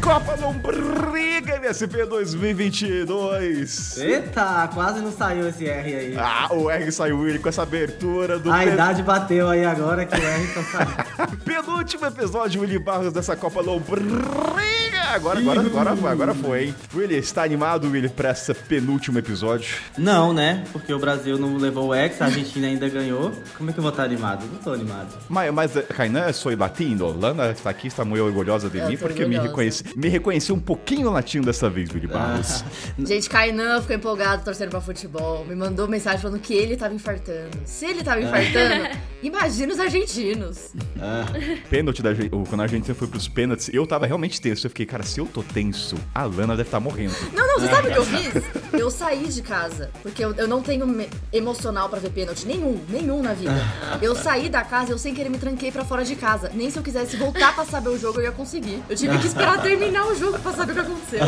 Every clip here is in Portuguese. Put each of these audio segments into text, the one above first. Copa Lombriga MSP 2022. Eita, quase não saiu esse R aí. Ah, o R saiu ele com essa abertura do A pen- idade bateu aí agora que o R tá saindo. penúltimo episódio Willy Barros dessa Copa Lombriga. Agora, agora, agora, foi, agora foi, hein? Willy, está animado, Willy, pra esse penúltimo episódio? Não, né? Porque o Brasil não levou o X, a Argentina ainda ganhou. Como é que eu vou estar animado? Não tô animado. Mas, mas Kainan, sou latino. Lana está aqui, está muito orgulhosa de É, Eu mim, tô porque me orgulhosa. reconheci, me reconheci um pouquinho latino dessa vez, Willy Barros. Gente, Kainan ficou empolgado torcendo pra futebol. Me mandou mensagem falando que ele tava infartando. Se ele tava infartando, imagina os argentinos. Pênalti da Argen- Quando a Argentina foi pros pênaltis, eu tava realmente tenso. Eu fiquei, cara, se eu tô tenso, a Lana deve estar morrendo. Não, não, você sabe o que eu fiz? Eu saí de casa, porque eu, eu não tenho me- emocional pra ver pênalti. Nenhum, nenhum na vida. Eu saí da casa, eu sem querer me tranquei pra fora de casa. Nem se eu quisesse voltar pra saber o jogo, eu ia conseguir. Eu tive que esperar terminar o jogo pra saber o que aconteceu.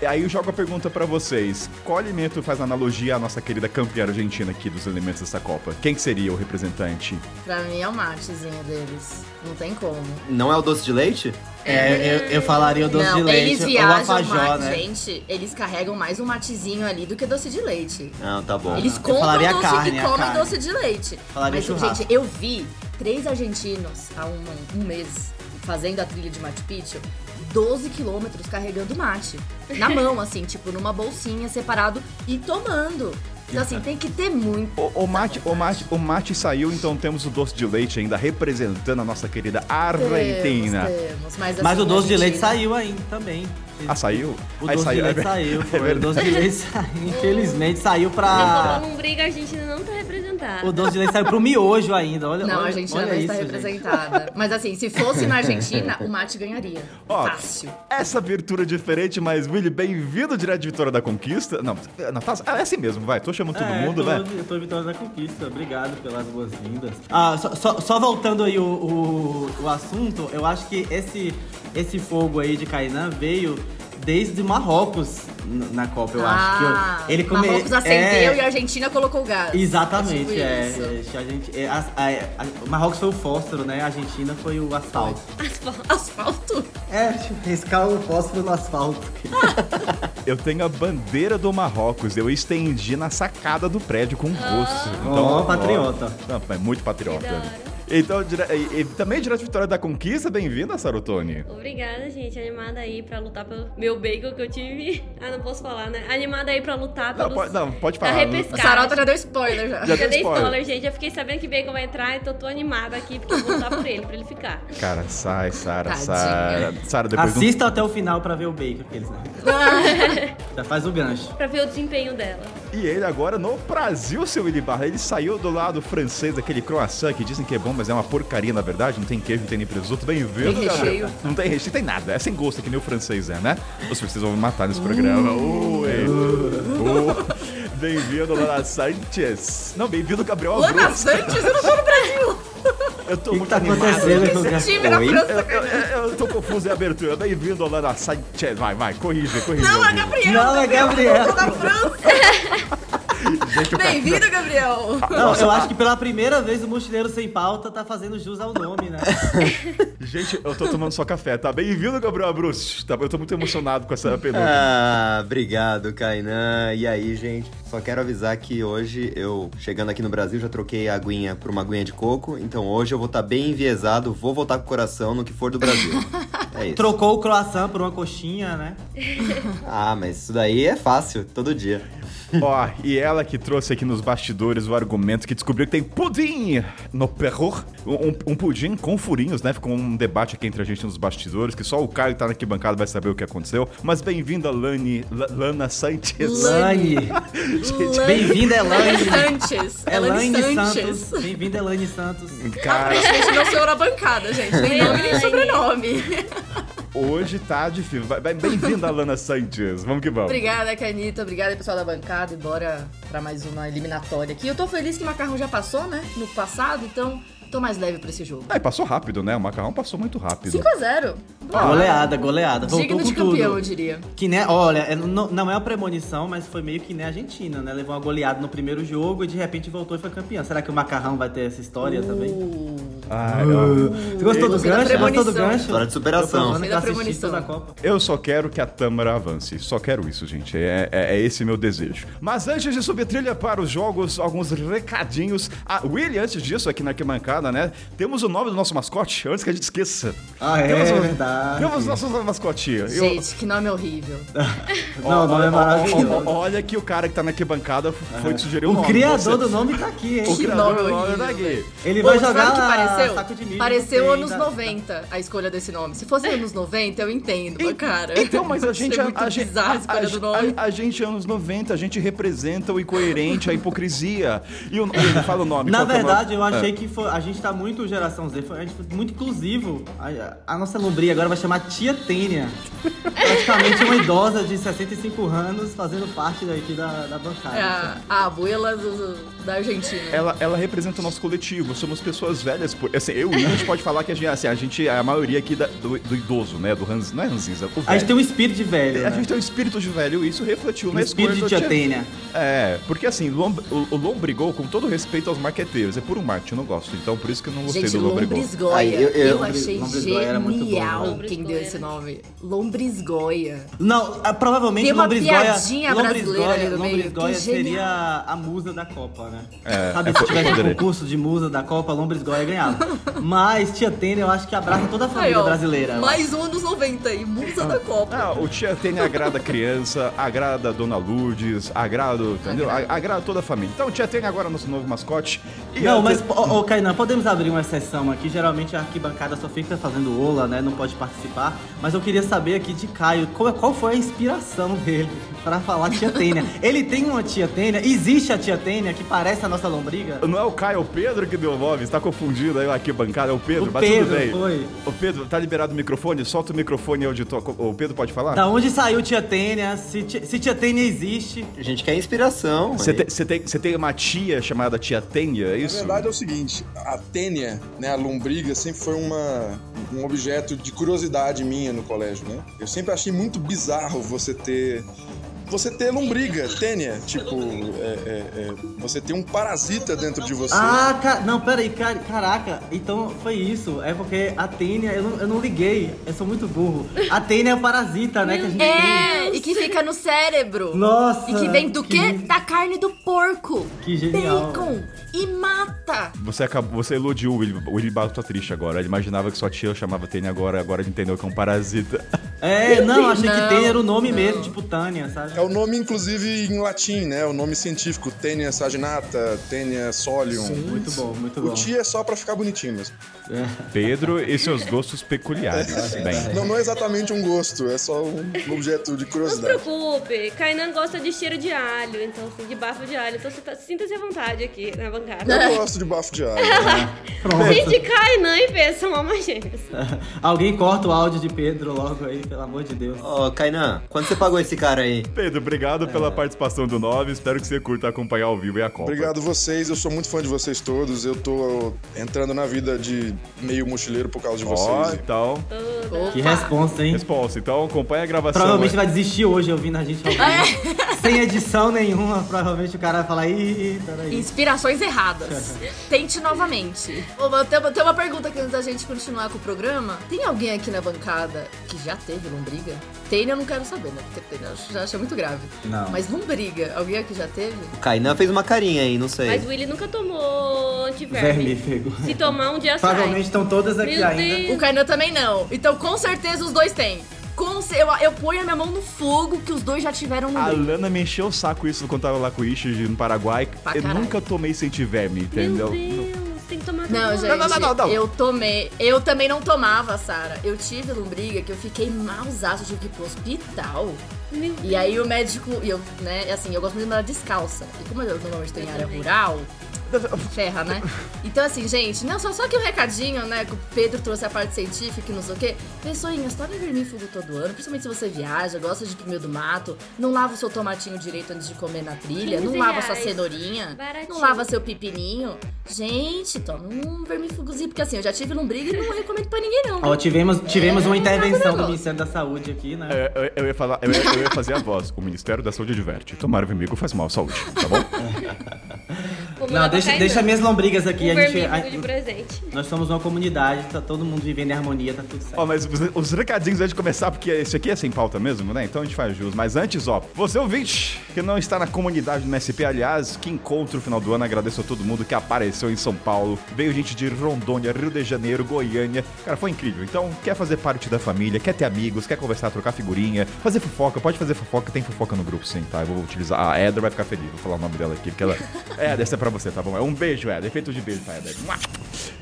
E Aí eu jogo a pergunta pra vocês: qual alimento faz analogia à nossa querida campeã argentina aqui dos elementos dessa Copa? Quem que seria o representante? Pra mim é o matezinho deles. Não tem como. Não é o doce de leite? É, eu, eu falaria o doce não, de leite eles ou a viajam fajó, mais, né? gente. Eles carregam mais um matezinho ali do que doce de leite. Não, tá bom. Eles Ah, Eu compram falaria doce carne, e a comem carne. doce de leite. Falaria Mas, churrasco. gente, eu vi três argentinos há um, um mês fazendo a trilha de Machu Picchu, 12 quilômetros carregando mate. Na mão, assim, tipo, numa bolsinha separado e tomando. Então, assim, tem que ter muito. O, o mate, o, mate, o mate saiu, então temos o doce de leite ainda representando a nossa querida Argentina. Temos, temos, mas, né? Mas assim, o doce de leite Argentina- saiu aí também. Ah, saiu? O Aí doce saiu, de é leite ver- saiu, é foi. o verdade. doce de leite saiu. Infelizmente saiu Na pra. Copa Lombriga a Argentina não tá representada. O doce de leite saiu pro miojo ainda. Olha, Não, olha, a Argentina olha não isso, está gente. representada. Mas assim, se fosse na Argentina, o mate ganharia. Ó, Fácil. essa abertura é diferente, mas Willy, bem-vindo direto de Vitória da Conquista. Não, não tá, ah, é assim mesmo, vai. Tô chamando todo É, mundo, né? eu tô, vai. Eu tô vitória da conquista, obrigado pelas boas-vindas. Ah, só, só- só voltando aí o, o, o assunto, eu acho que esse, esse fogo aí de Kainan veio desde Marrocos n- na Copa, eu acho. Que eu- ele come- Ah, Marrocos é, acendeu e a Argentina colocou o gás. Exatamente, tipo é. isso. é, a gente, é, a- a- a- o Marrocos foi o fósforo, né? A Argentina foi o asfalto. Asfalto. É, tipo, riscar o fósforo no asfalto. Eu tenho a bandeira do Marrocos, eu estendi na sacada do prédio com o rosto. Ah. Ó, patriota. Não, é muito patriota. Que da hora. Então, dire- e, e também direto de Vitória da Conquista, bem-vinda, Sarotone. Obrigada, gente. Animada aí pra lutar pelo meu bacon que eu tive. Ah, não posso falar, né? Animada aí pra lutar Não, pelo. pode, não, pode Tá falar. A repescado. Sarota já deu spoiler já. Já Já deu dei spoiler. spoiler, gente. Eu fiquei sabendo que bacon vai entrar, então eu tô animada aqui porque eu vou lutar por ele, pra ele ficar. Cara, sai, Sara, Tadinha. Sara. Sara, depois um não- Assista até o final pra ver o bacon, aqueles, né? Já faz o gancho. Pra ver o desempenho dela. E ele agora no Brasil, seu Willy Barra. Ele saiu do lado francês, daquele croissant que dizem que é bom, mas é uma porcaria na verdade. Não tem queijo, não tem nem presunto. Bem-vindo, Tem cara. recheio. Não tem recheio, tem nada. É sem gosto, que nem o francês é, né? Os franceses vão me matar nesse programa. Ué. Uh. Bem-vindo, Lana Sanchez. Não, bem-vindo, Gabriel Lana Abreu. Santos, eu não tô no Brasil. Eu tô O que, que muito tá animado. acontecendo? com o Esse Brasil? time na Oi? Eu, França. eu, eu- eu tô confuso em abertura. Bem-vindo, Lana Sanchez. Vai, vai, corrige, corrige. Não, é Willy. Gabriel. Não, é Gabriel. Eu tô na França. Gente, o cara- Bem-vindo, Gabriel. Não, eu acho que pela primeira vez o Mochileiro Sem Pauta tá fazendo jus ao nome, né? Gente, eu tô tomando só café, tá? Bem-vindo, Gabriel Abruzzi. Tá, eu tô muito emocionado com essa pergunta. Ah, obrigado, Kainan. E aí, gente? Só quero avisar que hoje eu, chegando aqui no Brasil, já troquei a aguinha por uma aguinha de coco. Então hoje eu vou estar bem enviesado, vou voltar com o coração no que for do Brasil. É isso. Trocou o croissant por uma coxinha, né? Ah, mas isso daí é fácil, todo dia. Ó, e ela que trouxe aqui nos bastidores o argumento que descobriu que tem pudim no perro. Um, um pudim com furinhos, né? Ficou um debate aqui entre a gente nos bastidores, que só o Caio tá na bancada vai saber o que aconteceu. Mas bem-vinda, Lani, La- Lana Sanchez. Lani. Lani- Bem-vinda, Elaine. Sanches. Elaine Sanches. É Santos. Bem-vinda, Elaine Santos. Cara, Gente, não senhor na bancada, gente. Nem nome, nem Elaine. sobrenome. hoje tá difícil. Vai- vai- Bem-vinda, Lana Sanchez. Vamos que vamos. Obrigada, Canita. Obrigada, pessoal da bancada. E bora pra mais uma eliminatória aqui. Eu tô feliz que o Macarrão já passou, né? No passado, então Tô mais leve pra esse jogo. Ah, e passou rápido, né? O macarrão passou muito rápido. 5x0. Ah. Goleada, goleada. Voltou Digno com de campeão, tudo. eu diria. Que nem, olha, é- não, não é uma premonição, mas foi meio que nem a Argentina, né? Levou uma goleada no primeiro jogo e de repente voltou e foi campeão. Será que o Macarrão vai ter essa história também? Uh, Ah, eu... Você gostou do Gostei da gancho? Gostou do premonição. gancho? História de superação. Tô provando que Gostei da eu assisti premonição. toda a Copa. Eu só quero que a Tâmara avance. Só quero isso, gente. É, é, é esse meu desejo. Mas antes de subir trilha para os jogos, alguns recadinhos. Ah, William, antes disso, aqui na arquibancada, né? Temos o nome do nosso mascote, antes que a gente esqueça. Ah, é temos verdade. Temos o nosso mascote. Eu- Gente, que nome horrível. Não, o nome é Ó, ó, maravilhoso. É. ó, Olha que o cara que tá na arquibancada foi te sugerir o O nome. criador Você- do nome tá aqui, hein? O Que criador nome do nome horrível, tá aqui. Ele vai Sabe jogar o que pareceu? saco de milho. pareceu não sei, anos tá- 90 a escolha desse nome. Se fosse anos 90, eu entendo, E- mas, cara. Então, mas a achei gente. muito a, gente- bizarra a a- escolha do a- nome. a gente, é anos 90, a gente representa o incoerente, a hipocrisia. E o, ele fala o nome. Na qual que é o nome? verdade, eu É. achei que foi- a gente tá muito geração Z, foi- a gente foi muito inclusivo. A, a nossa lombria agora vai chamar Tia Tênia. Praticamente uma idosa de 65 anos fazendo parte daqui da, da bancada. É a, a abuela do- do- da Argentina. ela, ela representa o nosso coletivo. Somos pessoas velhas. Por, assim, eu e a gente pode falar que a gente, assim, a gente é a maioria aqui da- do, do idoso, né? Do Hans, não é Ranzinza, o A gente velho. tem um espírito de velho. A né? gente tem um espírito de velho e isso refletiu um na escolha espírito de do Tia Tia- Tênia. É, porque assim, lomb- o, o Lombrigol, com todo respeito aos marqueteiros, é puro marketing, eu não gosto. Então por isso que eu não gostei Gente, do Lombrigol. Lombrisgoia. Aí, eu- eu, eu- achei Lombrisgoia era muito bom. genial quem Lombrisgoia, deu esse né? nome. Lombrisgoia. Não, ah, provavelmente Tem uma Lombrisgoia, piadinha brasileira ali no meio, Lombrisgoia que seria a musa da Copa, né? É, Sabe, é, se tivesse um poderia. concurso de musa da Copa, Lombrisgoia ganhava. Mas Tia Tênia, eu acho que abraça toda a família Aí, ó, Tá, brasileira. Mais um anos 90 aí, musa da Copa. Ah, o Tia Tênia agrada a criança, agrada a Dona Lourdes, agrada, entendeu? A- Agrada toda a família. Então o Tia Tênia agora é nosso novo mascote. E é Não, a- mas, ô, ô Kainan, podemos abrir uma exceção aqui. Geralmente a arquibancada só fica fazendo ola, né? Não pode participar. Mas eu queria saber aqui de Caio, qual, qual foi a inspiração dele pra falar tia Tênia? Ele tem uma tia Tênia? Existe a tia Tênia que parece a nossa lombriga? Não é o Caio, é o Pedro que deu o nome, você tá confundido aí aqui bancada, é o Pedro, O mas Pedro, tudo bem. foi. O Pedro, tá liberado o microfone? Solta o microfone auditor. O Pedro pode falar? Da onde saiu tia Tênia? Se, tia- se tia Tênia existe... A gente quer inspiração. Você aí. tem, você tem, você tem uma tia chamada Tia Tênia, é isso? Na verdade é o seguinte, a tênia, né, a lombriga, sempre foi uma, um objeto de curiosidade minha no colégio, né? Eu sempre achei muito bizarro você ter... Você ter lombriga, tênia, tipo, é, é, é, você ter um parasita dentro de você. Ah, ca... não, peraí, cara, caraca, então foi isso. É porque a Tênia, eu não, eu não liguei, eu sou muito burro. A Tênia é o parasita, né? Que a gente tem. É, e que fica no cérebro. Nossa! E que vem do quê? Da carne do porco. Que genial. Bacon e mata. Você, acabou, você iludiu o Willy, o Willy Barto tá triste agora. Ele imaginava que sua tia chamava Tênia agora, agora ele entendeu que é um parasita. É, não, achei que Não, Tênia era o nome não. mesmo, tipo Tânia, sabe? É o nome, inclusive, em latim, né? O nome científico, tênia saginata, tênia solium. Muito bom, muito O bom. tia é só pra ficar bonitinho mesmo. Pedro e seus gostos peculiares. Bem. Não, não é exatamente um gosto, é só um objeto de Não se curiosidade. preocupe, Kainan gosta de cheiro de alho, então assim, de bafo de alho. Então você tá- sinta-se à vontade aqui na bancada. Eu gosto de bafo de alho. Gente, Kainan e Pedro são almas gêmeas. Alguém corta o áudio de Pedro logo aí, pelo amor de Deus. Ô, Kainan, quando você pagou esse cara aí? Pedro, obrigado É. pela participação do Nove. Espero que você curta acompanhar ao vivo e a Copa. Obrigado vocês, eu sou muito fã de vocês todos. Eu tô entrando na vida de meio mochileiro por causa de Ó, vocês. então, Que Opa. resposta, hein? resposta. Então acompanha a gravação. Provavelmente né? vai desistir hoje ouvindo a gente ao vivo. Sem edição nenhuma, provavelmente o cara vai falar, ih, peraí. Inspirações erradas. Tente novamente. Ô, mas tem, uma- tem uma pergunta aqui antes da gente continuar com o programa. Tem alguém aqui na bancada que já teve lombriga? Tem, eu não quero saber, né? Porque tem, eu já achei muito grave. Não. Mas lombriga, alguém aqui já teve? O Kainan fez uma carinha aí, não sei. Mas o Willy nunca tomou antiverme. Vermífego. Se tomar um dia sai. Provavelmente estão todas aqui é Meu ainda. Deus. O Kainan também não. Então, com certeza, os dois têm. Com ce- eu, eu ponho a minha mão no fogo que os dois já tiveram A lombriga. Lana me encheu o saco isso quando tava lá com o Ishii no Paraguai. Pra eu caralho. nunca tomei sentiverme, Meu entendeu? Deus, um tem que tomar Não, todo gente, mundo. não, não, não. eu tomei. Eu também não tomava, Sara. Eu tive lombriga que eu fiquei malzaço, tive que ir pro hospital. Meu Deus. E aí o médico, e eu, né, e assim, eu gosto muito de andar descalça. E como eu normalmente tô em área rural, ferra, né? Então, assim, gente, não, só, só que um recadinho, né? Que o Pedro trouxe a parte científica e não sei o quê. Pessoinhas, tomem vermífugo todo ano, principalmente se você viaja, gosta de ir pro meio do mato, não lava o seu tomatinho direito antes de comer na trilha, 15 não lava sua reais. cenourinha, Baratinho. não lava seu pepininho. Gente, toma um vermífugozinho, porque assim, eu já tive lombriga e não recomendo pra ninguém, não. Ó, tivemos, tivemos uma intervenção do maravilhoso. Ministério da Saúde aqui, né? É, Eu, eu ia falar, eu, ia- eu ia fazer a voz. O Ministério da Saúde adverte. Tomar vermigo faz mal à saúde, tá bom? Vou mandar Não, pra deixa, Caetano. deixa minhas lombrigas tá Um aqui. a gente, vermífugo de a- presente. nós somos uma comunidade, tá todo mundo vivendo em harmonia, tá tudo certo. Ó, mas os, os recadinhos antes de começar, porque esse aqui é sem pauta mesmo, né? Então a gente faz jus. Mas antes, ó, você ouvinte que não está na comunidade do SP, aliás, que encontro no final do ano, agradeço a todo mundo que apareceu em São Paulo. Veio gente de Rondônia, Rio de Janeiro, Goiânia. Cara, foi incrível. Então, quer fazer parte da família, quer ter amigos, quer conversar, trocar figurinha, fazer fofoca, pode fazer fofoca, tem fofoca no grupo, sim, tá? Eu vou utilizar. A Eder vai ficar feliz, vou falar o nome dela aqui, porque ela. É, essa é pra você, tá bom? É um beijo, Eder. Feito de beijo pra Eder. Mua!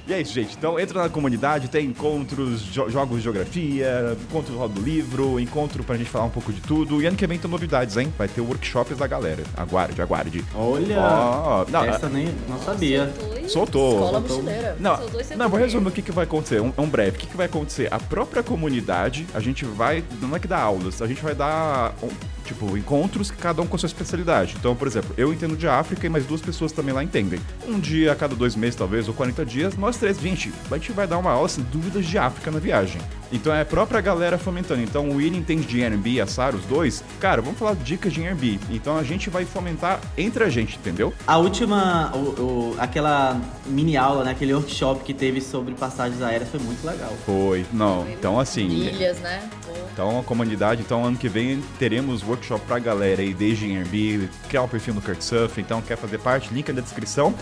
E é isso, gente. Então entra na comunidade, tem encontros, jo- jogos de geografia, encontro do Rodo do Livro, encontro pra gente falar um pouco de tudo. E ano que vem tem novidades, hein? Vai ter workshops da galera. Aguarde, aguarde. Olha, Ó, não, essa nem não sabia. Dois. Soltou. Escola mochileira. Não, São dois não, setores. vou resumir o que, que vai acontecer. Um, um breve. O que, que vai acontecer? A própria comunidade, a gente vai. Não é que dá aulas, a gente vai dar. um, Tipo, encontros que cada um com a sua especialidade. Então, por exemplo, eu entendo de África e mais duas pessoas também lá entendem. Um dia a cada dois meses, talvez, ou 40 dias, nós três, 20, a gente vai dar uma aula, assim, dúvidas de África na viagem. Então é a própria galera fomentando. Então o William entende de Airbnb, a Sara, os dois. Cara, vamos falar dicas de Airbnb. Então a gente vai fomentar entre a gente, entendeu? A última, o- o- aquela mini aula, né, aquele workshop que teve sobre passagens aéreas foi muito legal. Foi. Não, então assim. Ilhas, né? Pô. Então, a comunidade, então ano que vem teremos workshop pra galera aí, desde Airbnb, criar o perfil no Kurtsurf, então quer fazer parte, link na descrição.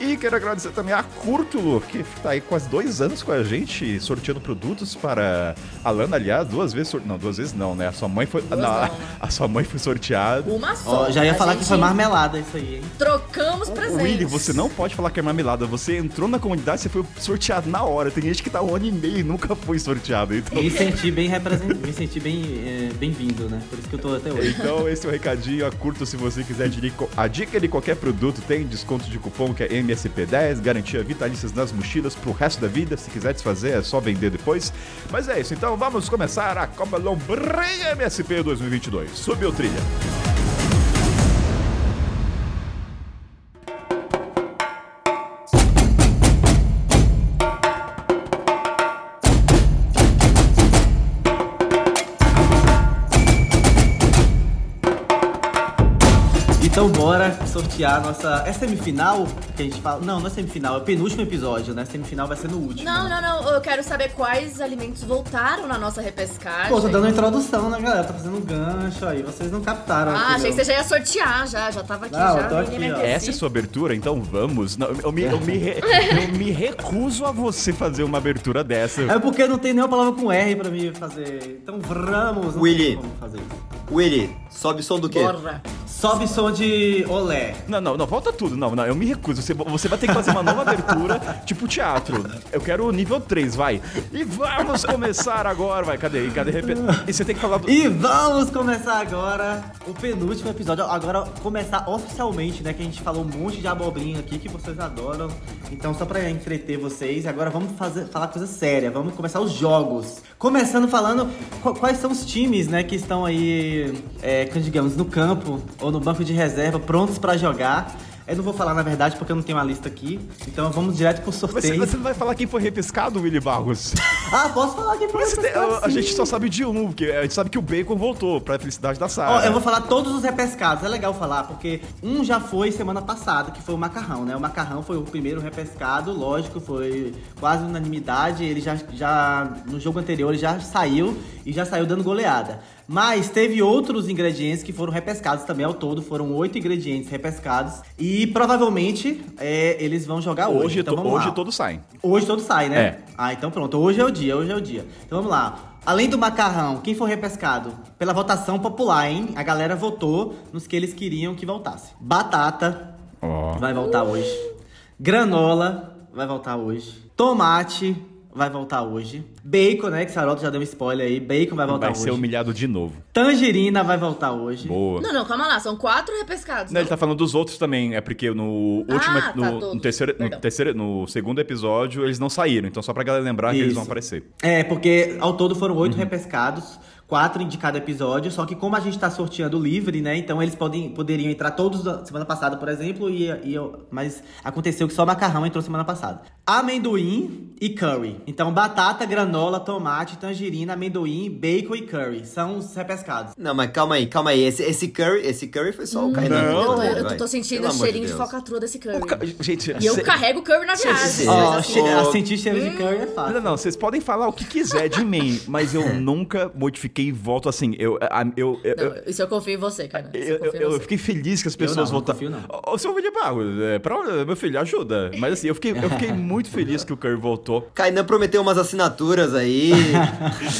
E quero agradecer também a Curtulo, que tá aí quase dois anos com a gente, sorteando produtos para a Lana, aliás, duas vezes, sor- não, duas vezes não, né? A sua mãe foi, Duas não, não, né? a sua mãe foi sorteada. Uma só. Ó, já ia A falar que gente foi marmelada isso aí, hein? Trocamos Ô, presentes. Willy, você não pode falar que é marmelada. Você entrou na comunidade, você foi sorteado na hora. Tem gente que tá um ano e meio e nunca foi sorteado. Então, Me senti bem represent... me senti bem eh, bem-vindo, né? Por isso que eu tô até hoje. Então, esse é o recadinho. Curta se você quiser adquirir co- a dica de qualquer produto. Tem desconto de cupom que é MSP10, garantia vitalícias nas mochilas pro resto da vida. Se quiser desfazer, é só vender depois. Mas é isso. Então, vamos começar a Copa Lombriga MSP 2022. Subiu trilha. Então bora sortear a nossa. É semifinal que a gente fala. Não, não é semifinal, é o penúltimo episódio, né? Semifinal vai ser no último. Não, né? não, não. Eu quero saber quais alimentos voltaram na nossa repescagem. Pô, tô dando uma introdução, né, galera? Tô fazendo um gancho aí. Vocês não captaram. Ah, achei que você entendeu? já ia sortear, já. Já tava aqui, Não, já. eu tô aqui, Menina, ó. aqueci. Essa é sua abertura? Então, vamos. Não, eu, me, eu, me re- eu me recuso a você fazer uma abertura dessa. É porque não tem nenhuma palavra com R pra mim fazer. Então vamos, não Willy. tem como fazer isso. Willy, sobe som do quê? Borra. Sobe som de olé. Não, não, não, volta tudo. Não, não, eu me recuso. Você, você vai ter que fazer uma nova abertura, tipo teatro. Eu quero o nível 3, vai. E vamos começar agora, vai. Cadê? Cadê? Repe- E você tem que falar do. E vamos começar agora o penúltimo episódio. Agora começar oficialmente, né? Que a gente falou um monte de abobrinha aqui que vocês adoram. Então, só pra entreter vocês, agora vamos fazer, falar coisa séria. Vamos começar os jogos. Começando falando qu- quais são os times, né? Que estão aí, é, que digamos, no campo ou no banco de reserva, prontos pra jogar. Eu não vou falar, na verdade, porque eu não tenho a lista aqui. Então, vamos direto pro Você, sorteio. você não vai falar quem foi repescado, Willy Barros? Ah, posso falar aqui pra Mas você vocês? tem- a, a sim. gente só sabe de um, porque a gente sabe que o Bacon voltou pra felicidade da Ó, Sara. eu vou falar todos os repescados, é legal falar, porque um já foi semana passada, que foi o macarrão, né? O macarrão foi o primeiro repescado, lógico, foi quase unanimidade. Ele já, já no jogo anterior ele já saiu e já saiu dando goleada. Mas teve outros ingredientes que foram repescados também ao todo, foram oito ingredientes repescados. E provavelmente é, eles vão jogar hoje. Hoje, então to- vamos lá. hoje todos saem. Hoje todo sai, né? É. Ah, então pronto. Hoje é o dia, hoje é o dia. Então vamos lá. Além do macarrão, quem foi repescado? Pela votação popular, hein? A galera votou nos que eles queriam que voltasse. Batata Ó. vai voltar hoje. Granola vai voltar hoje. Tomate vai voltar hoje. Bacon, né? Que Sarota já deu um spoiler aí. Bacon vai voltar Vai hoje. ser humilhado de novo. Tangerina vai voltar hoje. Boa. Não, não, calma lá. São quatro repescados. Não, ele tá falando dos outros também. É porque no Ah, último. tá, no, no todos. terceiro, no, Perdão. terceiro, no segundo episódio, eles não saíram. Então, só pra galera lembrar que eles Isso. vão aparecer. É, porque ao todo foram oito repescados, quatro de cada episódio. Só que como a gente tá sorteando livre, né? Então eles podem, poderiam entrar todos da- semana passada, por exemplo, e, e eu- mas aconteceu que só macarrão entrou semana passada. Amendoim e curry. Então batata, granola, tomate, tangerina, amendoim, bacon e curry são os repescados. Não, mas calma aí, calma aí. Esse, esse curry, esse curry foi só o Não. Kainan. que Eu tô, falou, eu tô- vai. tô sentindo Pelo o amor cheirinho de Deus. focatrua desse curry. Ô, ca- Gente, E eu cê- carrego curry na Sim, viagem. sim. Ah, mas Ó, assim, che- Ô. sentir cheiro de curry é fácil. Não, não, vocês podem falar o que quiser de mim, mas eu nunca modifiquei voto assim. Eu, a- eu, eu, eu, não, isso eu confio em você, cara. Isso eu, eu- confio em eu você. fiquei feliz que as pessoas não, não votaram. confio, não. Ô, seu William Barros, é, pra, onde- meu filho, ajuda. Mas assim, eu fiquei, eu fiquei muito feliz que o Curry voltou. Kainan prometeu umas assinaturas aí.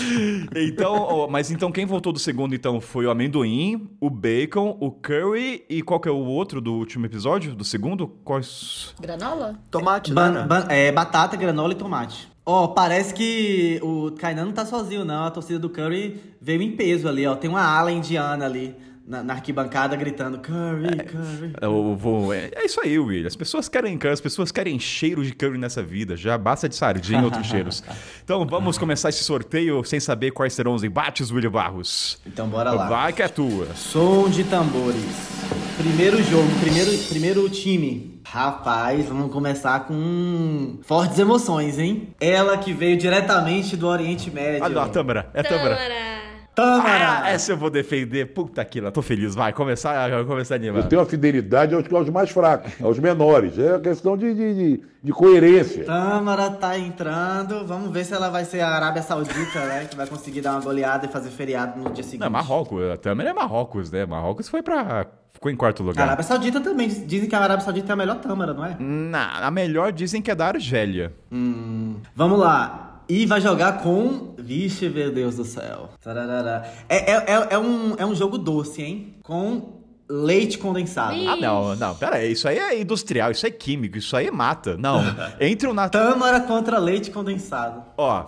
Então, ó, mas então quem voltou do segundo, então, foi o amendoim, o bacon, o curry e qual que é o outro do último episódio? Do segundo? Quais. Granola? Tomate, Ban- né? ban- é, batata, granola e tomate. Ó, parece que o Kainan não tá sozinho, não. A torcida do Curry veio em peso ali, ó. Tem uma ala indiana ali na, na arquibancada gritando Curry, Curry. Eu vou- É, é isso aí, Will. As pessoas querem curry, as pessoas querem cheiro de curry nessa vida. Já basta de sardinha e outros cheiros. Então vamos começar esse sorteio sem saber quais serão os embates, William Barros. Então bora lá. Vai que é tua. Som de tambores. Primeiro jogo, primeiro, primeiro time. Rapaz, vamos começar com fortes emoções, hein? Ela que veio diretamente do Oriente Médio. Ah, não, a Tâmara. É a Tâmara. Tâmara! Tâmara! Ah, essa eu vou defender. Puta que lá, tô feliz. Vai, começar, começar a Eu animar. tenho a fidelidade aos, aos mais fracos, aos menores. É questão de, de, de- de coerência. Tâmara tá entrando. Vamos ver se ela vai ser a Arábia Saudita, né? Que vai conseguir dar uma goleada e fazer feriado no dia seguinte. Não, é Marrocos. A Tâmara é Marrocos, né? Marrocos foi pra. Ficou em quarto A lugar. Arábia Saudita também. Dizem que a Arábia Saudita é a melhor Tâmara, não é? Na, a melhor dizem que é da Argélia. Hum. Vamos lá. E vai jogar com. Vixe, meu Deus do céu. Tararara. É, é- é- é um, é um jogo doce, hein? Com leite condensado. Ih. Ah, não, não, pera aí. Isso aí é industrial, isso é químico, isso aí mata. Não, entre o Natal. Tâmara contra leite condensado. Ó,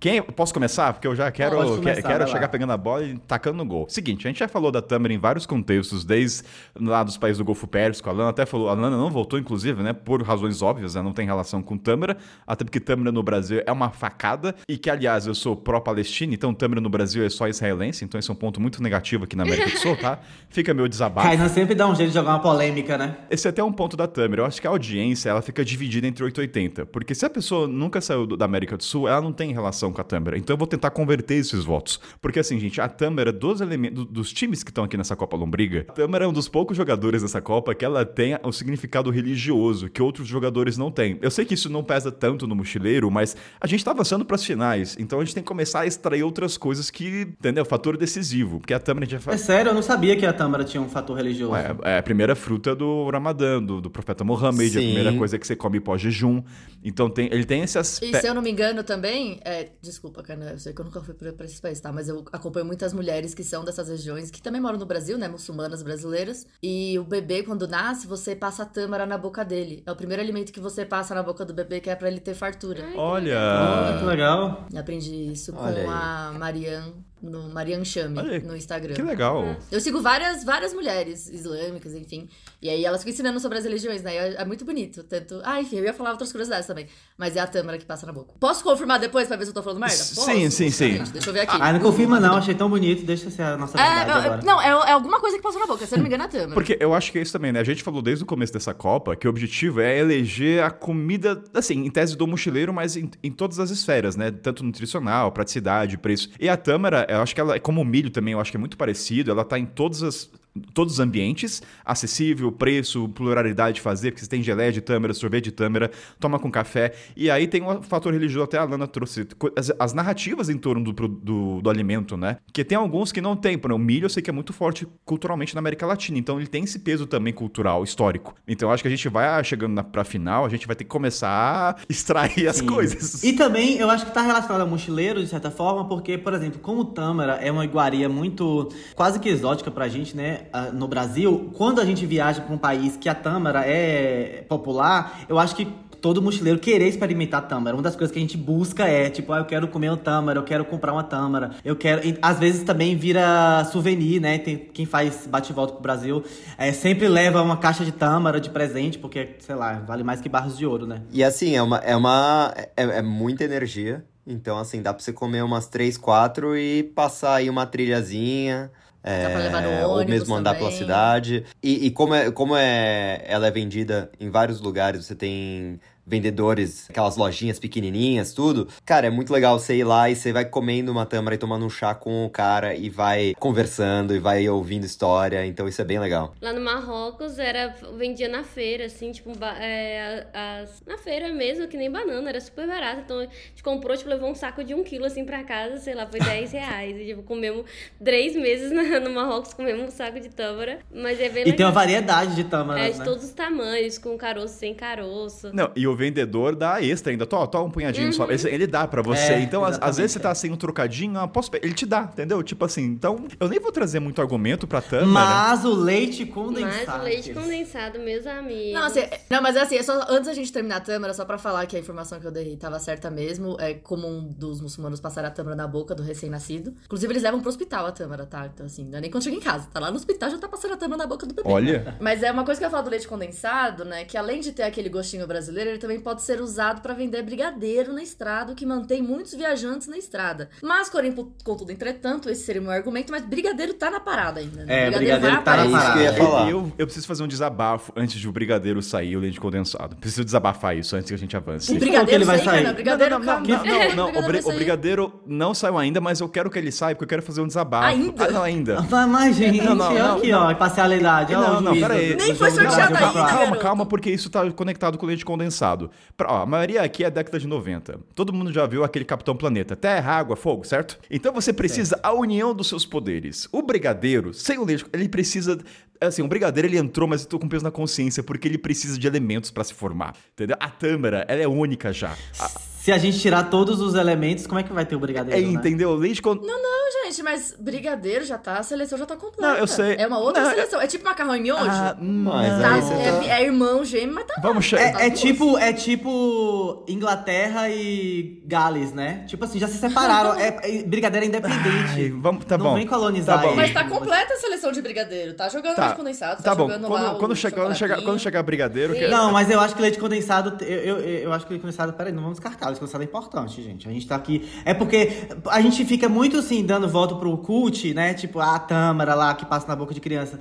quem, posso começar? Porque eu já quero, Pode que- começar, quero vai chegar lá. pegando a bola e tacando no gol. Seguinte, a gente já falou da Tâmara em vários contextos, desde lá dos países do Golfo Pérsico. A Lana até falou, a Lana não voltou, inclusive, né? Por razões óbvias, né, não tem relação com Tâmara. Até porque Tâmara no Brasil é uma facada. E que, aliás, eu sou pró-Palestina, então Tâmara no Brasil é só israelense. Então esse é um ponto muito negativo aqui na América do Sul, tá? Fica meu desabafo. Kainan sempre dá um jeito de jogar uma polêmica, né? Esse é até um ponto da Tâmara. Eu acho que a audiência ela fica dividida entre 880. Porque se a pessoa nunca saiu do- da América do Sul, ela não tem relação com a Tâmara. Então eu vou tentar converter esses votos. Porque assim, gente, a Tâmara, dos, elemen- do- dos times que estão aqui nessa Copa Lombriga, a Tâmara é um dos poucos jogadores dessa Copa que ela tem o significado religioso, que outros jogadores não têm. Eu sei que isso não pesa tanto no mochileiro, mas a gente tá avançando pras finais. Então a gente tem que começar a extrair outras coisas que, entendeu? Fator decisivo. Porque a Tâmara já É faz. sério, eu não sabia que a Tâmara tinha um fator religioso. Ué, é a primeira fruta do Ramadã, do, do profeta Mohammed, é a Sim. primeira coisa que você come pós-jejum. Então tem, ele tem esse E se aspecto. eu não me engano também, é, desculpa, cara, eu sei que eu nunca fui pra, pra esses países, tá? Mas eu acompanho muitas mulheres que são dessas regiões, que também moram no Brasil, né? Muçulmanas brasileiras. E o bebê, quando nasce, você passa a tâmara na boca dele. É o primeiro alimento que você passa na boca do bebê, que é pra ele ter fartura. Ah, que Olha. legal. Eu aprendi isso com Olha aí. a Marianne, no Marianne Olha aí, Chame, no Instagram. Que legal. Eu sigo várias, várias mulheres islâmicas, enfim. E aí elas ficam ensinando sobre as religiões, né? E É, é muito bonito. Tanto. Ah, enfim, eu ia falar outras curiosidades também. Mas é a Tâmara que passa na boca. Posso confirmar depois pra ver se eu tô falando merda? S- Posso? sim, sim, sim. Gente, Deixa eu ver aqui. Ah, não confirma não, achei tão bonito. Deixa ser a nossa verdade é, agora. é, não, é, é alguma coisa que passou na boca, se eu não me engano, é a Tâmara. Porque eu acho que é isso também, né? A gente falou desde o começo dessa Copa que o objetivo é eleger a comida, assim, em tese do mochileiro, mas em, em todas as esferas, né? Tanto nutricional, praticidade, preço. E a tâmara, eu acho que ela, como o milho também, eu acho que é muito parecido. Ela tá em todas as- todos os ambientes, acessível, preço, pluralidade de fazer, porque você tem geleia de tâmara, sorvete de tâmara, toma com café. E aí tem um fator religioso, até a Lana trouxe, co- as, as narrativas em torno do, pro- do, do alimento, né? Porque tem alguns que não tem, por exemplo, o milho eu sei que é muito forte culturalmente na América Latina, então ele tem esse peso também cultural, histórico. Então eu acho que a gente vai ah, chegando na, pra final, a gente vai ter que começar a extrair as Sim. coisas. E também eu acho que tá relacionado ao mochileiro, de certa forma, porque, por exemplo, como o Tâmara é uma iguaria muito quase que exótica pra gente, né? ah, No Brasil, quando a gente viaja pra um país que a Tâmara é popular, eu acho que. todo mochileiro querer experimentar tâmara. Uma das coisas que a gente busca é, tipo, ah, eu quero comer um tâmara, eu quero comprar uma tâmara, eu quero. e às vezes também vira souvenir, né? Tem, quem faz bate-volta pro Brasil é, sempre leva uma caixa de tâmara de presente, porque, sei lá, vale mais que barras de ouro, né? E assim, é uma. É, uma é, é muita energia. Então, assim, dá pra você comer umas três, quatro e passar aí uma trilhazinha. É, pra levar no ou ônibus mesmo andar pela também. cidade. E, e como, é, como é, ela é vendida em vários lugares, você tem vendedores, aquelas lojinhas pequenininhas, tudo. Cara, é muito legal você ir lá e você vai comendo uma tâmara e tomando um chá com o cara e vai conversando e vai ouvindo história. Então, isso é bem legal. Lá no Marrocos era vendia na feira, assim, tipo, ba- é, as- na feira mesmo, que nem banana, era super barato. Então a gente comprou, tipo, levou um saco de um quilo assim pra casa, sei lá, foi 10 reais. E tipo, comemos três meses na- no Marrocos, comemos um saco de tâmara. Mas é bem E tem uma legal. variedade de tâmaras, É, de né? todos os tamanhos, com caroço, sem caroço. Não, e o vendedor dá extra ainda. Tó, tó, um punhadinho só. Esse- Ele dá pra você. É, então, às- às exatamente, vezes você é. tá sem um trocadinho, ah, posso pe- ele te dá, entendeu? Tipo assim, então, eu nem vou trazer muito argumento pra Tâmara. Mas o leite condensado. Mas o leite eles- condensado, meus amigos. Não, assim, é- não, mas assim, é só, antes da gente terminar a tâmara, só pra falar que a informação que eu dei tava certa mesmo. É comum dos muçulmanos passar a tâmara na boca do recém-nascido. Inclusive, eles levam pro hospital a tâmara, tá? Então, assim, não é nem quando chega em casa. Tá lá no hospital, já tá passando a tâmara na boca do bebê. Olha, Mas é uma coisa que eu ia falar do leite condensado, né? Que além de ter aquele gostinho brasileiro, ele também pode ser usado pra vender brigadeiro na estrada, o que mantém muitos viajantes na estrada. Mas, porém, po- contudo, entretanto, esse seria o meu argumento, mas brigadeiro tá na parada ainda. né? É, brigadeiro tá É na aparecer. isso que eu ia parada. falar. eu, eu preciso fazer um desabafo antes de o brigadeiro sair o leite condensado. Preciso desabafar isso antes que a gente avance. Quem falou O que brigadeiro ele vai sai, cara, sair? o não, brigadeiro não, calma. não, não, não, o, bri- vai o sair. brigadeiro não saiu ainda, mas eu quero que ele saia porque eu quero fazer um desabafo. Ainda? Ah, não, ainda. Vai, mas, gente, Não, não, não, aqui, ó, imparcialidade. ó, Não, o não, juiz peraí. do- Nem do foi jogo da sorteado Rádio ainda, calma, Popular. calma, garoto. calma, porque isso tá conectado com o leite condensado. Pra- ó, a maioria aqui é década de 90. Todo mundo já viu aquele Capitão Planeta. Terra, água, fogo, certo? Então você precisa a união dos seus poderes. O brigadeiro, sem o leite, ele precisa... Assim, o brigadeiro ele entrou, mas eu tô com peso na consciência, porque ele precisa de elementos pra se formar, entendeu? A tâmara, ela é única já. A- Se a gente tirar todos os elementos, como é que vai ter o é, brigadeiro, né? entendeu? O leite con... Não, gente, mas brigadeiro já tá, a seleção já tá completa. Não, eu sei. É uma outra Não, eu- seleção. É tipo macarrão e miojo. Ah, Mas Tá, aí você é, tá... é irmão, gêmeo, mas tá Vamos chegar. É, é tipo, é tipo Inglaterra e Gales, né? Tipo assim, já se separaram. É, é brigadeiro independente. Ai, vamos- tá não bom. vem colonizar Tá bom. ele. Mas tá completa a seleção de brigadeiro, tá jogando Tá, leite condensado, tá, tá bom. jogando lá Quando, o quando, chegar, quando, chegar, chocolatinho. quando chegar brigadeiro, que... Não, mas eu acho que leite condensado. Eu, eu, eu acho que leite condensado. Peraí, não vamos descartar. Leite condensado é importante, gente. A gente tá aqui. É porque a gente fica muito assim, dando voto pro cult, né? Tipo, a tâmara lá que passa na boca de criança.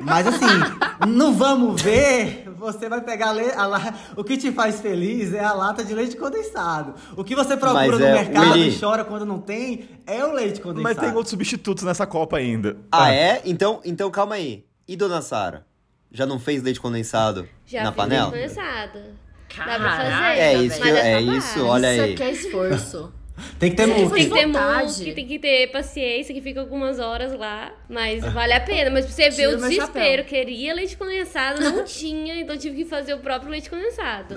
Mas assim, não vamos ver. Você vai pegar a le- a la- o que te faz feliz é a lata de leite condensado. O que você procura Mas no é, mercado Willy. e chora quando não tem é o leite condensado. Mas tem outros substitutos nessa Copa ainda. Ah, é? Então, então calma aí. E Dona Sara? Já não fez leite condensado Já na fiz panela? leite condensado. Dá pra Caralho, fazer. É velho. isso, mas é trabalho. isso, olha Isso aí. aqui é esforço. Tem que ter um Tem que muito. fazer Tem que ter vontade. música, tem que ter paciência, que fica algumas horas lá. Mas vale a pena. Mas pra você ver Tira o meu desespero. chapéu. Queria leite condensado, não tinha, então tive que fazer o próprio leite condensado.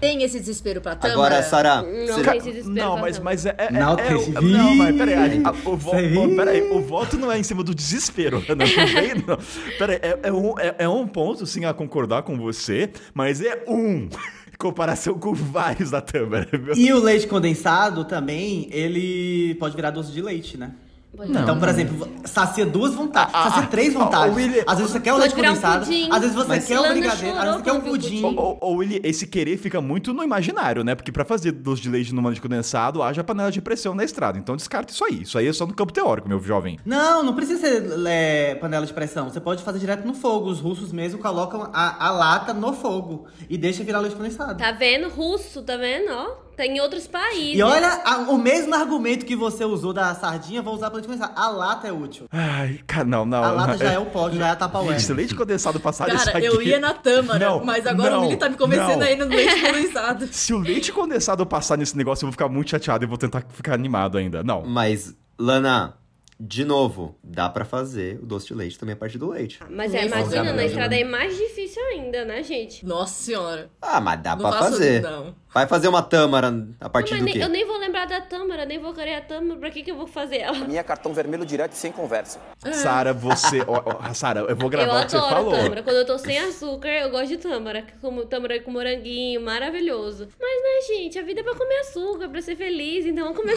Tem esse desespero pra Tâmara? Agora, Sara, Não você tem já- esse desespero. Não, mas, passando. mas é. é- é- Não, é tem- o- não, mas peraí. a- a- o vo- Ih. o- peraí, o voto não é em cima do desespero. Não, não vem, não. Peraí, é, é um, é, é um ponto, sim, a concordar com você, mas é um. Em comparação com vários da Tâmara. viu? E o leite condensado também, ele pode virar doce de leite, né? Pode então, por exemplo, sacia duas vontades, Ah, sacia três vontades. o William- Às vezes você quer o Pode leite virar um condensado, pudim. às vezes você Mas quer o Lana brigadeiro, às vezes você quer um chorou quando viu pudim. o pudim. Ou, ou ele, esse querer fica muito no imaginário, né? Porque pra fazer doce de leite numa de condensado, haja panela de pressão na estrada. Então descarta isso aí. Isso aí é só no campo teórico, meu jovem. Não, não precisa ser é, panela de pressão. Você pode fazer direto no fogo. Os russos mesmo colocam a, a lata no fogo e deixa virar leite condensado. Tá vendo? Russo, tá vendo? Ó, tá em outros países. E olha, a- o mesmo argumento que você usou da sardinha, vou usar para leite condensado. A lata é útil. Ai, cara, não, não. A lata já é um o pote, já é a tapaué. Esse leite condensado passado isso Cara, aqui. eu ia na Tâmara, Não, mas agora não, o Willi tá me convencendo não. aí no leite condensado. Se o leite condensado passar nesse negócio, eu vou ficar muito chateado e vou tentar ficar animado ainda. Não. Mas, Lana, de novo, dá pra fazer o doce de leite também a partir do leite. Mas é, Leite imagina, condensado. na estrada é mais difícil difícil ainda, né, gente? Nossa senhora. Ah, mas dá Não pra faço fazer. não. Vai fazer uma tâmara a partir Mas do nem- quê? eu nem vou lembrar da Tâmara, nem vou querer a Tâmara, pra que, que eu vou fazer ela? Minha cartão vermelho direto e sem conversa. É. Sara, você. ó, ó, Sara, eu vou Eu gravar o que você adoro falou. Tâmara. Quando eu tô sem açúcar, eu gosto de Tâmara. é Como Tâmara com moranguinho, maravilhoso. Mas, né, gente, a vida é pra comer açúcar, pra ser feliz. Então vamos comer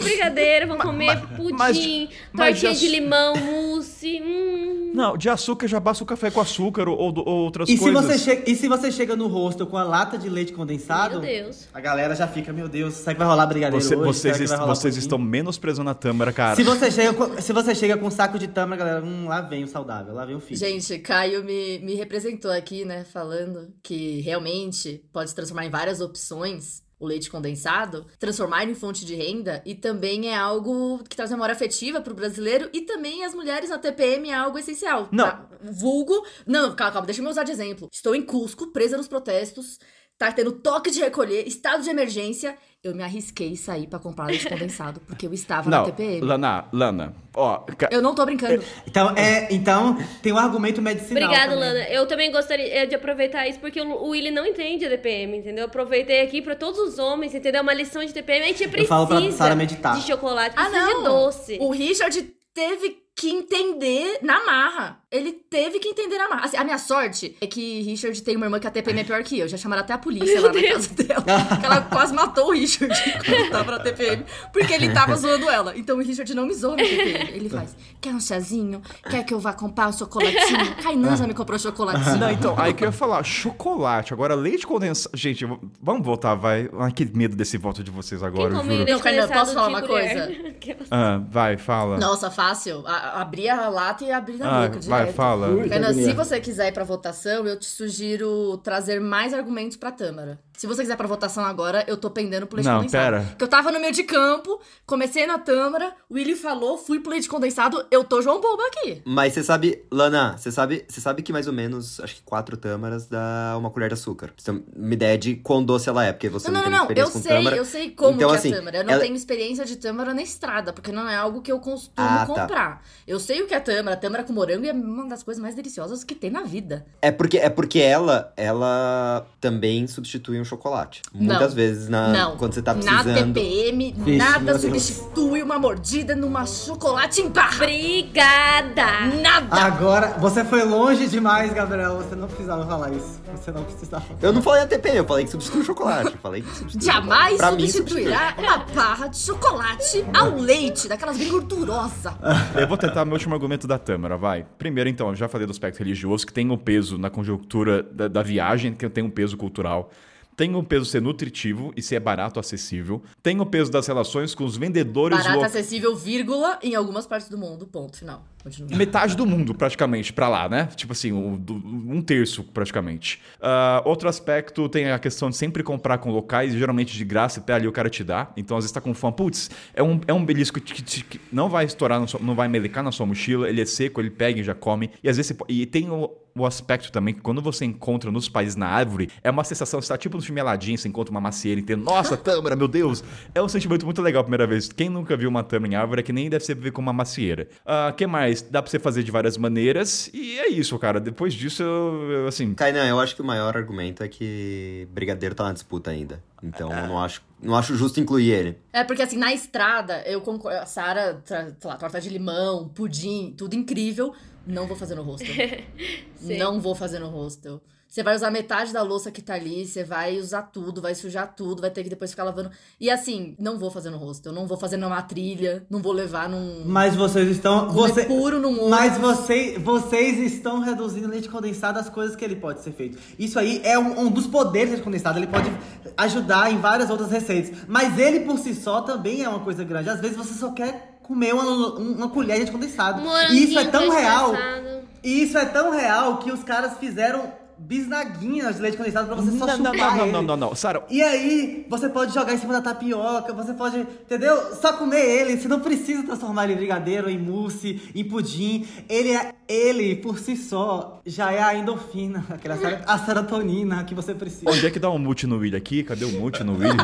brigadeiro, vamos comer pudim, mas- mas tortinha de de açu- limão, mousse. Hum. Não, de açúcar já basta o café com açúcar ou, ou outras E se, coisas. você chega, e se você chega no rosto com a lata de leite condensado, Meu Deus. a galera já fica, meu Deus, será que vai rolar brigadeiro Você- hoje? vocês Será que vai est- rolar vocês pudim? estão menosprezando a Tâmara, cara. Se você, chega com, se você chega com um saco de tâmara, galera, hum, lá vem o saudável, lá vem o filho. Gente, Caio me, me representou aqui, né? Falando que realmente pode se transformar em várias opções o leite condensado, transformar em fonte de renda e também é algo que traz memória afetiva pro brasileiro e também as mulheres na TPM é algo essencial. Não. Tá? Vulgo. Não, calma, calma, deixa eu me usar de exemplo. Estou em Cusco, presa nos protestos, tá tendo toque de recolher, estado de emergência. Eu me arrisquei sair pra comprar leite condensado porque eu estava na Não, TPM. Lana, Lana, ó, ca- Eu não tô brincando. Então, é, então, tem um argumento medicinal. Obrigada, também. Lana. Eu também gostaria eh, de aproveitar isso, porque o o Willy não entende a DPM, entendeu? Eu aproveitei aqui pra todos os homens, entendeu? Uma lição de DPM. A gente precisa Eu falo pra Sara meditar. de chocolate, Ah, precisa não. de doce. O Richard teve que entender na marra. Ele teve que entender na marra. Assim, a minha sorte é que Richard tem uma irmã que a TPM é pior que eu. Já chamaram até a polícia lá na casa dela. que ela quase matou o Richard quando tava na TPM. Porque ele tava zoando ela. Então o Richard não me zoa na TPM. Ele faz, quer um chazinho? Quer que eu vá comprar um chocolatinho? Kainan já me comprou um chocolatinho. Não, então, aí que eu ia falar, chocolate, agora leite condensado. Gente, eu vou- vamos voltar, vai. Ai, que medo desse voto de vocês agora, eu Quem come juro. leite Não, Karina, condensado posso falar uma de colher? Ah, vai, fala. Nossa, fácil. A- abrir a lata e abrir na ah, boca direto. vai, fala. Ui. Pena, agonia. se você quiser ir pra votação, eu te sugiro trazer mais argumentos pra Tâmara. Se você quiser pra votação agora, eu tô pendendo pro leite Não, condensado. pera. Porque eu tava no meio de campo, comecei na Tâmara, o Willy falou, fui pro leite condensado, eu tô João Bobo aqui. Mas você sabe, Lana, você sabe, você sabe que mais ou menos, acho que quatro tâmaras dá uma colher de açúcar. Você tem uma ideia de quão doce ela é, porque você Não, não, não, não, tem não. Eu experiência com sei, tâmara. eu sei como Então, que assim, é a Tâmara. Eu não ela- tenho experiência de Tâmara na estrada, porque não é algo que eu costumo Ah, tá. comprar. Eu sei o que é Tâmara. Tâmara com morango é uma das coisas mais deliciosas que tem na vida. É porque é porque ela, ela também substitui um chocolate. Muitas vezes na Não. quando você tá na precisando. TPM, Vixe, nada meu Deus. substitui uma mordida numa chocolate em barra. Obrigada! Nada! Agora, você foi longe demais, Gabriel. Você não precisava falar isso. Você não precisava. Eu não falei a TPM, eu falei que substitui o chocolate. Eu falei que substitui. o chocolate. Jamais Ah, Pra mim, é substituirá uma barra de chocolate ao leite, daquelas bem gordurosas. Eu vou tentar meu último argumento da Tâmara, vai. Primeiro, então, eu já falei do aspecto religioso, que tem um peso na conjuntura da, da viagem, que tem um peso cultural. Tem um peso ser nutritivo e ser barato, acessível. Tem o peso das relações com os vendedores Barato, lo- acessível, vírgula, em algumas partes do mundo. Ponto final. Continua. metade do mundo, praticamente, pra lá, né? Tipo assim, um, do- um terço, praticamente. Ah, outro aspecto tem a questão de sempre comprar com locais, e geralmente de graça, até ali o cara te dá. Então, às vezes, tá com fome. Putz, é um, é um belisco que, te- que não vai estourar, na sua- não vai melecar na sua mochila, ele é seco, ele pega e já come. E às vezes, você po- e tem o, o aspecto também que quando você encontra nos países na árvore, é uma sensação, você tá tipo no filme Aladdin, você encontra uma macieira e tem, nossa, tâmara, meu Deus! É um sentimento muito legal a primeira vez. Quem nunca viu uma tâmara em árvore é que nem deve ser ver com uma macieira. O que mais? Dá pra você fazer de várias maneiras e é isso, cara. Depois disso, eu, eu, assim... Kainan, eu acho que o maior argumento é que Brigadeiro tá na disputa ainda. Então eu não acho, não acho justo incluir ele. É porque assim, na estrada, eu concordo. A Sara, tra- sei lá, torta de limão, pudim, tudo incrível. Não vou fazer no rosto. Sim. Não vou fazer no hostel. Você vai usar metade da louça que tá ali, você vai usar tudo, vai sujar tudo, vai ter que depois ficar lavando. E assim, não vou fazer no hostel, não vou fazer numa trilha, não vou levar num. Mas vocês estão. comer Você, é puro num ônibus. Mas você- vocês estão reduzindo o leite condensado às coisas que ele pode ser feito. Isso aí é um, um dos poderes do leite condensado. Ele pode ajudar em várias outras receitas. Mas ele por si só também é uma coisa grande. Às vezes você só quer comer uma, uma colher de leite condensado. E Um Moranguinho isso é tão real. despedaçado. E isso é tão real que os caras fizeram bisnaguinhas de leite condensado pra você só não, não, chupar não, não, ele. não, não, não. Sara, E aí, você pode jogar em cima da tapioca, você pode, entendeu? Só comer ele, você não precisa transformar ele em brigadeiro, em mousse, em pudim. Ele é ele por si só já é a endorfina, aquela sero- a serotonina que você precisa. onde é que dá um mute no Willy aqui? Cadê o mute no Willy?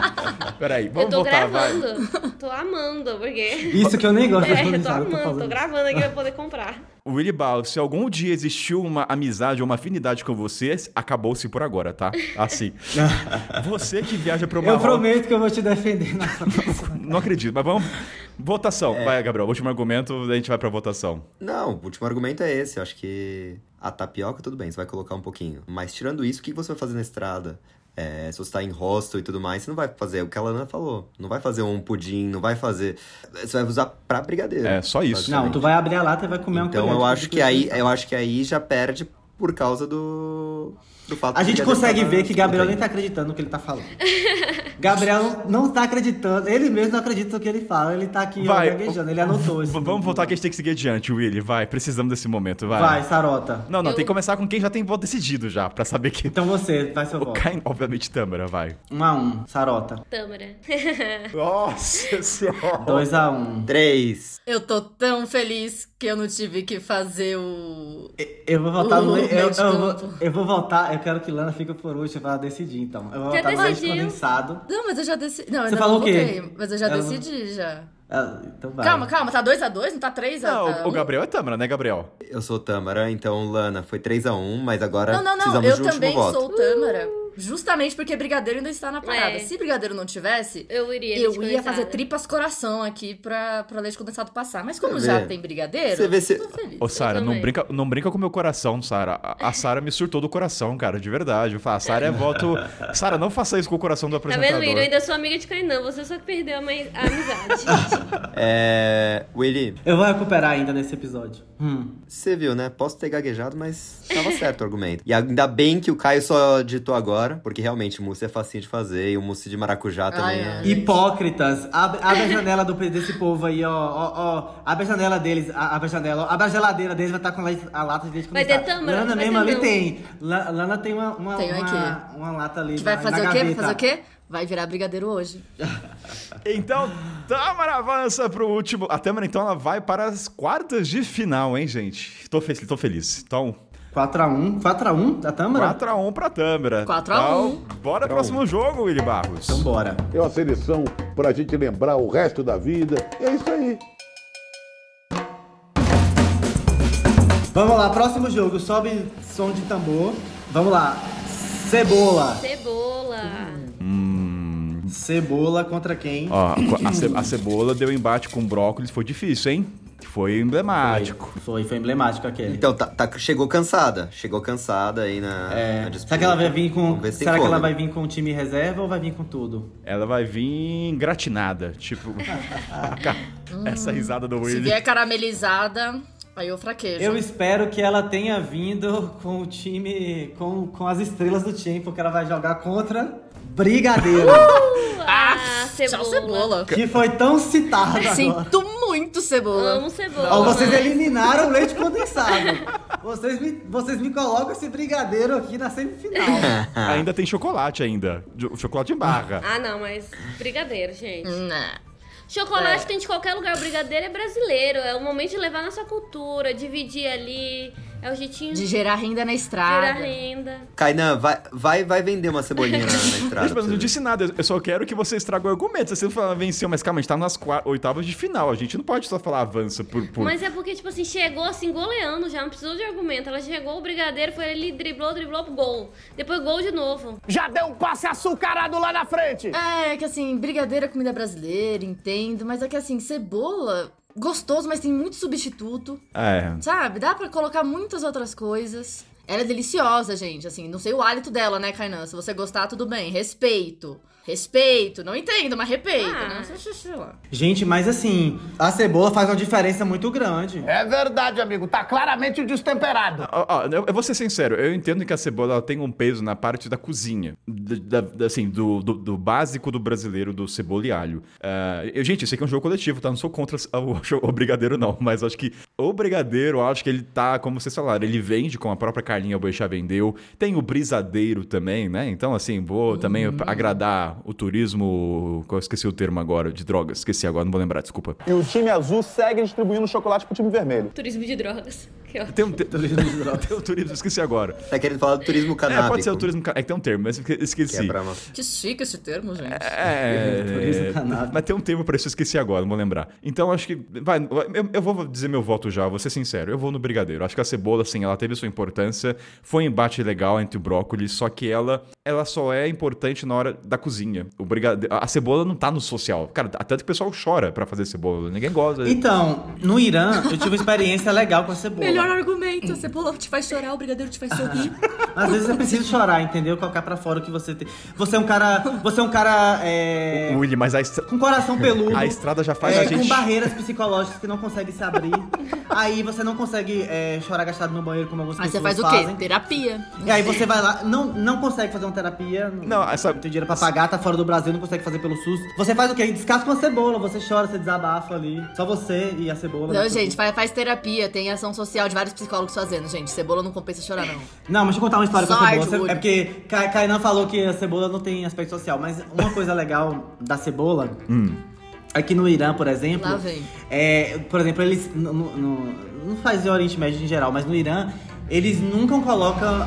Peraí, Eu vamos tô voltar, vai. gravando. Tô amando, porque. Isso que eu nem gosto de É, eu tô condensado, tô amando, tô falando. gravando aqui pra poder comprar. O Willy Ball, se algum dia existiu uma amizade ou uma afinidade com você, acabou-se por agora, tá? Assim. você que viaja pro Eu Marrocos. prometo que eu vou te defender na sua Não acredito, mas vamos. Votação. É. Vai, Gabriel. Último argumento, daí a gente vai pra votação. Não, o último argumento é esse. Eu acho que a tapioca, tudo bem, você vai colocar um pouquinho. Mas tirando isso, o que você vai fazer na estrada? É, se você tá em hostel e tudo mais, você não vai fazer o que a Lana falou. Não vai fazer um pudim, não vai fazer. Você vai usar pra brigadeiro. É, só isso. Não, tu vai abrir a lata e vai comer uma Então colher eu de acho que cuscuz. aí, eu acho que aí já perde por causa do do fato A do gente brigadeiro consegue tá na ver que Gabriel nem disputa tá acreditando no que ele tá falando. Gabriel não tá acreditando, ele mesmo não acredita no que ele fala, ele tá aqui ó, Vai. gaguejando, ele anotou isso. V- Vamos votar que a gente tem que seguir adiante, Willy. Vai, precisamos desse momento, vai. Vai, Sarota. Não, não, Eu- tem que começar com quem já tem voto decidido já, pra saber que. Então você, vai seu O voto. Caim, obviamente, Tâmara, vai. Um a um, Sarota. Tâmara. Nossa senhora. Dois a um. ainda. Três. Eu tô tão feliz que eu não tive que fazer o. Eu vou votar no Uh, leite. Eu, meio de eu vou- campo. eu vou votar, eu quero que Lana fique por último pra decidir, então. Eu vou Já votar no leite decidiu. condensado. Não, mas eu já decidi. Não, eu Você ainda falou não o quê? votei, mas eu já Ela- decidi já. Ah, então vai. Calma, calma, tá 2x2, não tá 3x1? Não, o- o Gabriel é Tâmara, né, Gabriel? Eu sou Tâmara, então Lana, foi 3 a 1 mas agora Não, não, não. precisamos Eu de um último também voto. sou o Tâmara. Uh. Justamente porque Brigadeiro ainda está na parada. É. Se Brigadeiro não tivesse, Eu iria. eu leite ia condensado. fazer tripas coração aqui pra, pra leite condensado passar. Mas como Você já vê. tem Brigadeiro, Você vê se- tô feliz. Ô, Sara, não também. brinca, não brinca com o meu coração, Sara. A, a Sara me surtou do coração, cara, de verdade. Eu falo, a Sara é voto. Sara, não faça isso com o coração do Tá vendo, apresentador. William? Eu ainda sou amiga de Kainan, você só que perdeu a, mai- a amizade. É. Willy, Eu vou recuperar ainda nesse episódio. Hum. você viu, né? Posso ter gaguejado, mas tava certo o argumento. E ainda bem que o Caio só ditou agora, porque realmente mousse é facinho de fazer e o mousse de maracujá Ai, também é. ai. Hipócritas, abre, abre a janela do, desse povo aí, ó, ó, ó. Abre a janela deles, a- abre a janela, ó, abre a geladeira deles, vai estar com leite- a lata de leite Vai condensado. ter tâmara, Lana vai mesmo ter ali não. tem. La- Lana tem uma, uma, Tem uma, aqui. uma lata ali Que vai na- fazer na o quê? Vai gaveta. fazer o quê? Vai virar Brigadeiro hoje. Então, Tâmara avança pro último. A Tâmara, então, ela vai para as quartas de final, hein, gente? Tô feliz, tô feliz. Então, 4x1, 4x1 da um? Tâmara? 4x1 pra Tâmara. 4 a 1. Então, bora pro próximo jogo, Willy Barros. Então bora. É uma seleção pra gente lembrar o resto da vida. E é isso aí. Vamos lá, próximo jogo, sobe som de tambor. Vamos lá. Cebola. Cebola. Hum. Cebola contra quem? Ó, a, ce- a cebola deu embate com o brócolis, foi difícil, hein? Foi emblemático. Foi, foi emblemático aquele. Então, tá, tá- chegou cansada. Chegou cansada aí na, na É, disputa. será que ela vai vir com. Vamos ver se tem Será que ela vai fôlego. vir com o time reserva ou vai vir com tudo? Ela vai vir gratinada, tipo. Cara, Essa risada do Hum. Se Willy. vier caramelizada, aí eu fraquejo. Eu espero que ela tenha vindo com o time. com, com as estrelas do time, porque ela vai jogar contra Brigadeiro, Ah, Tchau, cebola. que foi tão citado agora. Sinto muito cebola. Amo cebola. Ó, vocês é- mãe. eliminaram o leite condensado. Vocês me, vocês me colocam esse brigadeiro aqui na semifinal. Ainda tem chocolate ainda. Jo- Chocolate em barra. Ah, não, mas brigadeiro, gente. Né. Chocolate tem de qualquer lugar, o brigadeiro é brasileiro. É o momento de levar nossa cultura, dividir ali. É o jeitinho De de gerar renda na gerar estrada. renda. Kainan, vai, vai, vai vender uma cebolinha na, na Ah. estrada. Gente, mas eu um não disse nada, eu- eu só quero que vocês tragam argumentos. Vocês falam, venceu, mas calma, a gente tá nas qua- oitavas de final. A gente não pode só falar avança por. por... Mas é porque, tipo assim, chegou assim, goleando já, não precisou de argumento. Ela chegou, o brigadeiro foi ali, driblou, driblou pro gol. Depois gol de novo. Já deu um passe açucarado lá na frente! É, que assim, brigadeiro é comida brasileira, entendo. Mas é que assim, cebola, gostoso, mas tem muito substituto. É. Sabe? Dá pra colocar muitas outras coisas. Ela é deliciosa, gente. Assim, não sei o hálito dela, né, Kainan? Se você gostar, tudo bem. Respeito. Respeito. Não entendo, mas respeito. Ah. né? Sei lá. Gente, mas assim, a cebola faz uma diferença muito grande. É verdade, amigo, tá claramente destemperado. Ó, ó, eu, eu vou ser sincero, eu entendo que a cebola ela tem um peso na parte da cozinha. da- da- assim, do, do- do básico do brasileiro, do cebola e alho. Ah, eu, gente, isso aqui é um jogo coletivo, tá? Não sou contra o, o brigadeiro, não. Mas acho que o brigadeiro, eu acho que ele tá, como vocês falaram, ele vende, como a própria Carlinha Boixá vendeu. Tem o brisadeiro também, né? Então, assim, vou também agradar o turismo. qual- Eu esqueci o termo agora, de drogas. Esqueci agora, não vou lembrar, desculpa. E o time azul segue distribuindo chocolate pro time vermelho. Turismo de drogas. Que ótimo. Tem um, te- tem um turismo, esqueci agora. Tá querendo falar do turismo canábico. É, pode ser o turismo. ca- É que tem um termo, mas esque- Que é esqueci. pra uma- Que chique esse termo, gente. É, Turismo canábico. mas tem um termo pra isso, eu esqueci agora, não vou lembrar. Então acho que. Vai, eu, eu vou dizer meu voto já, vou ser sincero. Eu vou no brigadeiro. Acho que a cebola, assim, ela teve sua importância. Foi um embate legal entre o brócolis, só que ela, ela só é importante na hora da cozinha. O brigadeiro, a cebola não tá no social. Cara, tanto que o pessoal chora pra fazer cebola. Ninguém gosta. Então, no Irã, eu tive uma experiência legal com a cebola. Melhor argumento, a cebola te faz chorar, o brigadeiro te faz sorrir. Às vezes é preciso chorar, entendeu? Colocar pra fora o que você tem. Você é um cara. Você é um cara. é, Willy, mas a, estra- com coração peludo. a estrada já faz é, a gente. Com barreiras psicológicas que não consegue se abrir. aí você não consegue é, chorar gastado no banheiro como algumas Aí você pessoas faz o fazem. quê? Terapia. E aí você vai lá, não, não consegue fazer uma terapia, Não, não, essa- não tem dinheiro pra pagar, tá fora do Brasil, não consegue fazer pelo SUS. Você faz o quê? Descasca uma cebola, você chora, você desabafa ali. Só você e a cebola. Não, né? gente, faz, faz terapia, tem ação social de vários psicólogos fazendo, gente. Cebola não compensa chorar, não. Não, mas deixa eu contar uma história com Só a cebola. arde o Você- É porque Ca- Kainan falou que a cebola não tem aspecto social, mas uma coisa legal da cebola é que no Irã, por exemplo. Lá vem. é, por exemplo, eles. no- no- no- não faz o Oriente Médio em geral, mas no Irã, eles nunca colocam.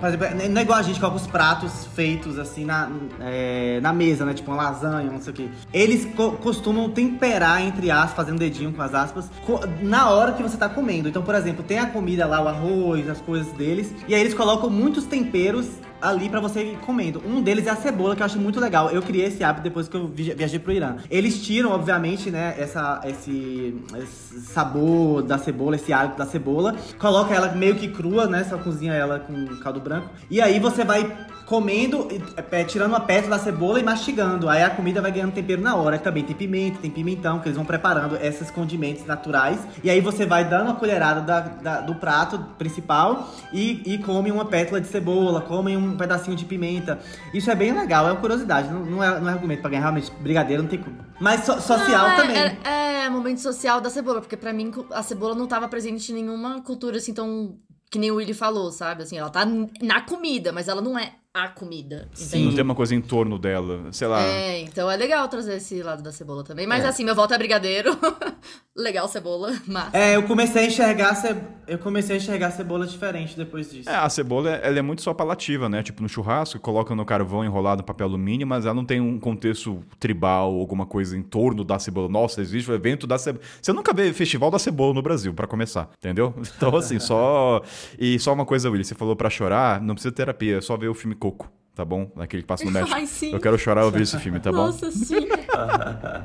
Por exemplo, não é igual a gente coloca os pratos feitos assim na, é, na mesa, né? Tipo uma lasanha, não sei o quê. Eles co- costumam temperar, entre aspas, fazendo dedinho com as aspas, co- na hora que você tá comendo. Então, por exemplo, tem a comida lá, o arroz, as coisas deles. E aí eles colocam muitos temperos ali pra você ir comendo. Um deles é a cebola, que eu acho muito legal. Eu criei esse hábito depois que eu vi- viajei pro Irã. Eles tiram, obviamente, né, essa, esse, esse sabor da cebola, esse hálito da cebola. Coloca ela meio que crua, né, só cozinha ela com caldo branco. E aí você vai comendo, e- é, tirando uma peça da cebola e mastigando. Aí a comida vai ganhando tempero na hora. Também tem pimenta, tem pimentão, que eles vão preparando esses condimentos naturais. E aí você vai dando a colherada da- da- do prato principal e, e come uma pétala de cebola, come um pedacinho de pimenta. Isso é bem legal, é uma curiosidade. Não, não é, não é argumento pra ganhar realmente brigadeiro, não tem como. Mas so- social Não, é, também. É, é momento social da cebola, porque pra mim a cebola não tava presente em nenhuma cultura assim tão. Que nem o Willy falou, sabe? Assim, ela tá n- na comida, mas ela não é a comida. Não Sim. tem uma coisa em torno dela. Sei lá. É, então é legal trazer esse lado da cebola também. Mas assim, meu voto é brigadeiro. legal cebola, mas. É, eu comecei a enxergar ce- eu comecei a enxergar cebola diferente depois disso. É, a cebola, ela é muito só palativa, né? Tipo, no churrasco, colocam no carvão enrolado em papel alumínio, mas ela não tem um contexto tribal, alguma coisa em torno da cebola. Nossa, existe o evento da cebola. Você nunca vê festival da cebola no Brasil, pra começar, entendeu? Então, assim, só... E só uma coisa, Willy, você falou pra chorar, não precisa de terapia, é só ver o filme Coco, tá bom? Aquele que passa no México. Ai, sim. Eu quero chorar ao ver esse filme, tá bom? Nossa, sim.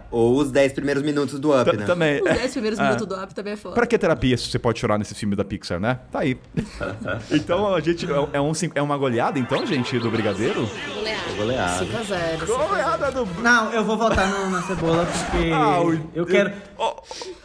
Ou os 10 primeiros minutos do Up, Ta- né? Também... Os 10 primeiros Ah. minutos do app também é foda. Pra que terapia se você pode chorar nesse filme da Pixar, né? Tá aí. então, a gente... É, um, cin- é uma goleada, então, gente, do Brigadeiro? Goleado. Goleado. 5 a 0. Goleada do... Não, eu vou votar no- na cebola porque Ah, o- eu quero.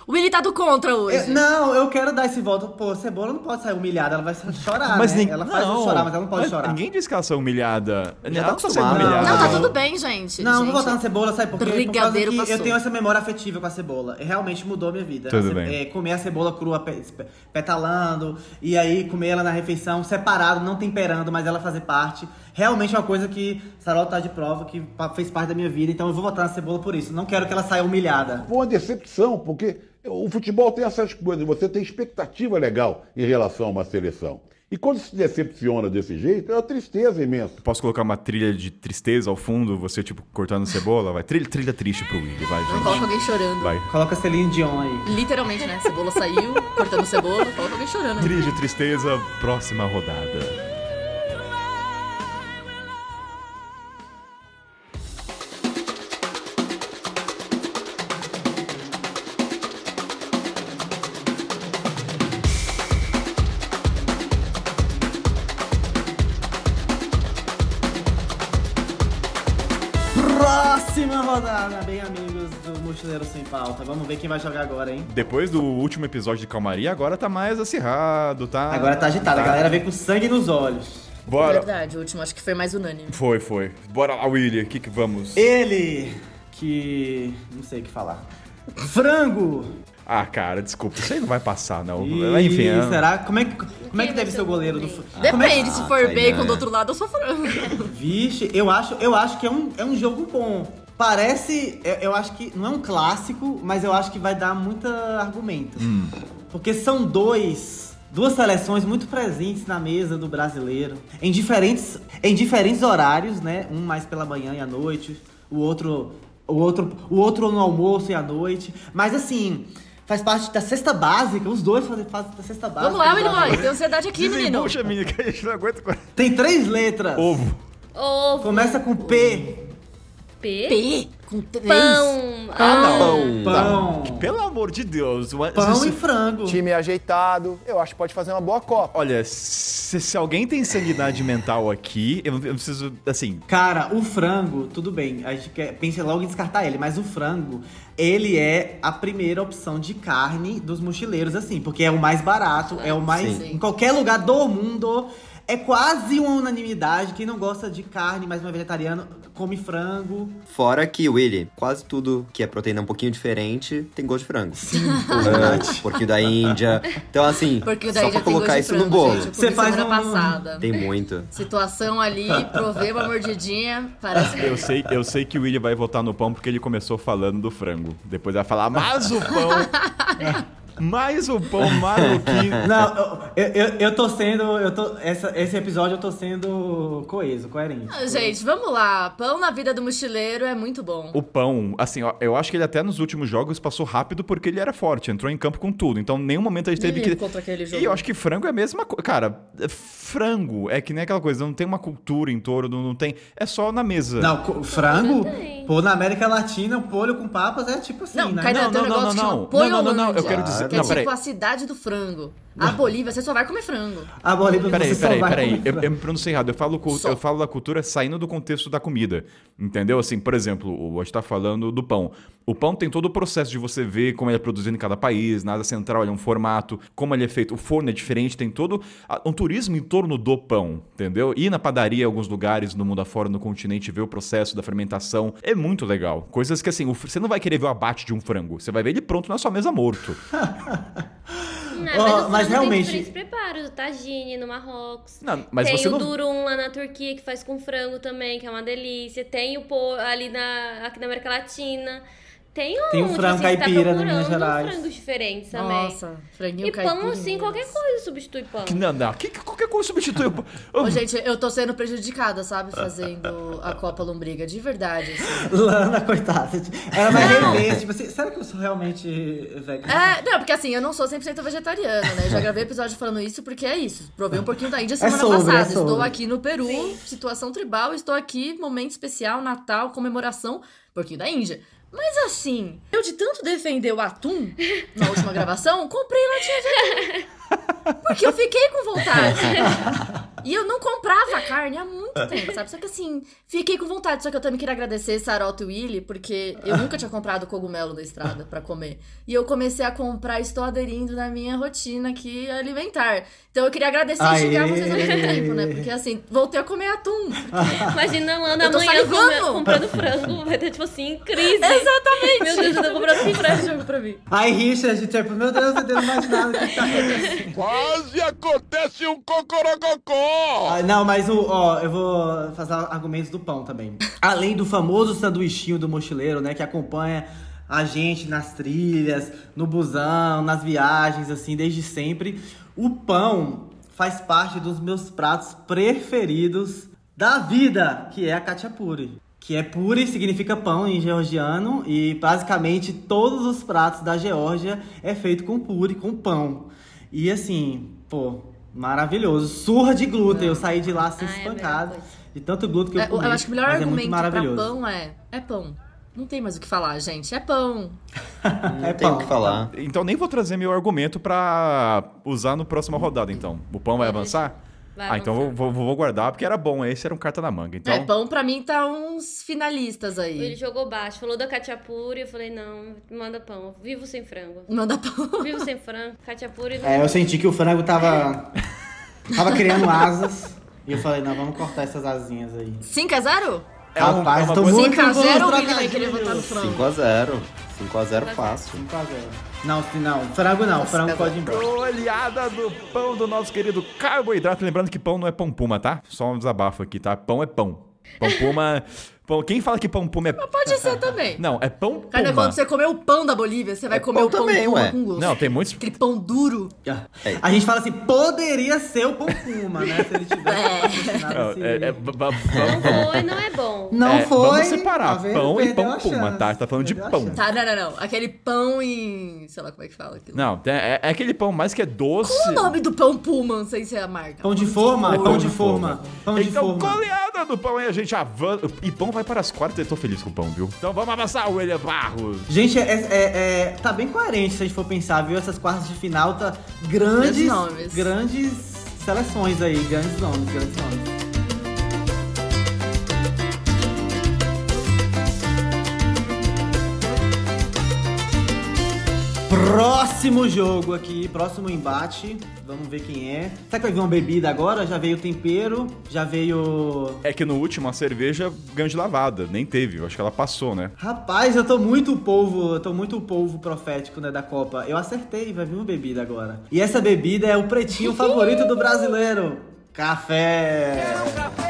O Willy tá do contra hoje. Eu- É, não, eu quero dar esse voto. Pô, Cebola não pode sair humilhada, ela vai chorar, Mas né? ninguém. Ela faz eu chorar, mas ela não pode chorar. Ninguém diz que ela saiu humilhada. ela não tá sendo acostumada. humilhada. Não, tá Ah. tudo bem, gente. Não, gente. vou votar na cebola, sabe? Porque por causa Brigadeiro que passou. eu tenho essa memória afetiva com a cebola. É, Realmente mudou minha vida. Tudo A ce- bem. é, comer a cebola crua pe- pe- petalando, e aí comer ela na refeição, separado, não temperando, mas ela fazer parte. Realmente é uma coisa que Sarol tá de prova, que pa- fez parte da minha vida. Então eu vou votar na cebola por isso. Não quero que ela saia humilhada. Foi uma decepção, porque o futebol tem essas coisas. Você tem expectativa legal em relação a uma seleção. E quando se decepciona desse jeito, é uma tristeza imensa. Posso colocar uma trilha de tristeza ao fundo, você, tipo, cortando cebola? Vai, trilha, trilha triste pro Willy, vai, Coloca gente. alguém chorando. Vai. Coloca Celine Dion aí. Literalmente, né? Cebola saiu, cortando cebola, coloca alguém chorando. Trilha de tristeza, próxima rodada. Próxima rodada, bem amigos do Mochileiro Sem Pauta. Vamos ver quem vai jogar agora, hein? Depois do último episódio de Calmaria, agora tá mais acirrado, tá? Agora tá agitada, a galera vem com sangue nos olhos. Bora. Verdade, o último acho que foi mais unânime. Foi, foi. Bora lá, Willy, o que que vamos? Ele que. não sei o que falar. Frango! Ah, cara, desculpa, isso aí não vai passar, não. Ih, Enfim, é- será? Como é que, como é que deve ser o goleiro do. Ah, fr- Como é Depende, que- se for aí bacon não é. do outro lado, eu sou frango. Vixe, eu acho, eu acho que é um, é um jogo bom. Parece. Eu, eu acho que. Não é um clássico, mas eu acho que vai dar muito argumento. porque são dois. Duas seleções muito presentes na mesa do brasileiro, em diferentes, em diferentes horários, né? Um mais pela manhã e à noite, o outro, o outro, o outro no almoço e à noite. Mas assim, faz parte da cesta básica, os dois fazem parte da cesta básica. Vamos lá, do menino boy. brasileiro. Tem ansiedade aqui, menino. Desembucha, menino, que a gente não aguenta com Tem três letras. ovo. Ovo, Começa com P, P, P com três. pão, ah, é um Pão. pão, Pelo amor de Deus. uma- pão se- e frango. Time ajeitado, eu acho que pode fazer uma boa Copa. Olha, se, se alguém tem sanidade mental aqui, eu, eu preciso, assim... Cara, o frango, tudo bem, a gente quer, pensa logo em descartar ele, mas o frango, ele é a primeira opção de carne dos mochileiros, assim, porque é o mais barato, é o mais. Sim. Em qualquer lugar do mundo, é quase uma unanimidade. Quem não gosta de carne, mas não é vegetariano, come frango. Fora que, Willy, quase tudo que é proteína um pouquinho diferente tem gosto de frango. Sim, um porquinho da Índia. Então, assim, Porque daí só já pra tem gosto colocar de isso frango, no bolo. Gente, eu Você comi faz semana um- passada. Tem muito. Situação ali, provei uma mordidinha, parece Eu sei, eu sei que o William vai votar no pão porque ele começou falando do frango. Depois vai falar, mas o pão... mais o pão maluquinho... Não, eu, eu, eu tô sendo. Eu tô, essa- esse episódio eu tô sendo coeso, coerente. Ah, Gente, vamos lá. Pão na vida do mochileiro é muito bom. O pão, assim, ó, eu acho que ele até nos últimos jogos passou rápido porque ele era forte, entrou em campo com tudo. Então, em nenhum momento a gente teve Menino, que. contra aquele jogo. E eu acho que frango é a mesma coisa. Cara, é frango é que nem aquela coisa, não tem uma cultura em torno, não tem. É só na mesa. Não, co- frango, Também. pô, na América Latina, o polho com papas é tipo assim, Não, né? Caetano, Não, tem um não, não, negócio que não, chama não. Polholândia, Não, não, não, não, eu quero dizer- Que não, é peraí. tipo a cidade do frango. A Bolívia, você só vai comer frango. A Bolívia Peraí, você só peraí, vai peraí. comer Eu, eu me pronunciei errado. Eu falo, cu- Só. eu falo da cultura saindo do contexto da comida. Entendeu? Assim, por exemplo, o- a gente tá falando do pão. O pão tem todo o processo de você ver como ele é produzido em cada país, na Ásia Central ele é um formato, como ele é feito, o forno é diferente, tem todo a- um turismo em torno do pão, entendeu? Ir na padaria em alguns lugares no mundo afora, no continente, ver o processo da fermentação, é muito legal. Coisas que assim, o fr- você não vai querer ver o abate de um frango, você vai ver ele pronto na sua mesa morto. Não, Ó, o mas frango tem realmente- diferentes preparos, o tagine no Marrocos. Não, mas tem você o não- durum lá na Turquia que faz com frango também, que é uma delícia. Tem o po ali na aqui na América Latina. Tem um, Tem o frango caipira no Minas Gerais. frangos diferentes também. Nossa, franguinho e pão caipira. assim, qualquer coisa substitui pão. Que não, não, que, que- qualquer coisa substitui o pão. Ô, gente, eu tô sendo prejudicada, sabe? Fazendo a Copa Lombriga, de verdade. assim. Lana, coitada. Ela vai rever, tipo assim, será que eu sou realmente vegana? É, não, porque assim, eu não sou 100% vegetariana, né? Eu já gravei episódio falando isso porque é isso. Provei um pouquinho da Índia semana sobre, passada. é sobre. Estou aqui no Peru, situação tribal, estou aqui, momento especial, Natal, comemoração, porquinho da Índia. Mas assim, eu de tanto defender o atum na última gravação, comprei latinha de atum. Porque eu fiquei com vontade. E eu não comprava carne há muito tempo, sabe? Só que assim, fiquei com vontade. Só que eu também queria agradecer Sarota e Willy, porque eu nunca tinha comprado cogumelo da estrada pra comer. E eu comecei a comprar, estou aderindo na minha rotina aqui alimentar. Então eu queria agradecer Aê! e xingar vocês ao mesmo tempo, né? Porque assim, voltei a comer atum. Imagina lá na Eu tô manhã salivando. come- comprando frango, vai ter tipo assim, crise. Exatamente. Meu Deus, eu tô comprando frango. jogo pra mim. Aí Richard, tipo, meu Deus, eu não mais nada que tá Quase acontece um cocorococó! Ah, Não, mas o, ó, eu vou fazer argumentos do pão também. Além do famoso sanduichinho do mochileiro, né, que acompanha a gente nas trilhas, no busão, nas viagens, assim, desde sempre. O pão faz parte dos meus pratos preferidos da vida, que é a kachapuri. Que é puri, significa pão em georgiano, e basicamente todos os pratos da Geórgia é feito com puri, com pão. E assim, pô, maravilhoso. Surra de glúten. Eu saí de lá assim Ah, é a melhor espancada. coisa. de tanto glúten que eu É, eu comi. acho que o melhor mas é muito argumento pra maravilhoso. pão é. É pão. Não tem mais o que falar, gente. É pão. é Tem pão. o que falar. Então nem vou trazer meu argumento pra usar no próxima rodada, então. O pão vai avançar? Vai ah, então vou, avançar. vou, vou guardar, porque era bom. Esse era um carta na manga, então... É, pão pra mim tá uns finalistas Ele aí. jogou baixo, falou da catiapura, eu falei, não, manda pão, vivo sem frango. Manda pão. Vivo sem frango, catiapura e não... É, eu senti que o frango tava. tava criando asas. E eu falei, não, vamos cortar essas asinhas aí. 5 a 0 É uma- é Rapaz, uma tô coisa- muito 5 a 0 bom o nos Vini vai querer votar no trocadilhos. frango. 5x0. 5x0 fácil. 5 a 0. Não, se não, frango não, frango pode ir embora. Goleada do pão do nosso querido carboidrato. Lembrando que pão não é pão puma, tá? Só um desabafo aqui, tá? Pão é pão. Pão puma. Pão- Quem fala que pão puma é. Pode ser também. Não, é pão Cara, quando puma. você comer o pão da Bolívia, você vai É comer pão o pão também, puma ué. com gosto. Não, tem muitos. Aquele pão duro. É. A gente fala assim, poderia ser o Pão Puma, né? Se ele tivesse patrocinado Não, esse é- é- ba- ba- Não foi, não é bom. Não é, foi. Vamos separar tá vendo? pão e Perdeu pão a puma, chance, tá? Você tá falando de perdeu a pão. chance. Tá, não, não, não. Aquele pão em. sei lá como é que fala aquilo. Não, é, é- é aquele pão mais que é doce. Qual o nome do pão Puma, sem ser é a marca? Pão de forma, É pão, de forma. Pão de então, forma. goleada do pão aí, a gente avança. E pão vai para as quartas, eu tô feliz com o pão, viu? Então vamos avançar, William Barros. Gente, é, é- é- tá bem coerente se a gente for pensar, viu? Essas quartas de final tá grandes, Grandes nomes. grandes seleções aí, grandes nomes, grandes nomes. Próximo jogo aqui, próximo embate. Vamos ver quem é. Será que vai vir uma bebida agora? Já veio o tempero, já veio É que no último a cerveja ganhou de lavada, nem teve, eu acho que ela passou, né? Rapaz, eu tô muito povo, eu tô muito povo profético, né, da Copa. Eu acertei, vai vir uma bebida agora. E essa bebida é o pretinho favorito do brasileiro. Café! um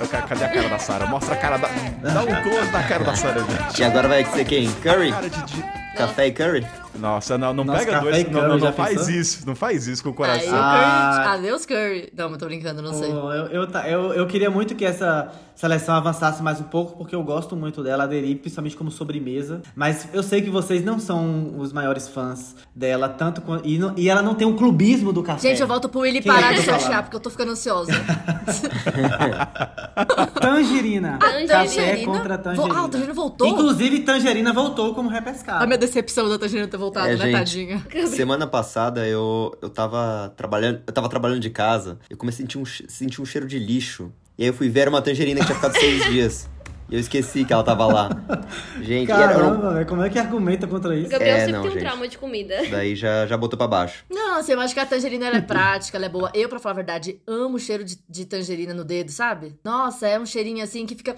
A ca- ca- cadê a cara da Sara? Mostra a cara da. Dá um close na cara da Sara, gente. E agora vai ser quem? Curry? Cara de. de- Café e curry? Nossa, não, não Nossa, pega café dois. e Não, não, cama, não já faz pensou? isso. Não faz isso com o Aí o coração. Ah. Curry. Adeus, Curry. Não, mas tô brincando, não sei. Pô, eu, eu, ta- eu, eu queria muito que essa seleção avançasse mais um pouco, porque eu gosto muito dela, aderi principalmente como sobremesa. Mas eu sei que vocês não são os maiores fãs dela, tanto quanto. E, não- e ela não tem o clubismo do café. Gente, eu volto pro Willy Quem é parar que de eu tô chatear, falando? porque eu tô ficando ansiosa. Tangerina. tangerina. Café contra tangerina. Então, Vo- ah, o tangerina voltou? Inclusive, tangerina voltou como repescado. a minha decepção da Tangerina ter voltado, É, né, gente. tadinha? Semana passada eu, eu tava trabalhando. Eu tava trabalhando de casa. Eu comecei a sentir um, che- sentir um cheiro de lixo. E aí eu fui ver era uma tangerina que tinha ficado seis dias. E eu esqueci que ela tava lá. Gente, e era- era um- Caramba, velho, como é que argumenta contra isso? Gabriel É, sempre não, tem um gente. trauma de comida. Daí já, já botou pra baixo. Não, assim, eu acho que a tangerina ela é prática, ela é boa. Eu, pra falar a verdade, amo o cheiro de, de tangerina no dedo, sabe? Nossa, é um cheirinho assim que fica.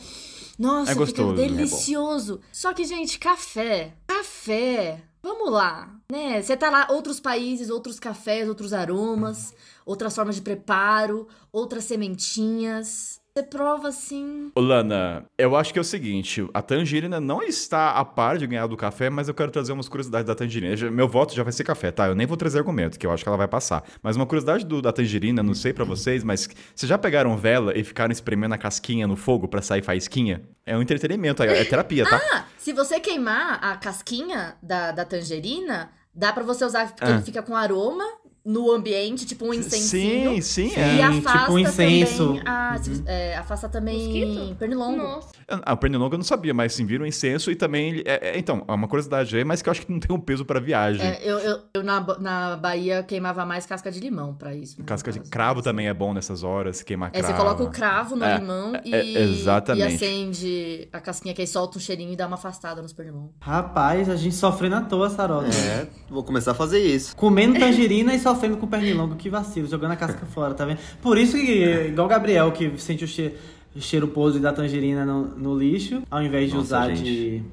Nossa, É gostoso, fica né? delicioso. Só que, gente, café. Café. Vamos lá, né? Você tá lá, outros países, outros cafés, outros aromas, outras formas de preparo, outras sementinhas. Você prova assim. Ô, Lana, eu acho que é o seguinte: a Tangerina não está a par de ganhar do café, mas eu quero trazer umas curiosidades da Tangerina. Já- Meu voto já vai ser café, tá? Eu nem vou trazer argumento, que eu acho que ela vai passar. Mas uma curiosidade do- da Tangerina, não sei pra vocês, mas vocês já pegaram vela e ficaram espremendo a casquinha no fogo pra sair faísquinha? É um entretenimento, é é terapia, tá? Ah, se você queimar a casquinha da, da tangerina, dá pra você usar, porque Ah. ele fica com aroma no ambiente, tipo um incensinho. sim, sim. Sim. é. E Tem, afasta tipo um incenso. também. A, Uhum. se- é, afasta também Mosquito? pernilongo. Nossa. Ah, o pernilongo eu não sabia, mas sim, vira um incenso e também. ele- é- é- então, é uma curiosidade aí, mas que eu acho que não tem um peso pra viagem. É, eu eu, eu na, Ba- na Bahia queimava mais casca de limão pra isso. né, Casca no de caso. cravo também é bom nessas horas, queimar É, cravo. você coloca o cravo no É, limão e, é, exatamente. e acende a casquinha que aí solta um cheirinho e dá uma afastada nos pernilongos. Rapaz, a gente sofrendo à toa, Sarota. É, vou começar a fazer isso. Comendo tangerina e sofrendo com pernilongo, que vacilo, jogando a casca fora, tá vendo? Por isso que, igual o Gabriel, que sente o cheiro, cheiro podre da tangerina no, no lixo, ao invés de Nossa, usar gente.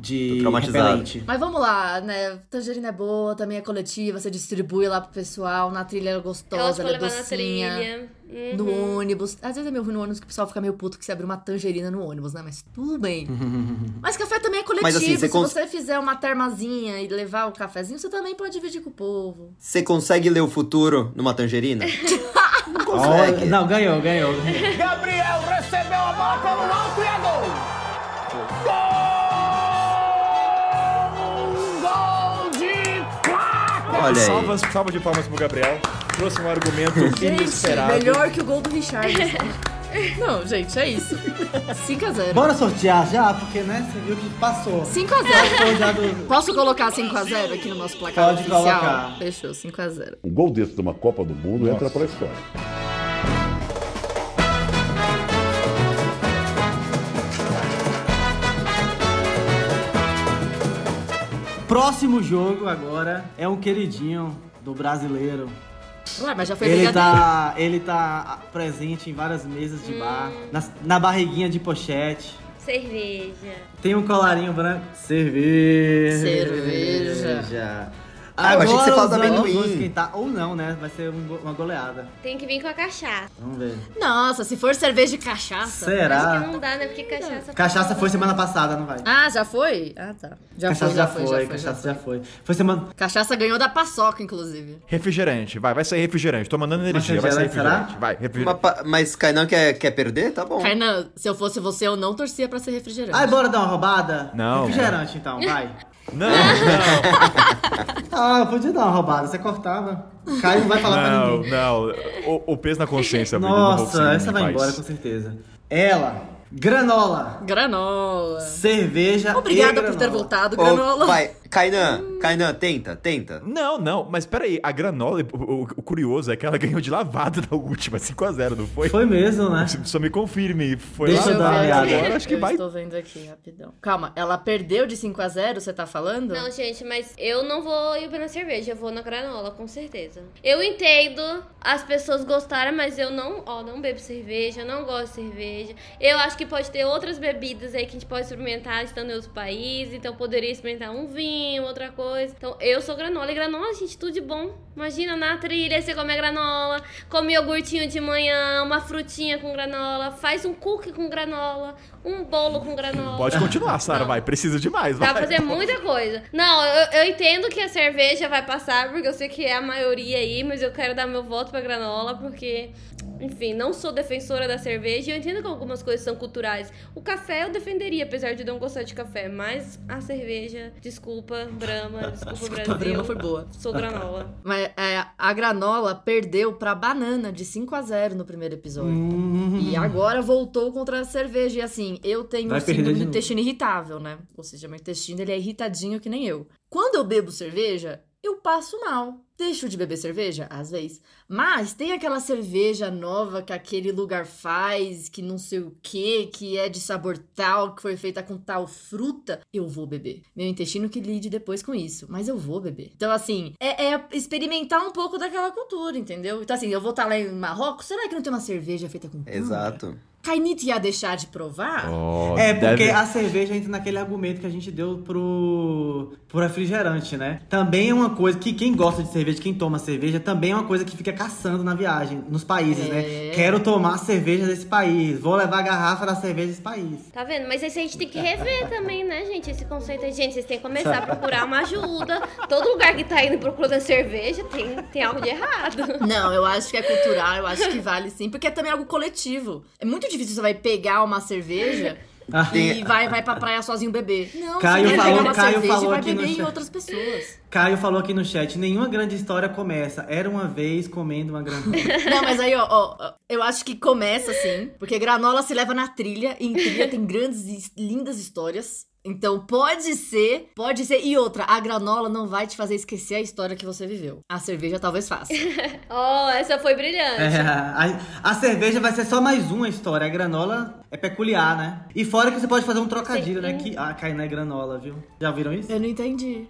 de, Tô de traumatizado. repelente. Mas vamos lá, né? Tangerina é boa, também é coletiva, você distribui lá pro pessoal, na trilha ela é Ela gostosa, foi ela é levar na docinha. trilha. Uhum. No ônibus. Às vezes é meio ruim no ônibus que o pessoal fica meio puto que você abre uma tangerina no ônibus, né? Mas tudo bem. Mas café também é coletivo. Mas, assim, você Se cons- você fizer uma termazinha e levar o cafezinho, você também pode dividir com o povo. Você consegue ler o futuro numa tangerina? Não Olha, consegue. não, ganhou, ganhou. Gabriel recebeu a bola pelo alto e é gol! Gol! Gol de Caco! É Olha aí. Salvas, salva de palmas pro Gabriel. Trouxe um argumento Gente, inesperado. melhor que o gol do Richard. Não, gente, é isso. 5x0. Bora sortear já, porque, né, você viu que passou. 5x0. Passou já do... Posso colocar 5x0 aqui no nosso placar Pode oficial? colocar. Fechou, 5x0. Um gol desse numa Copa do Mundo entra pra história. Próximo jogo agora é um queridinho do brasileiro. Ué, mas já foi Ele brigadeiro. tá, ele tá presente em várias mesas de bar, nas- na, barriguinha de pochete. Cerveja. Tem um colarinho branco. Cerveja. Cerveja. Ah, eu achei que você fala do os olhos amendoim. vão esquentar ou não, né? Vai ser um go- uma goleada. Tem que vir com a cachaça. Vamos ver. Nossa, se for cerveja de cachaça. Acho que Será? não dá, né? Porque cachaça. Cachaça foi semana passada, não vai? um- Ah, já foi? Ah, tá. Já cachaça foi, já já foi, já foi. já cachaça já foi. Foi semana. foi. Cachaça ganhou da paçoca, inclusive. Refrigerante, vai, vai sair refrigerante. Tô mandando energia, vai sair Refrigerante, será? refrigerante. Vai, Uma refrigerante. pa- Mas Kainan quer, quer perder? Tá bom. Kainan, se eu fosse você, eu não torcia pra ser refrigerante. Ai, bora dar uma roubada? Não. Refrigerante, então, vai. Não, não, Ah, eu podia dar uma roubada, você cortava. Caio não vai falar pra ninguém. não, não. O, o peso na consciência, Brenda, não vou conseguir Nossa, essa em vai paz. embora com certeza. Ela, granola, Granola. cerveja. e Obrigada por granola. ter voltado, Ô, granola. vai, Kainan, Kainan, tenta, tenta. Não, não, mas peraí, a granola, o, o- o curioso é que ela ganhou de lavada na última, 5x0, não foi? Foi mesmo, né? Só- Só me confirme, foi Deixa eu dar uma lavada. olhada. Agora acho que eu vai. estou vendo aqui, rapidão. Calma, ela perdeu de 5 a 0 você tá falando? Não, gente, mas eu não vou ir na cerveja, eu vou na granola, com certeza. Eu entendo as pessoas gostarem, mas eu não, ó, não bebo cerveja, eu não gosto de cerveja. Eu acho que pode ter outras bebidas aí que a gente pode experimentar estando em outros países, então eu poderia experimentar um vinho, outra coisa. Então eu sou granola, e granola, gente, tudo de bom. Imagina na trilha, você come a granola, come iogurtinho de manhã, uma frutinha com granola, faz um cookie com granola, um bolo com granola. Pode continuar, Sara, vai, precisa demais, Dá vai. pra fazer muita coisa. Não, eu, eu entendo que a cerveja vai passar, porque eu sei que é a maioria aí, mas eu quero dar meu voto pra granola, porque, enfim, não sou defensora da cerveja e eu entendo que algumas coisas são culturais. O café eu defenderia, apesar de não gostar de café, mas a cerveja, desculpa, Brahma, desculpa, Brasil. Brahma Tá foi boa. Tá, Sou granola. Mas é, a granola perdeu pra banana de 5 a 0 no primeiro episódio. Hum, E agora voltou contra a cerveja. E assim, eu tenho Vai um perder síndrome de do novo. intestino irritável, né? Ou seja, meu intestino ele é irritadinho que nem eu. Quando eu bebo cerveja, eu passo mal. Deixo de beber cerveja? Às vezes. Mas tem aquela cerveja nova que aquele lugar faz, que não sei o que, que é de sabor tal, que foi feita com tal fruta. Eu vou beber. Meu intestino que lide depois com isso, mas eu vou beber. Então, assim, é, é experimentar um pouco daquela cultura, entendeu? Então, assim, eu vou estar lá em Marrocos, será que não tem uma cerveja feita com pão? Exato. Kainit ia deixar de provar? Oh, É, porque deve- a cerveja entra naquele argumento que a gente deu pro, pro refrigerante, né? Também é uma coisa que quem gosta de cerveja, quem toma cerveja, também é uma coisa que fica caçando na viagem, nos países, É. né? Quero tomar cerveja desse país, vou levar a garrafa da cerveja desse país. Tá vendo? Mas esse a gente tem que rever também, né, gente? Esse conceito aí. Gente, vocês têm que começar a procurar uma ajuda. Todo lugar que tá indo procurando cerveja tem, tem algo de errado. Não, eu acho que é cultural, eu acho que vale sim, porque é também algo coletivo. É muito difícil você vai pegar uma cerveja e Ah, Tem- vai, vai pra praia sozinho beber. Não, Caio você vai falou- pegar uma Caio cerveja falou e vai aqui no beber em chat. outras pessoas. Caio falou aqui no chat, nenhuma grande história começa. Era uma vez comendo uma granola. Não, mas aí, ó, ó, ó, eu acho que começa assim, porque granola se leva na trilha, e em trilha tem grandes e lindas histórias. Então pode ser, pode ser. E outra, a granola não vai te fazer esquecer a história que você viveu. A cerveja talvez faça. Oh, essa foi É, brilhante. a, a cerveja vai ser só mais uma história. A granola é peculiar, né? E fora que você pode fazer um trocadilho, né? Que, ah, cai na granola, viu? Já viram isso? Eu não entendi.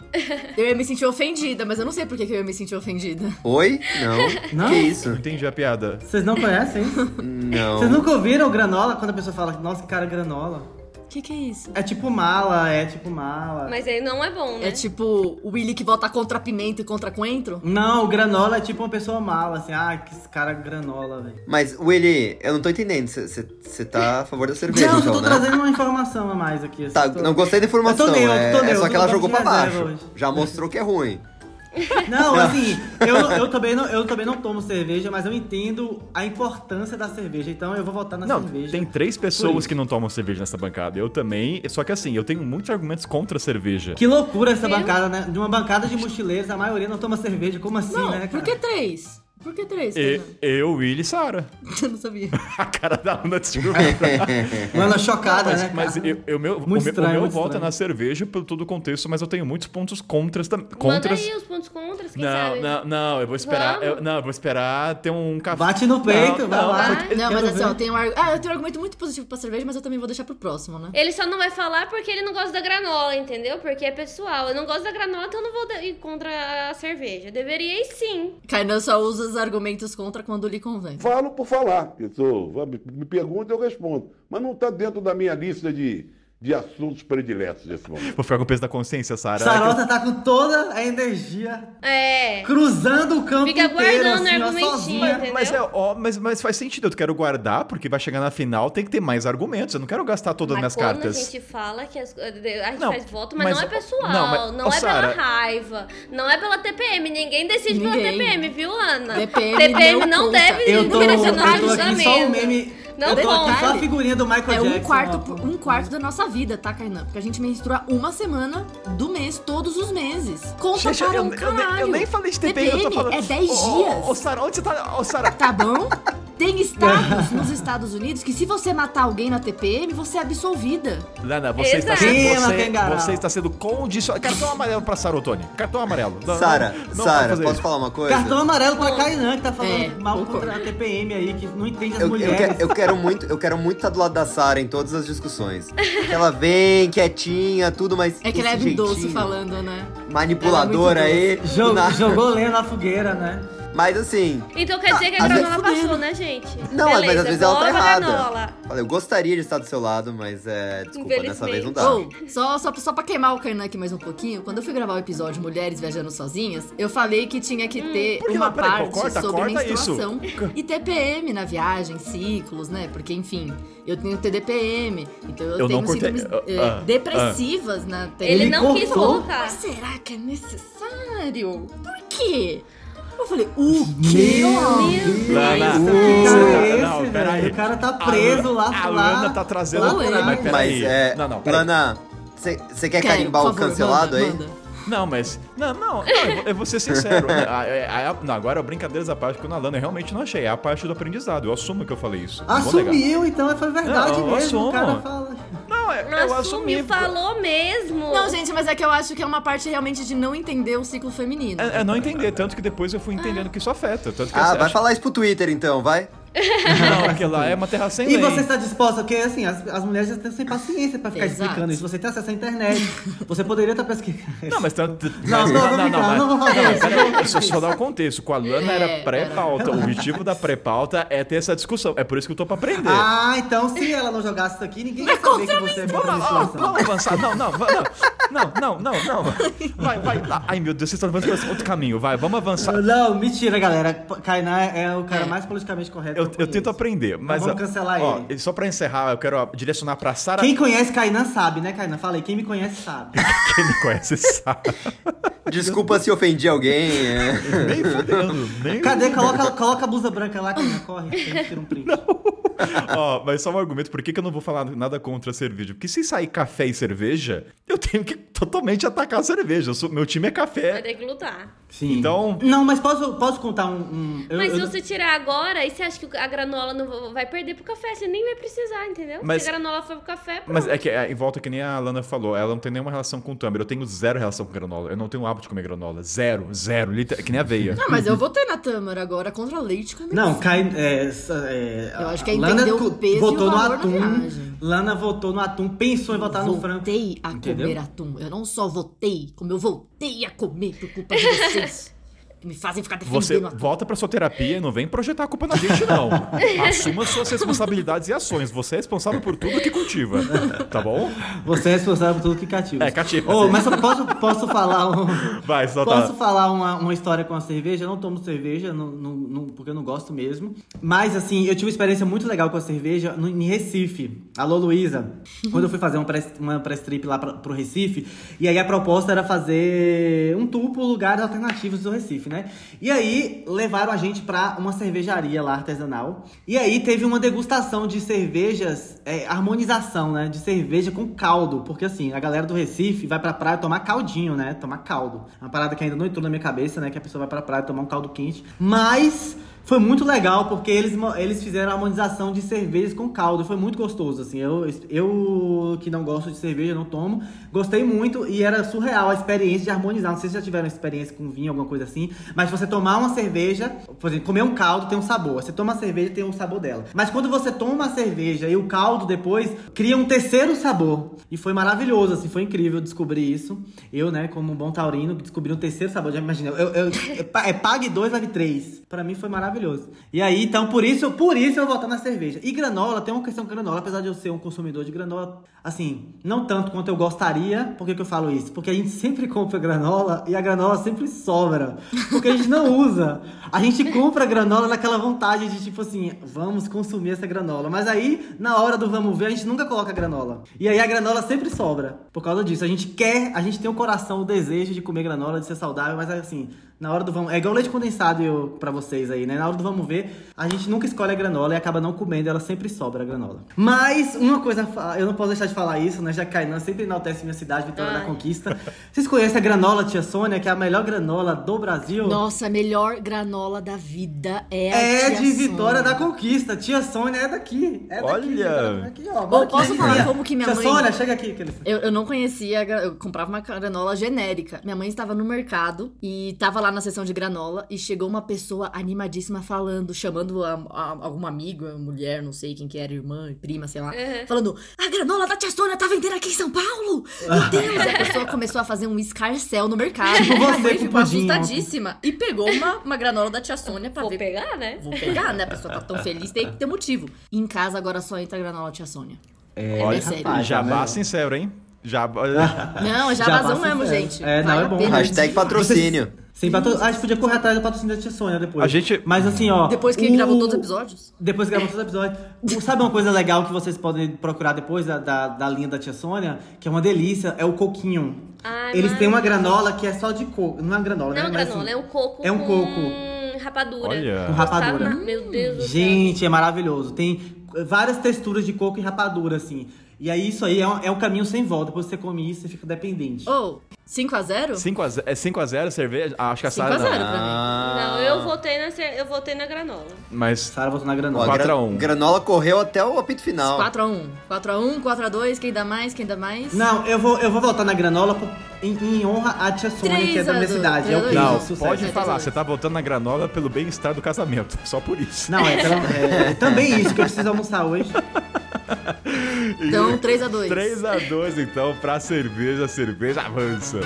Eu ia me sentir ofendida, mas eu não sei por que que eu ia me sentir ofendida. Oi? Não. Não? Que isso? Entendi a piada. Vocês É. não conhecem isso? Vocês Não. nunca ouviram granola? Quando a pessoa fala, nossa, que cara, granola. O que, que é isso? É tipo mala, é tipo mala. Mas aí não é bom, né? É tipo o Willy que vota contra pimenta e contra coentro? Não, granola é tipo uma pessoa mala, assim. Ah, que esse cara granola, velho. Mas, Willy, eu não tô entendendo. Você tá a favor da cerveja, Não, eu então, tô né? trazendo uma informação a mais aqui. assim, Tá, tô- não gostei da informação. Eu tô neutro, é, tô neutro, é só que ela tô jogou pra de reserva baixo. hoje. Já mostrou que é ruim. Não, assim, eu, eu, também não, eu também não tomo cerveja, mas eu entendo a importância da cerveja. Então eu vou votar na Não, cerveja. tem três Por pessoas isso. que não tomam cerveja nessa bancada. Eu também, só que assim, eu tenho muitos argumentos contra a cerveja. Que loucura essa Viu? bancada, né? De uma bancada de mochileiros, a maioria não toma cerveja. Como assim, não, né, cara? por que três? Por que três? E- Fernando? eu, Willy e Sara. Eu não sabia. A cara da Luna de Silveira. Mano, chocada, É né? Mas, cara? mas eu, eu, meu, o meu, estranho, o meu muito voto é estranho. na cerveja pelo todo o contexto, mas eu tenho muitos pontos contras também. Manda Contras. aí os pontos contras, quem Não, sabe? não, não, eu vou esperar. Vamos. eu- não, eu vou esperar ter um café. Bate no peito, Não, vai não, lá. vai. Não, Quero mas assim, ver. ó, tem um, ar- ah, eu tenho um argumento muito positivo pra cerveja, mas eu também vou deixar pro próximo, né? Ele só não vai falar porque ele não gosta da granola, entendeu? Porque é pessoal. Eu não gosto da granola, então eu não vou da- ir contra a cerveja. Deveria ir sim. Kainan só usa os argumentos contra quando lhe convém. tá Falo por falar. Isso, me pergunta, eu respondo. Mas não está dentro da minha lista de, de assuntos prediletos desse momento. Vou ficar com o peso da consciência, Sara. Sarota tá com toda a energia É. cruzando o campo Fica inteiro, guardando assim, ó, argumentinho, sozinha. entendeu? Mas, é, ó, mas, mas faz sentido, eu quero guardar, porque vai chegar na final, tem que ter mais argumentos. Eu não quero gastar é todas as Mas minhas quando cartas. a gente fala que as- a gente Não, faz voto, mas, mas- não é pessoal, não, não, mas- ô, é Sara- pela raiva, não é pela TPM, ninguém decide pela Ninguém. TPM, viu, Ana? TPM TPM não não, conta. deve Eu tô, eu direcionar tô aqui só o julgamento. meme. Não eu tô aqui conta. só a figurinha do Michael É Jackson. um quarto, por- ó. um quarto da nossa vida, tá, Kainan? Porque a gente menstrua uma semana do mês, todos os meses. Conta Gente, eu, para um eu nem- eu caralho. nem falei de TPM, eu tô falando. é 10 Ô, ô, dias, Ô, Sara, onde você tá? Ô, Sara, tá bom? Tem estados nos Estados Unidos que se você matar alguém na TPM, você é absolvida. Lana, você está Exato. sendo. Queima, Você, Kangaroo. você está sendo condicionado. Cartão amarelo pra Sarotone. Cartão amarelo. Não, Sara, não- não pode Sara, fazer posso isso. falar uma coisa? Cartão amarelo pra Kainan, que tá falando É, mal concordo. contra a TPM aí, que não entende as Eu, eu, mulheres. quero, eu quero muito, eu quero muito estar do lado da Sara em todas as discussões. Porque Ela vem quietinha, tudo, mas É que esse ela é bem doce jeitinho falando, né? manipuladora Ela é aí. muito Jog- do nada. Jogou lenha na fogueira, né? Mas assim, Então quer dizer que a às granola vezes- passou, né, gente? não, mas às vezes ela tá bola, errada. granola. Falei, eu gostaria de estar do seu lado, mas é, desculpa, dessa vez não Tá. dá. Ou, só, só, só pra queimar o Kainan aqui mais um pouquinho, quando eu fui gravar o episódio Mulheres Viajando Sozinhas, eu falei que tinha que ter Hum, por que uma não? Peraí, parte corta, sobre corta menstruação e TPM na viagem, ciclos, né? Porque, enfim, eu tenho TDPM, então eu, Eu não tenho cortei- síndromes ah, eh, ah, depressivas na TPM. Ele, Ele não tá. quis cortou. colocar. Mas será que é necessário? Por quê? Eu falei, o quê? Lana, Deus. você Esse, tá- não, velho, peraí. o cara tá preso a, lá- A lá- Lana tá trazendo. lá atrás. mas peraí. Mas é. Não, não, peraí. Lana, você quer Quero, carimbar por o favor, cancelado manda, aí? manda. Não, mas. Não, não, não, eu vou- eu vou ser sincero. né? A- a- a- não, agora, é brincadeiras à parte, quando a Lana eu realmente não achei. É a parte do aprendizado. Eu assumo que eu falei isso. não vou negar. É, Assumiu, então foi verdade Não, mesmo. assumo. O cara fala. Não, é, eu assumi. Assumiu, falou mesmo. Não, gente, mas é que eu acho que é uma parte realmente de não entender o ciclo feminino. É, é não entender, tanto que depois eu fui entendendo que isso afeta. Tanto que eu Ah, vai acho- falar isso pro Twitter então, vai? Não, que lá é uma terra sem E lei. você está disposta, porque assim, as, as mulheres já estão sem paciência pra ficar Exato. explicando isso. Você tem acesso à internet, você poderia estar pesquisando. Não, mas tanto. Não, mas- não, vou brincar, mas- não vou falar não, isso. peraí, eu só, só dar o contexto. Com a Lana É, era pré-pauta. O objetivo da pré-pauta é ter essa discussão. É por isso que eu tô pra aprender. Ah, então se ela não jogasse isso aqui, ninguém ia saber que você é Vamos, bicha lá, ó, menstruação. vamos avançar. Não, não, va- não. Não, não, não, não. Vai, vai. lá. Ai, meu Deus, vocês estão levando pra outro caminho. Vai, vamos avançar. Não, mentira, galera. Kainá é o cara mais politicamente correto. Eu, que eu conheço. tento aprender, mas. Então vamos cancelar ó, ele. Só pra encerrar, eu quero ó, direcionar pra Sara. Quem conhece Kainan sabe, né, Kainan? Fala aí, quem me conhece sabe. Quem me conhece sabe. Desculpa se ofendi alguém. é. Nem fudendo, nem Cadê? Coloca, coloca a blusa branca lá, Kainan, corre. Tem que ter um print. Ó, mas só um argumento, por que, que eu não vou falar nada contra a cerveja? Porque se sair café e cerveja, eu tenho que totalmente atacar a cerveja. Eu sou- meu time é Vai café. ter que lutar. Sim. Então- Não, mas posso, posso contar um. um- eu- Mas eu- se você tirar agora, e você acha que a granola não va- vai perder pro café, você nem vai precisar, entendeu? Mas- Se a granola for pro café, pronto. Mas é que é, em volta que nem a Lana falou, ela não tem nenhuma relação com o Tumblr. Eu tenho zero relação com granola. Eu não tenho hábito de comer granola. Zero, zero. liter- que nem aveia. Não, Ah, mas eu votei na Tâmara agora contra leite com Uhum. Não, cai. é, s- é, Eu acho que é a Lana entender o co- peso e o votou no valor da atum. viagem. Lana votou no atum, pensou em votar tá no frango. Voltei a Entendeu? comer atum. Eu não só votei, como eu voltei a comer por culpa de vocês. que me fazem ficar defendendo Você atum. volta pra sua terapia e não vem projetar a culpa na gente, não. Assuma suas responsabilidades e ações. Você é responsável por tudo que cultiva. Tá bom? Você é responsável por tudo que cativa. É, cativa. Ô, mas eu posso, posso falar um. Vai, só tá. Posso falar uma, uma história com a cerveja? Eu não tomo cerveja, não- não- não- porque eu não gosto mesmo. Mas, assim, eu tive uma experiência muito legal com a cerveja no, em Recife. Alô, Luísa. Quando eu fui fazer uma press, uma press trip lá pra, pro Recife, e aí a proposta era fazer um tour por lugares alternativos do Recife, né? E aí levaram a gente pra uma cervejaria lá artesanal. E aí teve uma degustação de cervejas, é, harmonização, né? De cerveja com caldo. Porque, assim, a galera do Recife vai pra praia tomar caldinho, né? Tomar caldo. Uma parada que ainda não entrou na minha cabeça, né? Que a pessoa vai pra praia tomar um caldo quente. Mas foi muito legal, porque eles, mo- eles fizeram a harmonização de cervejas com caldo. Foi muito gostoso, assim. Eu, eu que não gosto de cerveja, não tomo, gostei muito e era surreal a experiência de harmonizar. Não sei se já tiveram experiência com vinho, alguma coisa assim. Mas você tomar uma cerveja, por exemplo, comer um caldo tem um sabor. Você toma a cerveja tem um sabor dela. Mas quando você toma a cerveja e o caldo depois, cria um terceiro sabor. E foi maravilhoso, assim, foi incrível descobrir isso. Eu, né, como um bom taurino, descobri um terceiro sabor. Já imagina, eu, eu- é pa- é pague dois, leve três. Pra mim foi maravilhoso. maravilhoso. E aí, então, por isso, por isso eu vou votar na cerveja. E granola, tem uma questão com granola, apesar de eu ser um consumidor de granola, assim, não tanto quanto eu gostaria. Por que, que eu falo isso? Porque a gente sempre compra granola e a granola sempre sobra. Porque a gente não usa. A gente compra granola naquela vontade de, tipo assim, vamos consumir essa granola. Mas aí, na hora do vamos ver, a gente nunca coloca granola. E aí a granola sempre sobra. Por causa disso. A gente quer, a gente tem o coração, o desejo de comer granola, de ser saudável, mas assim, na hora do vamos. É igual leite condensado eu, pra vocês aí, né? Na hora do vamos ver, a gente nunca escolhe a granola e acaba não comendo, ela sempre sobra a granola. Mas, uma coisa, fa- eu não posso deixar de falar isso, né? Já que Cainã sempre enaltece minha cidade, Vitória da Ai. Conquista. Vocês conhecem a granola, tia Sônia, que é a melhor granola do Brasil? Nossa, a melhor granola da vida é a É tia de Vitória Sônia. da Conquista. Tia Sônia é daqui. É daqui. Olha! Vitória, é Aqui, ó. Bom, Bora aqui, posso Tia falar Sônia. como que minha Tia mãe- Sônia, chega aqui, Kelissa. Eu, eu não conhecia, gra- eu comprava uma granola genérica. Minha mãe estava no mercado e estava lá na seção de granola e chegou uma pessoa animadíssima falando, chamando a, a- alguma amiga, mulher, não sei quem que era, irmã, prima, sei lá, falando: A granola da tia Sônia tá vendendo aqui em São Paulo! Meu Deus! a pessoa começou a fazer um escarcel no mercado. Ah. Tipo Minha você mãe com ficou pudim ontem. assustadíssima e pegou uma, uma granola da tia Sônia pra Vou ver. pegar, né? Vou pegar, né? A pessoa tá tão feliz, tem que ter motivo. E em casa agora só entra granola tia Sônia. É, Olha, é sério. rapaz. Ah, Jabá tá vendo? sincero, hein? Jabá. Não, já, Já vazou passa mesmo, zero. gente. É, não, Vale é a bom. pena. Hashtag patrocínio. Sem patro... A gente podia correr atrás do patrocínio da Tia Sônia depois. A gente- Mas assim, ó. Depois que o- gravou todos os episódios? Depois que gravou todos os episódios. O- Sabe uma coisa legal que vocês podem procurar depois da, da, da linha da Tia Sônia? Que é uma delícia, é o coquinho. Ah, Ai, Eles mas- têm uma granola que é só de coco. Não é uma granola, né? Não, Mas, granola, assim, é um coco É um com coco. rapadura. Olha. um Com rapadura. Tostado na- Meu Deus do céu. Gente, é maravilhoso. Tem várias texturas de coco e rapadura, assim. E aí, isso aí é um, é um caminho sem volta. Depois que você come isso, você fica dependente. Ou, 5x0? 5x0, é 5x0 cerveja? Ah, acho que a Sara 5 a 0 não. pra mim. Ah, Não, eu votei na, ce- eu votei na granola. Mas Sara voltou na granola. Ó, gra- Quatro a um. Granola correu até o apito final. 4x1. 4x1, 4x2, quem dá mais, quem dá mais? Não, eu vou, eu vou voltar na granola por- em, em honra à tia Sônia, Três que é da minha anos, cidade. É o três que anos. Não, Isso, pode certo. falar, Certeza. você tá voltando na granola pelo bem-estar do casamento, só por isso. Não, é, pela, é também isso que eu preciso almoçar hoje. Então, 3x2. 3x2, então, pra cerveja, a cerveja avança.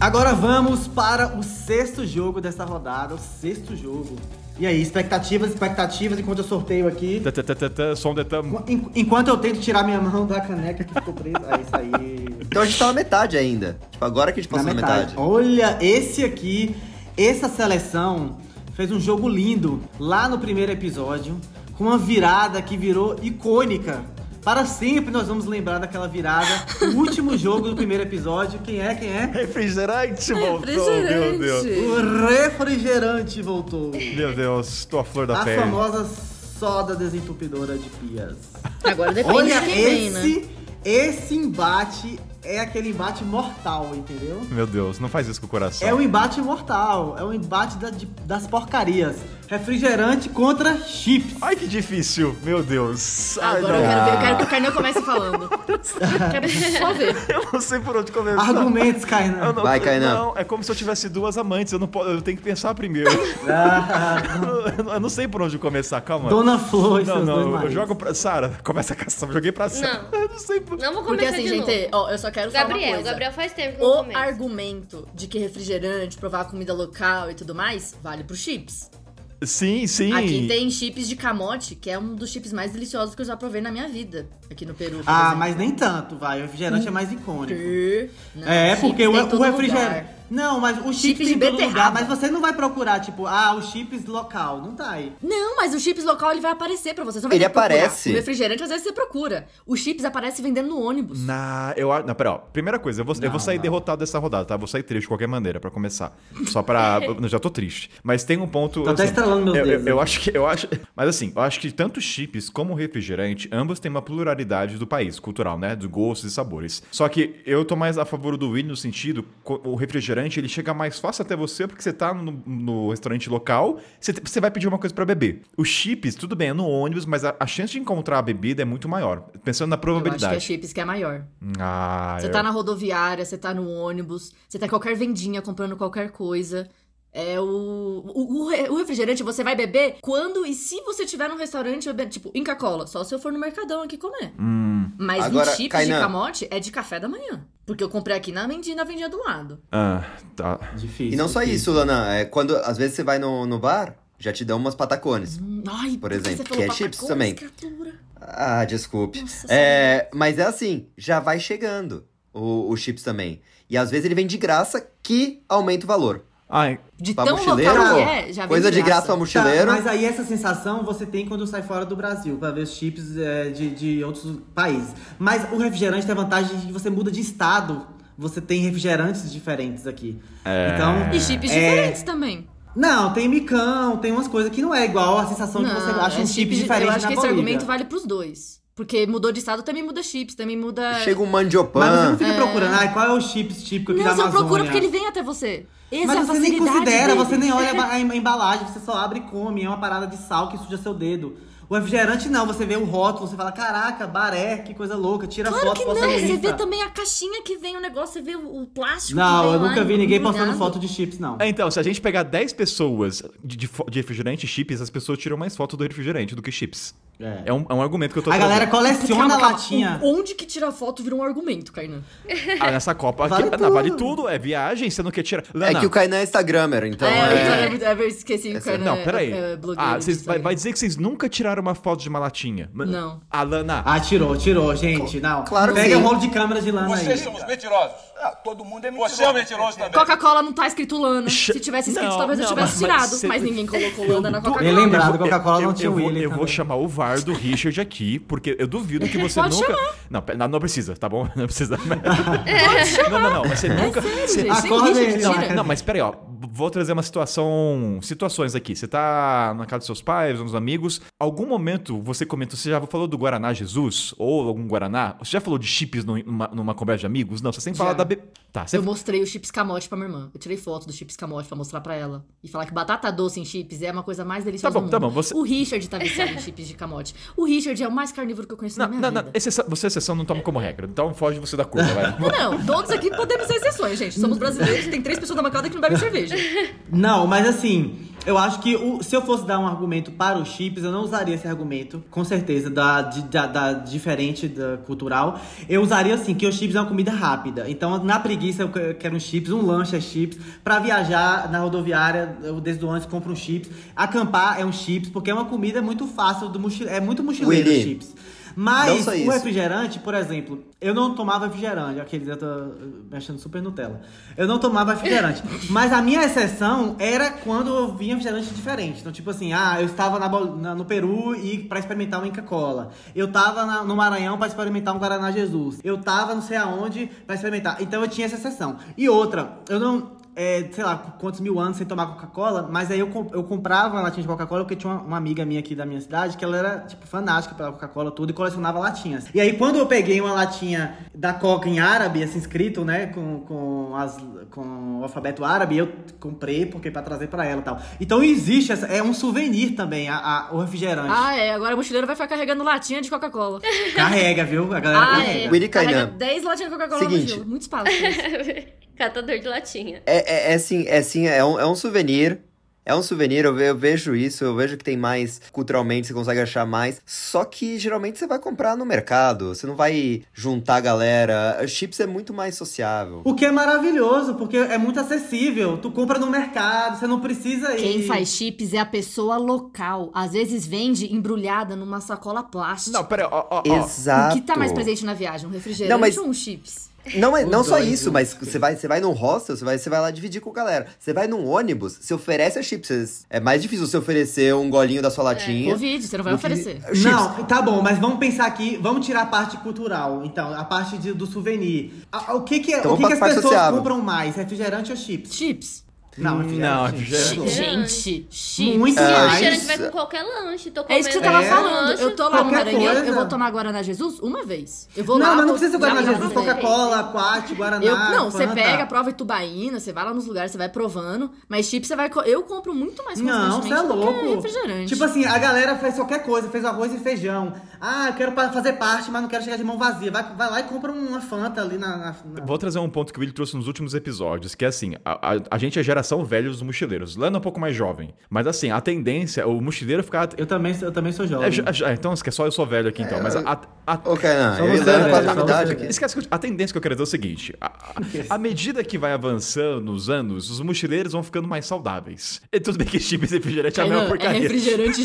Agora vamos para o sexto jogo dessa rodada, o sexto jogo. E aí, expectativas, expectativas, enquanto eu sorteio aqui. Tã, tã, tã, tã, tã, Som de tam. Enqu- Enquanto eu tento tirar minha mão da caneca que ficou presa. Ah, isso aí. Então a gente tá na metade ainda. Tipo, agora que a gente Na passou na metade. Olha, esse aqui, essa seleção fez um jogo lindo lá no primeiro episódio, com uma virada que virou icônica. Para sempre nós vamos lembrar daquela virada. O último jogo do primeiro episódio, quem é? Quem é? Refrigerante voltou, meu Deus. Refrigerante. O refrigerante voltou. Meu Deus, tô a flor da A pele. famosa soda desentupidora de pias. Agora depende Olha, de quem vem, né? esse, esse embate é aquele embate mortal, entendeu? Meu Deus, não faz isso com o coração. É um embate mortal, é um embate da- de- das porcarias. Refrigerante contra chips. Ai, que difícil, meu Deus. Ai, Agora eu não. quero ver, eu quero que o Carnel comece falando. quero só ver. Eu não sei por onde começar. Argumentos, Eu Kainan. não- Vai, Kainan. Não, é como se eu tivesse duas amantes, eu, não posso, eu tenho que pensar primeiro. Ah, eu, não- eu não sei por onde começar, calma. Dona Flor e não, seus dois não, eu maridos. jogo pra. Sara, começa a caçar, eu joguei pra Sara. Não. Eu não sei por. Não vou Porque começar assim, de gente, novo. ó, eu só quero falar uma Gabriel, coisa. Gabriel faz tempo que não O começa. argumento de que refrigerante, provar comida local e tudo mais, vale pro chips. Sim, sim. Aqui tem chips de camote, que é um dos chips mais deliciosos que eu já provei na minha vida. Aqui no Peru. por Ah, exemplo. mas nem tanto, vai. O refrigerante é mais icônico. Que- Não, É, Hum, chips porque o, tem em todo o refrigerante. lugar. Não, mas o Chip chips de em todo lugar. beterraba. Mas você não vai procurar, tipo, ah, o chips local. Não tá aí. Não, mas o chips local ele vai aparecer pra vocês. Não vai Ele ter que procurar. aparece. O refrigerante às vezes você procura. O chips aparece vendendo no ônibus. Na, eu, a- não, pera, ó. Primeira coisa, eu vou, eu vou sair derrotado dessa rodada, tá? Eu vou sair triste de qualquer maneira, pra começar. Só pra. eu já tô triste. Mas tem um ponto. Tô até estralando meus eu, dedos, eu- né? eu acho que. Eu acho, mas assim, eu acho que tanto chips como refrigerante, ambos têm uma pluralidade do país, cultural, né? De gostos e sabores. Só que eu tô mais a favor do Winnie no sentido, co- o refrigerante ele chega mais fácil até você, porque você tá no, no restaurante local, você, te- você vai pedir uma coisa pra beber. Os chips, tudo bem, é no ônibus, mas a, a chance de encontrar a bebida é muito maior. Pensando na Eu acho que é probabilidade. chips que é maior. Ah, Você eu- tá na rodoviária, você tá no ônibus, você tá em qualquer vendinha comprando qualquer coisa. É o, o, o re- o refrigerante você vai beber quando e se você tiver num restaurante bebendo, tipo, Inca Cola, só se eu for no Mercadão aqui comer. Hum. Mas Agora, 20 chips Kainan. de camote é de café da manhã. Porque eu comprei aqui na Mendinha, na vendinha do lado. Ah, tá. Difícil. E não só difícil. isso, Lana. É quando, às vezes, você vai no, no bar, já te dão umas patacones. Hum, Ai, Por que exemplo, você falou que é patacones, chips também. criatura. Ah, desculpe. Nossa É, mas é assim, já vai chegando o, o chips também. E às vezes ele vem de graça que aumenta o valor. Ai, De Pra tão local que mochileiro, é, já vem coisa de graça pra Tá, mochileiro. mas aí essa sensação você tem quando sai fora do Brasil, pra ver os chips é, de, de outros países. Mas o refrigerante tem a vantagem de que você muda de estado. Você tem refrigerantes diferentes aqui. Então, E chips é, diferentes também. Não, tem micão, tem umas coisas que não é igual a sensação de Não, você acha é um chip chip de- diferente Eu acho na que esse Bolívia. argumento vale pros dois. Porque mudou de estado, também muda chips, também muda... Chega um Mas você não mandiopan. fica procurando, ai, qual é o chips típico aqui Não, da você não Amazônia? procura porque ele vem até você. Essa é a Mas você nem facilidade né? considera, dele. você nem olha a ba- a em- a embalagem, você só abre e come. É uma parada de sal que suja seu dedo. O refrigerante não, você vê o rótulo, você fala, caraca, baré, que coisa louca, tira Claro foto, que não, posta no você Insta." vê também tipo, a caixinha que vem o negócio, você vê o o plástico. que Não, vem eu lá nunca vi ninguém embrulhado. postando foto de chips, não. É, então, se a gente pegar 10 pessoas de, de fo- de refrigerante e chips, as pessoas tiram mais foto do refrigerante do que chips. É. É um, é um argumento que eu tô A galera trazendo. coleciona Calma, calma. latinha. O- Onde que tirar foto virou um argumento, Kainan. Ah, nessa Copa aqui, Vale ah, não, vale tudo. É viagem, você não quer tirar. É Lana, que o Kainan é Instagrammer, então. é, É, eu, eu, eu esqueci o Kainan. Não, peraí. É, é, blogueiro ah, de vocês vai, Instagram. vai dizer que vocês nunca tiraram uma foto de uma latinha. Ma- Não. Ah, Lana. Ah, tirou, tirou, gente, não. Claro que Pega sim. o rolo de câmera de lana aí. Vocês são os mentirosos. Ah, todo mundo é mentiroso. Você é um mentiroso também. Coca-Cola não tá escrito Lana. Ch- Se tivesse escrito, Não, talvez eu não, tivesse mas- tirado. mas Mas, você- ninguém colocou Lana na Bem Coca-Cola. lembrado, Eu vou- Coca-Cola eu- não eu tinha o vou- William Eu vou também. chamar o VAR do Richard aqui, porque eu duvido que você Pode nunca. chamar. Não, pera- não, não precisa, tá bom? Não precisa. Não, não, não. Mas você nunca. você- É Sério, gente, nem Acorda Richard aí, não, tira. Não, mas peraí, ó. Vou trazer uma situação. Situações aqui. Você tá na casa dos seus pais, uns amigos. Algum momento você comentou, você já falou do Guaraná Jesus? Ou algum Guaraná? Você já falou de chips num- numa, numa conversa de amigos? Não, você sempre fala Já. da. Be... Tá, você Eu mostrei o chips camote pra minha irmã. Eu tirei foto do chips camote pra mostrar pra ela. E falar que batata doce em chips é uma coisa mais deliciosa Tá bom, do mundo. tá bom, você- O Richard tá viciado em chips de camote. O Richard é o mais carnívoro que eu conheço Não, na minha não, vida. não, exceção- você é exceção não toma como regra. Então foge você da curva, vai. Não, todos aqui podemos ser exceções, gente. Somos brasileiros, tem três pessoas na bancada que não bebem cerveja. Não, mas assim, eu acho que o- se eu fosse dar um argumento para os chips, eu não usaria esse argumento, com certeza, da, di- da- da diferente da cultural. Eu usaria assim, que os chips é uma comida rápida. Então, na preguiça, eu que- eu quero um chips, um lanche é chips. Pra viajar na rodoviária, eu desde o antes compro um chips. Acampar é um chips, porque é uma comida muito fácil, do mochile- é muito mochileiro Willy, chips. não Mas só o isso. refrigerante, por exemplo, eu não tomava refrigerante, aquele eu tô uh, mexendo super Nutella. Eu não tomava refrigerante. mas a minha exceção era quando eu vinha refrigerante diferente. Então, tipo assim, ah, eu estava na Bol- na- no Peru e para experimentar uma Inca-Cola. Eu estava na- no Maranhão para experimentar um Guaraná Jesus. Eu estava não sei aonde para experimentar. Então eu tinha essa exceção. E outra, eu não é, sei lá, quantos mil anos sem tomar Coca-Cola, mas aí eu, com- eu comprava uma latinha de Coca-Cola porque tinha uma, uma amiga minha aqui da minha cidade que ela era, tipo, fanática pela Coca-Cola tudo e colecionava latinhas. E aí quando eu peguei uma latinha da Coca em árabe, assim, escrito, né, com, com, as, com o alfabeto árabe, eu comprei porque pra trazer pra ela e tal. Então existe, essa, é um souvenir também, a, a- o refrigerante. Ah, é. Agora o mochileiro vai ficar carregando latinha de Coca-Cola. Carrega, viu? A galera Ah, carrega. é. Willy Carrega Kainan. 10 latinhas de Coca-Cola no Seguinte. mochila. Muito espaço. Catador de latinha. é, é sim, é sim, é um, é um souvenir. É um souvenir, eu, ve- eu vejo isso, eu vejo que tem mais culturalmente, você consegue achar mais. Só que geralmente você vai comprar no mercado, você não vai juntar a galera. Chips é muito mais sociável. O que é maravilhoso, porque é muito acessível. Tu compra no mercado, você não precisa ir. Quem faz chips é a pessoa local. Às vezes vende embrulhada numa sacola Não, plástica. peraí, ó, ó, ó. Exato. O que tá mais presente na viagem? Um refrigerante Não, mas- ou um chips? Não, é- Os não só dois isso, juntos, mas sim. você vai, você vai num hostel, você vai, você vai lá dividir com a galera. Você vai num ônibus, você oferece a chips. você- É mais difícil você oferecer um golinho da sua latinha. Covid, você não vai do que- oferecer. Chips. Não, tá bom, mas vamos pensar aqui, vamos tirar a parte cultural, então, a parte de- do souvenir. A- a- o que que, Então o que que vamos pra as parte pessoas sociável. compram mais, refrigerante ou chips? Chips. Não, refrigerante. Não, refrigerante. Gente, chips. É. Muito Ah, mais. a gente vai com qualquer lanche. Tô É isso que você tava comendo É. falando. lanche. Eu tô lá no Qualquer Maranhão, eu coisa. vou tomar Guaraná Jesus uma vez. Eu vou Não, lá. mas não vou- precisa Guaraná já me Jesus, acostumei. Coca-Cola, Quate, Guaraná. Eu, não, você Fanta. pega, prova tubaína, você vai lá nos lugares, você vai provando. Mas chips, você vai. co- Eu compro muito mais Não, você é constantemente do que louco. refrigerante. Tipo assim, a galera fez qualquer coisa, fez arroz e feijão. Ah, eu quero pa- fazer parte, mas não quero chegar de mão vazia. Vai, vai lá e compra uma Fanta ali na. na- na- Vou trazer um ponto que o Willy trouxe nos últimos episódios, que é assim, a, a, a gente é a geração velha dos mochileiros. Lando é um pouco mais jovem. Mas assim, a tendência, o mochileiro ficar. Eu também, eu também sou jovem. É, já- já- então, é só eu sou velho aqui então. Mas a. a- Ô, Kainan, Só eu e você, Leandro né? quase na Só mesma idade você. aqui. Esquece que eu- a tendência que eu quero dizer é o seguinte: a- a- à medida que vai avançando os anos, os mochileiros vão ficando mais saudáveis. E tudo bem que chips e refrigerante é a mesma é porcaria. refrigerante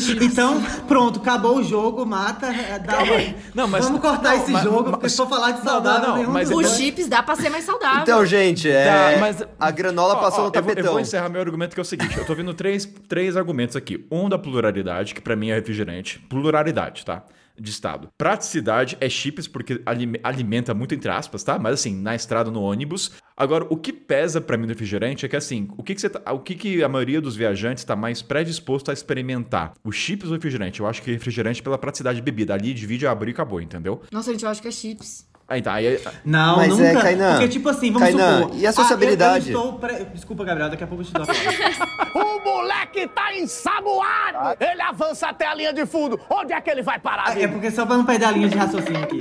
chips. Então, pronto, acabou o jogo, mata, é, dá uma... Não, mas- Vamos cortar não, esse mas- jogo, mas- porque se for falar de Não, saudável, não, não, nenhum mas- então- dos Os dois. chips dá pra ser mais saudável. Então, gente, Tá, é, mas- a granola Ó, passou ó, no eu vou- Eu tapetão. vou encerrar meu argumento que é o seguinte: eu tô vendo três, três argumentos aqui. Um da pluralidade, que pra mim é refrigerante. Pluralidade, tá? De estado. Praticidade é chips, porque alime- alimenta muito, entre aspas, tá? Mas assim, na estrada, no ônibus. Agora, o que pesa pra mim no refrigerante é que assim, o que, que, você tá- o que, que a maioria dos viajantes tá mais predisposto a experimentar? O chips ou refrigerante? Eu acho que refrigerante pela praticidade de bebida. Ali divide, abriu e acabou, entendeu? Nossa, gente, eu acho que é chips. Aí tá, aí. Não, Mas nunca. é, Kainan, Porque, tipo assim, vamos Kainan, supor... e a ah, sociabilidade? eu, eu estou pre- Desculpa, Gabriel, daqui a pouco eu te dou a palavra. O moleque tá Tá. ensaboado! Ele avança até a linha de fundo. Onde é que ele vai parar? Ah, É porque só pra não perder a linha de raciocínio aqui.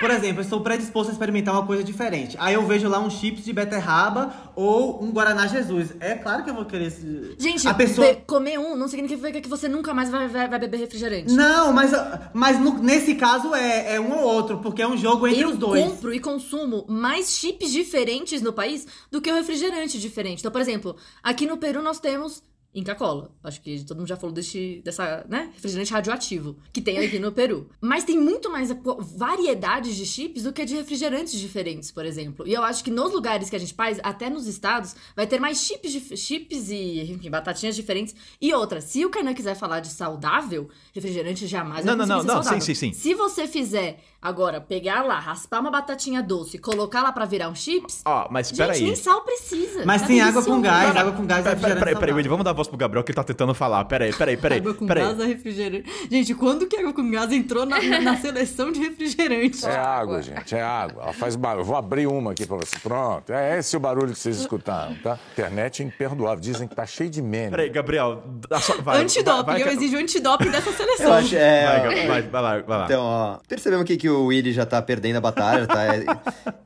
Por exemplo, eu estou predisposto a experimentar uma coisa diferente. Aí eu vejo lá um chips de beterraba ou um Guaraná Jesus. É claro que eu vou querer esse... Gente, a pessoa... be- comer um não significa que você nunca mais vai, vai- vai beber refrigerante. Não, mas, mas no- nesse caso é, é um ou outro, porque é um jogo entre eu os dois. compro e consumo mais chips diferentes no país do que o refrigerante diferente. Então, por exemplo, aqui no Peru nós temos Inca Cola. Acho que todo mundo já falou deste, dessa, né? Refrigerante radioativo que tem aqui no Peru. Mas tem muito mais co- variedades de chips do que de refrigerantes diferentes, por exemplo. E eu acho que nos lugares que a gente faz, até nos estados, vai ter mais chips, dif- chips e enfim, batatinhas diferentes. E outra, se o Kainan quiser falar de saudável, refrigerante jamais vai Não, não, conseguir não, ser não, saudável. sim, sim, sim. Se você fizer agora pegar lá, raspar uma batatinha doce, e colocar lá pra virar um chips, Ó, mas gente, peraí. nem sal precisa. Mas Tá tem água delicioso. com gás, água com gás é Peraí, peraí, peraí, refrigerante. William, vamos dar a voz pro Gabriel que ele tá tentando falar. Peraí, peraí, peraí. Água com peraí. gás é refrigerante. Gente, quando que água com gás entrou na, na seleção de refrigerante? É água, gente, é água. Ela faz barulho. Eu Vou abrir uma aqui pra você. Pronto, é esse o barulho que vocês escutaram, tá? Internet é imperdoável. Dizem que tá cheio de meme. Peraí, Gabriel. dá só- vai, antidoping, vai, vai, eu exijo antidoping dessa Eu seleção. acho, é, Vai, ó, Gabriel, vai, vai lá, vai lá. Então, ó, percebemos aqui que o Willy já tá perdendo a batalha, tá é,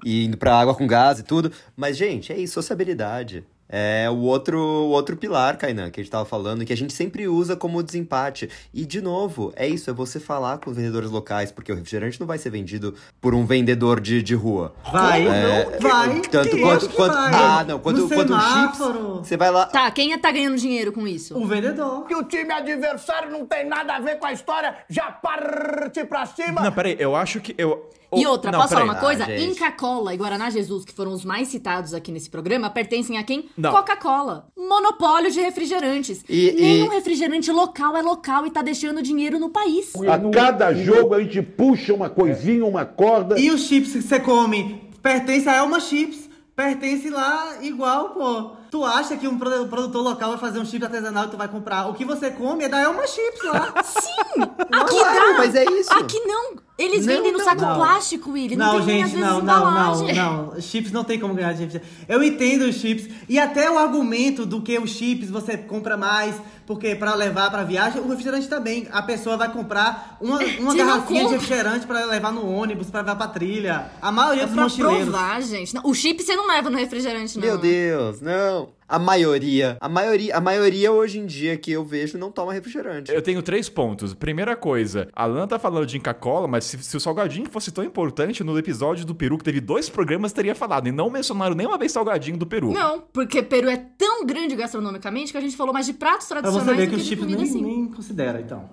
e indo pra água com gás e tudo. Mas, gente, é isso, sociabilidade. É o outro, o outro pilar, Kainan, que a gente tava falando, que a gente sempre usa como desempate. E, de novo, é isso, é você falar com os vendedores locais, porque o refrigerante não vai ser vendido por um vendedor de, de rua. Vai, É, vai. Tanto que quanto, acho que quanto vai. ah, não, quanto, No quanto o chips, Um semáforo. você vai lá, Tá, quem tá ganhando dinheiro com isso? O vendedor. Que o time adversário não tem nada a ver com a história, já parte pra cima. Não, peraí, eu acho que eu. E outra, não, posso falar peraí. uma coisa? Ah, gente. Inca Cola e Guaraná Jesus, que foram os mais citados aqui nesse programa, pertencem a quem? Não. Coca-Cola. Monopólio de refrigerantes. E- Nenhum e- refrigerante local é local e tá deixando dinheiro no país. A cada jogo a gente puxa uma coisinha, uma corda. E os chips que você come pertence a Elma Chips, pertence lá igual, pô. Tu acha que um produ- produtor local vai fazer um chip artesanal e tu vai comprar? O que você come é da Elma Chips lá. Sim! Aqui Tá claro, dá! mas é isso. Aqui não! Eles Não, vendem no não, saco Hum, não. plástico, Willy. Não, tem nem às gente, vezes não, não, embalagem. não, não. Chips não tem como ganhar de chips. Eu entendo os chips. E até o argumento do que os chips você compra mais, porque pra levar pra viagem, o refrigerante também. A pessoa vai comprar uma, uma não garrafinha de compra. refrigerante pra levar no ônibus, pra levar pra trilha. A maioria É dos pra mochileiros. provar, gente. Não, o chip você não leva no refrigerante, não. Meu Deus, não. A maioria, a maioria, a maioria hoje em dia que eu vejo não toma refrigerante. Eu tenho três pontos. Primeira coisa, a Alan tá falando de Inca-Cola, mas se, se o Salgadinho fosse tão importante no episódio do Peru, que teve dois programas, teria falado. E não mencionaram nenhuma vez Salgadinho do Peru. Não, porque Peru é tão grande gastronomicamente que a gente falou mais de pratos Pra tradicionais você ver do que os de chips comida nem, assim. nem considera, então.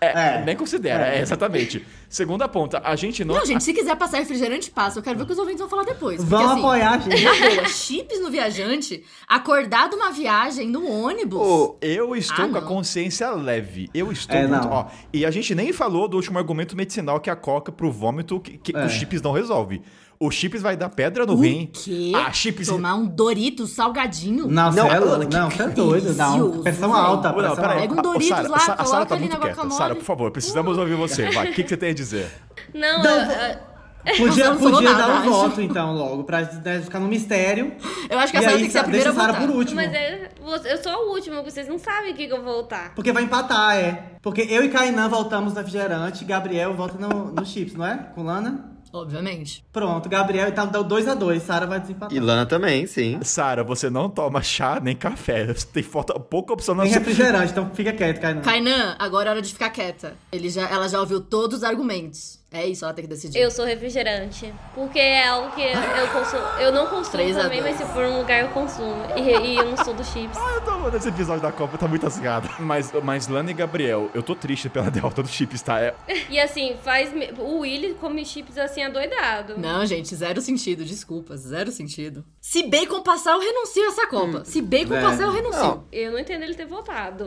É, É. nem considera, é, exatamente. Segunda ponta, a gente não. Não, gente, se quiser passar refrigerante, passa. Eu quero ver o que os ouvintes vão falar depois. Vão porque, assim, apoiar a gente. na boa, chips no viajante, acordar de uma viagem no ônibus. Ô, Eu estou Ah, com a não. consciência leve. Eu estou É, muito. não. Ó, e a gente nem falou do último argumento medicinal que a coca pro vômito, que, que É. o chips não resolve. O chips vai dar pedra no o rim. quê? Ah, chips. Tomar um Doritos salgadinho? Não, Não, não, é Alana, louco. que Não, você é doido. Não, delicioso, pressão velho. alta, Não, pressão peraí. alta. Pega um Ah, ô, Doritos Sara, lá, Sa- a coloca Sara tá ali muito na quieta. guacamole. Uh. Sara, por favor, precisamos ouvir você. Vai, o que, que você tem a dizer? Não, é, Não, a- vou- a- Podia, Não É falou podia nada, dar um acho. voto, então, logo, pra né, ficar no mistério. Eu acho que a E Sara aí, tem que ser a Sa- primeira deixa a a Sara votar. por último. mas é- você- eu sou a última, vocês não sabem o que, que eu vou voltar. Porque vai empatar, é. Porque eu e Kainan voltamos no refrigerante, Gabriel volta no, no chips, não é? Com Lana? obviamente. Pronto, Gabriel então deu 2x2. Sara vai desempatar. E Lana também, sim. Sara, você não toma chá nem café. Você tem falta, pouca opção na Tem sua refrigerante, então fica quieto, Kainan. Kainan, agora é hora de ficar quieta. Ele já, ela já ouviu todos os argumentos. É isso, ela tem que decidir. Eu sou refrigerante. Porque é algo que eu, eu consumo. Eu não consumo Três a também, dois. mas se for um lugar eu consumo. E, e eu não sou do chips. Eu tô amando esse episódio da Copa, tá muito acirrado. Mas, mas Lana e Gabriel, eu tô triste pela derrota do Chips, tá? É, E assim, faz. me- O Willy come chips assim, adoidado. Não, gente, zero sentido, desculpa, zero sentido. Se bacon passar, eu renuncio a essa Copa. Se bacon É. passar, eu renuncio. Não. Eu não entendo ele ter votado.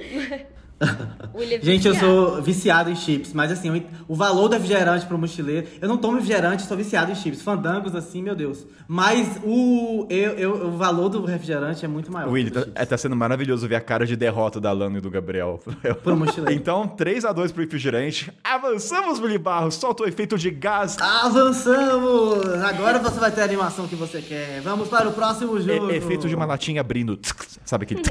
O Willy é Gente, eu viciado. sou viciado em chips, mas assim, o- o valor do refrigerante pro mochileiro. Eu não tomo refrigerante, sou viciado em chips. Fandangos, assim, meu Deus. Mas o, eu, eu- o valor do refrigerante é muito maior. Willy, que o tá, do é, chips. tá sendo maravilhoso ver a cara de derrota da Lana e do Gabriel. Pro mochileiro. Então, 3x2 pro refrigerante. Avançamos, Willy Barros. Solta o efeito de gás. Avançamos! Agora você vai ter a animação que você quer. Vamos para o próximo E- jogo. efeito É, de uma latinha abrindo. Sabe aquele...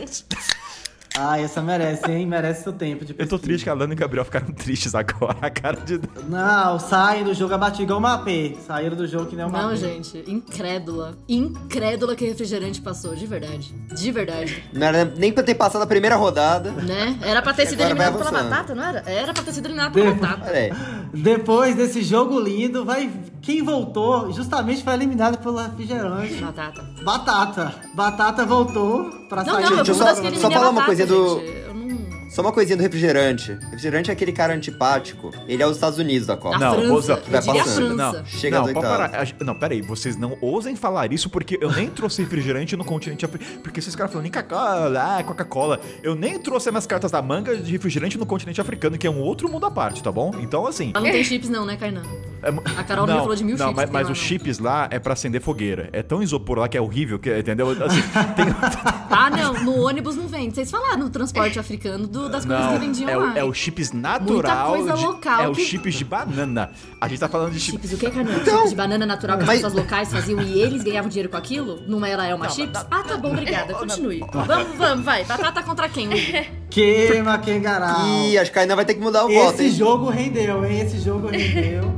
Ah, essa merece, hein? Merece seu tempo de Eu tô pesquisa. triste que a Lana e o Gabriel ficaram tristes agora. A cara de... Não, saem do jogo abatido igual o Mapê. Saíram do jogo que nem o Mapê. Não, gente, incrédula. Incrédula que refrigerante passou, de verdade. De verdade. Não era nem pra ter passado a primeira rodada. né? Era pra ter sido Agora vai eliminado pela avançando. batata, não era? Era pra ter sido eliminado pela batata. Olha aí. Depois desse jogo lindo, vai quem voltou justamente foi eliminado pelo refrigerante. Batata. Batata. Batata voltou pra Não, sair não, do eu Gente, jogo. vou mudar Ah, só- as que só eliminei a falar uma batata, coisinha do- gente. Eu não... Só uma coisinha do refrigerante. Refrigerante é aquele cara antipático. Ele é os Estados Unidos da Copa. Da França. ousa- Eu diria Vai França. passando. Não, Chega não, às pode oitavas. parar. A- Não, peraí, vocês não ousem falar isso porque eu nem trouxe refrigerante no continente africano. Porque esses caras falam nem Coca-Cola, ah, Coca-Cola. Eu nem trouxe as minhas cartas da manga de refrigerante no continente africano, que é um outro mundo à parte, tá bom? Então, assim. Ela não tem chips não, né, Kainan? é mu- A Carol me falou de mil Não, chips mas, que mas tem lá, os não. chips lá é pra acender fogueira. É tão isopor lá que é horrível, que, entendeu? Assim, tem- Ah, não, no ônibus não vende. Vocês falaram no É. transporte africano do- das coisas que vendiam é, lá. o, é o chips natural. coisa de- local é o que- chips de banana. A gente tá falando de chips. Chips, o que, Carnal? Chips de banana natural que as Então, Mas- pessoas locais faziam e eles ganhavam dinheiro com aquilo? Não era Elma Chips? Ah, tá bom, obrigada. Continue. Vamos, vamos, vai. Batata contra quem? Will? Queima quem garal. Ih, acho que ainda vai ter que mudar o voto, Esse hein? jogo rendeu, hein? Esse jogo rendeu.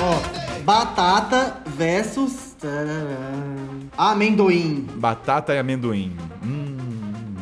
Ó, Batata versus tarará, amendoim. Batata e amendoim. Hum.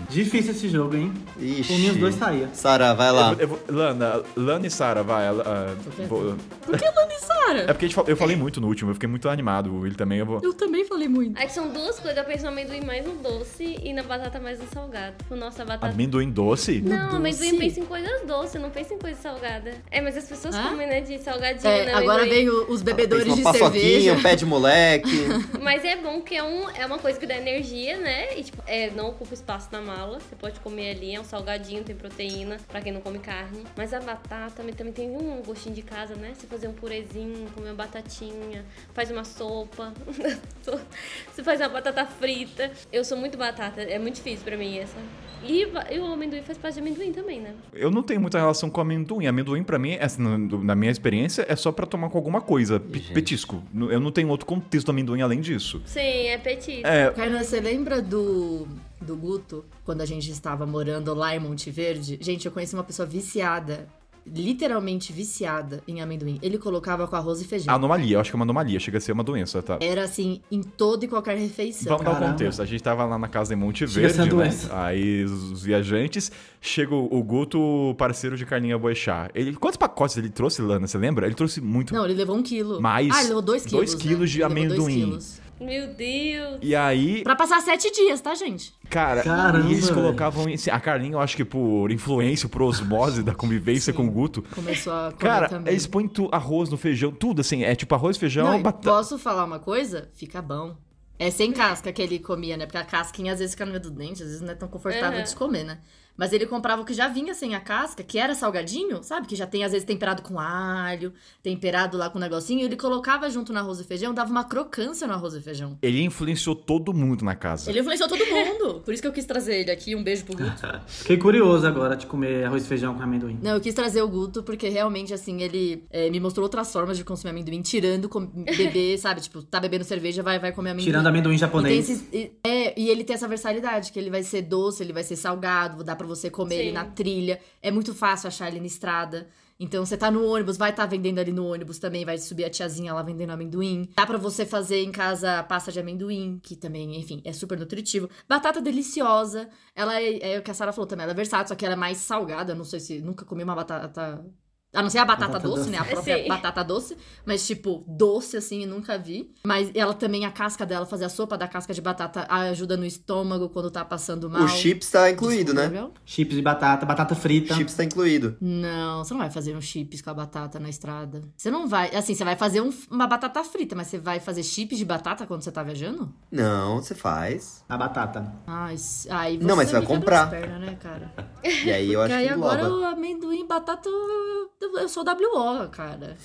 Difícil esse jogo, hein? Por mim os dois tá saía. Ixi. Sara, vai lá. Eu vou- eu vou- Lana, Lana e Sara, vai. ela- ah, vou- Por que Lana e é Sara? porque a gente fal- eu falei muito no último, eu fiquei muito animado. Ele também, eu vou. Eu também falei muito. Aí que são duas coisas, eu penso no amendoim mais no doce e na batata mais no salgado. Tipo, nossa, a batata. Amendoim doce? Não, amendoim doce? pensa em coisas doces, não pensa em coisa salgada. É, mas as pessoas Hã? comem, né, de salgadinho, É, né, agora amendoim. veio os Fez bebedores uma de paçoquinha, um cerveja. pé de moleque. Mas é bom que é, um, é uma coisa que dá energia, né? E, tipo, é, não ocupa espaço na mala. Você pode comer ali, é um salgadinho, tem proteína, pra quem não come carne. Mas a batata também, também tem um gostinho de casa, né? Você fazer um purezinho, comer uma batatinha, faz uma sopa. Você faz uma batata frita. Eu sou muito batata, é muito difícil pra mim essa. E, ba- e o amendoim faz parte de amendoim também, né? Eu não tenho muita relação com amendoim. Amendoim, pra mim, é, assim, na- na minha experiência, é só pra tomar com alguma coisa. pe- Petisco. Eu não tenho outro contexto do amendoim além disso. Sim, é petisco. É, Carna, você lembra do, do Guto, quando a gente estava morando lá em Monte Verde? Gente, eu conheci uma pessoa viciada, literalmente viciada em amendoim. Ele colocava com arroz e feijão. anomalia. Eu acho que é uma anomalia. Chega a ser uma doença, tá? Era assim, em toda e qualquer refeição. Vamos dar o Caramba. contexto. A gente tava lá na casa em Monte Chega Verde, essa né? doença. Aí os viajantes, chega o o Guto, parceiro de Carninha Boixá. Ele, quantos pacotes ele trouxe, Lana? Você lembra? Ele trouxe muito. Não, ele levou um quilo. Mais Ah, ele levou dois quilos. dois né? quilos de Ele levou dois amendoim. quilos. Meu Deus. E aí, Pra passar sete dias, tá, gente? Cara, Caramba, e eles velho. colocavam. esse- A Carlinha, eu acho que por influência, por osmose da convivência com o Guto. Começou a comer Cara, é também. eles põem tu- arroz no feijão, tudo assim. É tipo arroz, Não, feijão, e batata. Posso falar uma coisa? Fica bom. É sem casca que ele comia, né? Porque a casquinha às vezes fica no meio do dente, às vezes não é tão confortável Aham. de se comer, né? Mas ele comprava o que já vinha sem a casca, que era salgadinho, sabe? Que já tem, às vezes, temperado com alho, temperado lá com um negocinho. E ele colocava junto no arroz e feijão, dava uma crocância no arroz e feijão. Ele influenciou todo mundo na casa. Ele influenciou todo mundo. Por isso que eu quis trazer ele aqui. Um beijo pro Guto. Fiquei curioso agora de comer arroz e feijão com amendoim. Não, eu quis trazer o Guto porque realmente, assim, ele é, me mostrou outras formas de consumir amendoim, tirando com- beber, sabe? Tipo, tá bebendo cerveja, vai, vai comer amendoim. Tirando amendoim E, tem japonês. esses- e- é, e ele tem essa versatilidade, que ele vai ser doce, ele vai ser salgado, dá pra você comer ele Sim. na trilha. É muito fácil achar ele na estrada. Então você tá no ônibus, vai estar vendendo ali no ônibus também, vai subir a tiazinha lá vendendo amendoim. Dá pra você fazer em casa pasta de amendoim, que também, enfim, é super nutritivo. Batata deliciosa. Ela é, é o que a Sara falou também, ela é versátil, só que ela é mais salgada, não sei se nunca comi uma batata a não ser a batata, Batata doce, doce. né? A própria Sim. batata doce. Mas, tipo, doce, assim, eu nunca vi. Mas ela também, a casca dela, fazer a sopa da casca de batata ajuda no estômago quando tá passando mal. O chips tá incluído, né? Entendeu? Chips de batata, batata frita. Chips tá incluído. Não, você não vai fazer um chips com a batata na estrada. Você não vai. Assim, você vai fazer um- uma batata frita, mas você vai fazer chips de batata quando você tá viajando? Não, você faz. A batata. Ai, s- aí você Não, mas você vai me quebra comprar. as Pernas, né, cara? E aí eu Porque acho aí que agora engloba. o amendoim e batata. eu- Eu sou WO, cara.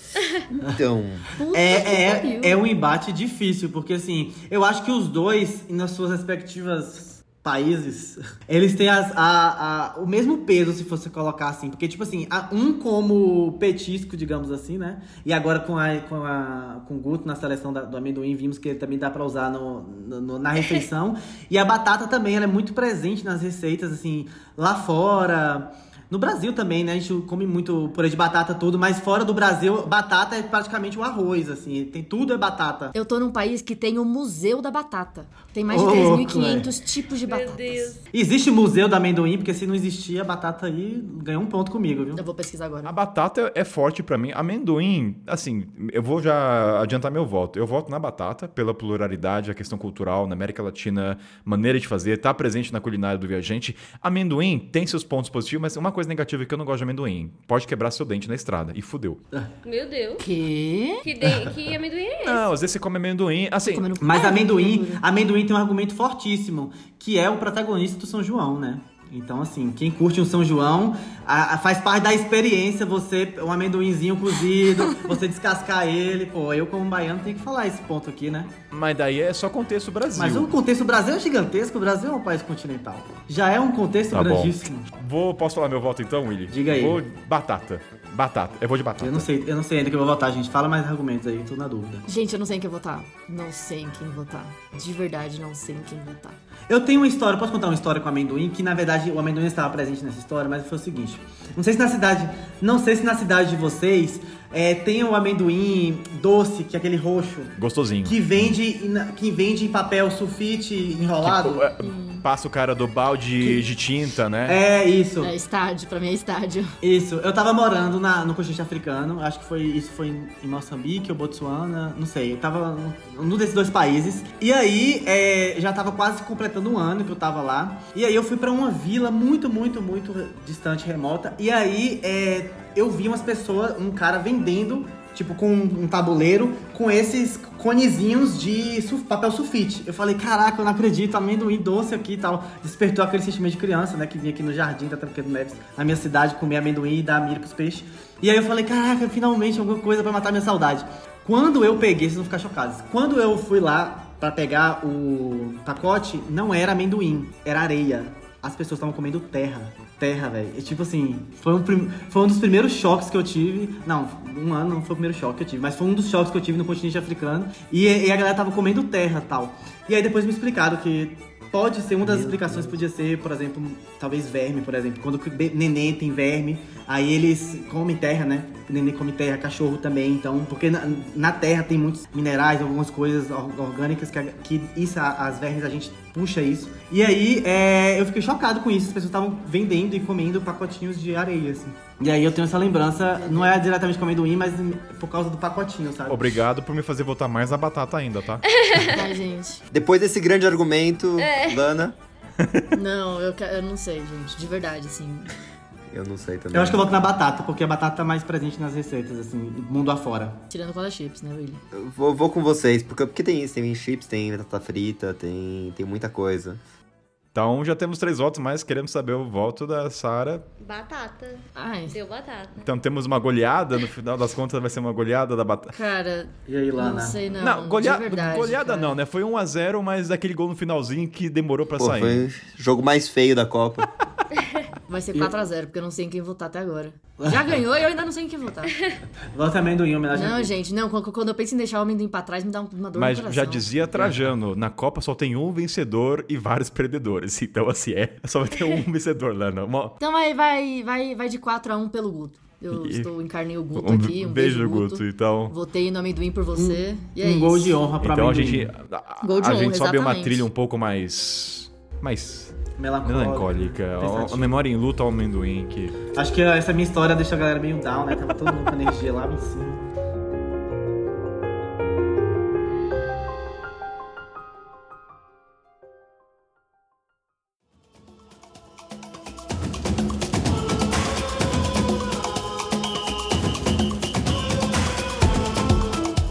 Então, Puta que É, pariu. é, é um embate difícil, porque assim, eu acho que os dois, nas suas respectivas países, eles têm as- a- a- o mesmo peso se você colocar assim. Porque, tipo assim, a- um como petisco, digamos assim, né? E agora com, a, com, a, com o Guto na seleção da- do amendoim, vimos que ele também dá pra usar no- no- no- na refeição. e a batata também, ela é muito presente nas receitas, assim, lá fora. No Brasil também, né? A gente come muito purê de batata, tudo, mas fora do Brasil, batata é praticamente o arroz, assim. Tem tudo é batata. Eu tô num país que tem o Museu da Batata. Tem mais de Ô, 3.500 tipos de Meu batatas. Deus. Existe museu do amendoim, porque se não existia, a batata aí ganhou um ponto comigo, viu? Eu vou pesquisar A agora. batata é forte pra mim. Amendoim, assim, eu vou já adiantar meu voto. Eu voto na batata pela pluralidade, a questão cultural na América Latina, maneira de fazer, tá presente na culinária do viajante. Amendoim tem seus pontos positivos, mas uma coisa negativa é que eu não gosto de amendoim. Pode quebrar seu dente na estrada e fudeu. Meu Deus. Que? Que, de... que amendoim é esse? Não, às vezes você come amendoim, assim, Comendo- Mas É, amendoim, amendoim tem um argumento fortíssimo, que é o protagonista do São João, né? Então, assim, quem curte um São João, a- a- faz parte da experiência você, um amendoinzinho cozido, você descascar ele. Pô, eu como baiano tenho que falar esse ponto aqui, né? mas daí é só contexto Brasil. Mas o contexto do Brasil é gigantesco, o Brasil é um país continental. Já é um contexto Tá bom. grandíssimo. Vou, posso falar meu voto então, Willy? Diga aí. Vou batata. Batata. Eu vou de batata. Eu não sei, eu não sei ainda que eu vou votar, gente. Fala mais argumentos aí, tô na dúvida. Gente, eu não sei em quem votar. Não sei em quem votar. De verdade, não sei em quem votar. Eu tenho uma história, posso contar uma história com amendoim, que na verdade o amendoim estava presente nessa história, mas foi o seguinte. Não sei se na cidade, não sei se na cidade de vocês é, tem o amendoim doce, que é aquele roxo, Gostosinho. que vende, em- que vende em papel sulfite enrolado. Tipo, é, Passa o cara do balde de tinta, né? é isso. É estádio, pra mim é estádio. Isso, eu tava morando na- no continente africano, acho que foi isso foi em- em Moçambique ou Botsuana, não sei, eu tava num- num desses dois países. E aí, é, já tava quase completando um ano que eu tava lá. E aí eu fui pra uma vila muito, muito, muito distante, remota. E aí, é, eu vi umas pessoas, um cara vendendo, tipo, com um tabuleiro, com esses conezinhos de sul- papel sulfite. Eu falei, caraca, eu não acredito, amendoim doce aqui e tal. Despertou aquele sentimento de criança, né? Que vinha aqui no jardim da Tranqueira do Neves, na minha cidade, comer amendoim e dar milho pros peixes. E aí eu falei, caraca, finalmente alguma coisa pra matar minha saudade. Quando eu peguei, vocês vão ficar chocados. Quando eu fui lá pra pegar o pacote, não era amendoim, era areia as pessoas estavam comendo terra. Terra, velho. E, Tipo assim, foi um, prim- foi um dos primeiros choques que eu tive. Não, um ano não foi o primeiro choque que eu tive, mas foi um dos choques que eu tive no continente africano. E, e a galera tava comendo terra tal. E aí depois me explicaram que pode ser, uma das explicações podia ser, por exemplo, talvez verme, por exemplo. Quando o be- neném tem verme, aí eles comem terra, né? Neném come terra, cachorro também, então. Porque na, na terra tem muitos minerais, algumas coisas or- orgânicas que, a- que isso, a- as vermes a gente puxa isso. E aí é, eu fiquei chocado com isso. As pessoas estavam vendendo e comendo pacotinhos de areia, assim. E aí eu tenho essa lembrança, não é diretamente com amendoim, mas em- por causa do pacotinho, sabe? Obrigado por me fazer votar mais na batata ainda, tá? Ai, gente. depois desse grande argumento, É. Lana, Não, eu, que- eu não sei, gente. De verdade, assim. eu não sei também. Eu acho que eu volto na batata, porque a batata tá mais presente nas receitas, assim, mundo afora. Tirando cola chips, né, William? Eu Vou, vou com vocês, porque, porque tem isso, tem chips, tem batata frita, tem, tem muita coisa. Então já temos três votos, mas queremos saber o voto da Sara. Batata. Ai, Deu batata. Então temos uma goleada, no final das contas vai ser uma goleada da batata. cara, E aí, não Lana? sei não. Não, golea- de verdade, goleada cara. não, né? Foi 1x0, mas aquele gol no finalzinho que demorou pra Pô, sair. foi o jogo mais feio da Copa. Vai ser 4x0, porque eu não sei em quem votar até agora. Já ganhou e eu ainda não sei em quem votar. Volta amendoim, homenagem Não, a- gente, não. Quando quando eu penso em deixar o amendoim pra trás, me dá um- uma dor Mas no coração. já dizia Trajano, na Copa só tem um vencedor e vários perdedores. Então, assim, é, só vai ter um vencedor, Lana. Uma- Então vai, vai, vai, vai de 4x1 pelo Guto. Eu E- estou encarnei o Guto um aqui. Um beijo, beijo, Guto. Então, Votei no amendoim por você. e é um gol isso. de honra pra então a amendoim. gente, a, a- Gol de a honra, gente sobe uma exatamente. trilha um pouco mais, mais Melancólico. é melancólica. A, a Pensativo. memória em luta ao amendoim que... Acho que essa minha história deixa a galera meio down, né? Tava todo mundo com energia lá em cima.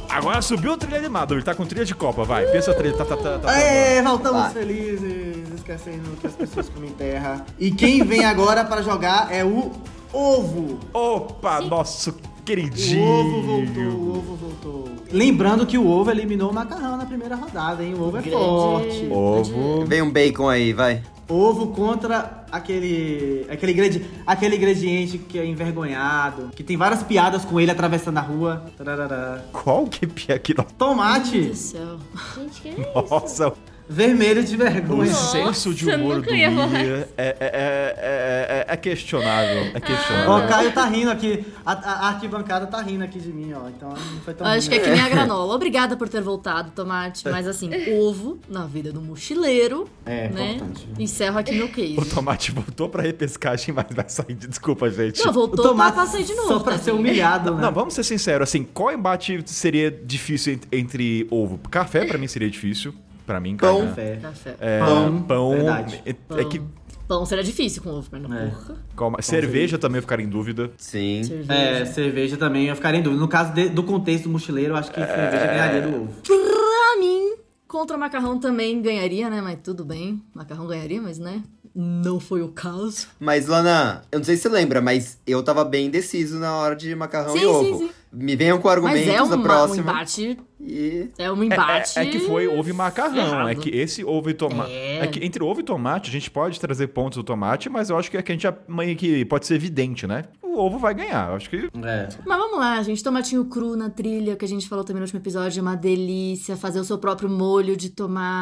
Agora subiu o trilha animado, ele tá com trilha de Copa, vai. Pensa a trilha. Tá, tá, tá, tá, tá. Aê, voltamos Vai. felizes, esquecendo que as pessoas comem terra. E quem vem agora para jogar é o ovo. tá Opa, nosso O queridinho. ovo voltou, o ovo voltou. Lembrando que o ovo eliminou o macarrão na primeira rodada, hein? O ovo é Grande. forte. Ovo. Vem um bacon aí, vai. Ovo contra aquele aquele, ingredi- aquele ingrediente que é envergonhado, que tem várias piadas com ele atravessando a rua. Tararara. Qual que pia que não... Meu Tomate Deus do céu. Gente, que é isso? Nossa, vermelho de o vergonha. Nossa, senso de humor do nunca ia falar Ia é, é, é, é, é questionável. É Ó, o questionável. Caio tá rindo aqui. A, a- a arquibancada tá rindo aqui de mim, ó. Então não foi tão Acho que ruim, é que né? nem a granola. Obrigada por ter voltado, Tomate. Mas assim, ovo na vida do mochileiro. É, né? importante. Encerro aqui meu case. O tomate voltou pra repescagem, mas vai sair de desculpa, gente. Não, O voltou, tomate tá, passei de novo. Só pra ser tadinho. humilhado, né? Não, vamos ser sinceros, assim, qual embate seria difícil ent- entre ovo? Café, pra mim, seria difícil. Pra mim, Pão. cara. Café. Café. É, Pão, pão. verdade. É, é que, tá Pão será difícil com ovo, mas não É. porra. calma, cerveja também eu ficaria em dúvida. Sim. É, Cerveja. cerveja também eu ficaria em dúvida. No caso de- do contexto do mochileiro, eu acho É. que cerveja ganharia do ovo. Pra mim, contra macarrão também ganharia, né? Mas tudo bem. Macarrão ganharia, mas né? Não foi o caso. Mas, Lana, eu não sei se você lembra, mas eu tava bem indeciso na hora de macarrão Sim, e sim, ovo. sim. Me venham com argumentos Mas é na uma- um próxima. embate. e É um É, embate. é- é que foi ovo e macarrão. ferrado. É que esse ovo e tomate. É. É. que entre ovo e tomate, a gente pode trazer pontos do tomate, mas eu acho que é que a gente já meio que pode ser evidente, né? O ovo vai ganhar. Eu acho que. É. Mas vamos lá, gente. Tomatinho cru na trilha, que a gente falou também no último episódio, é uma delícia. Fazer o seu próprio molho de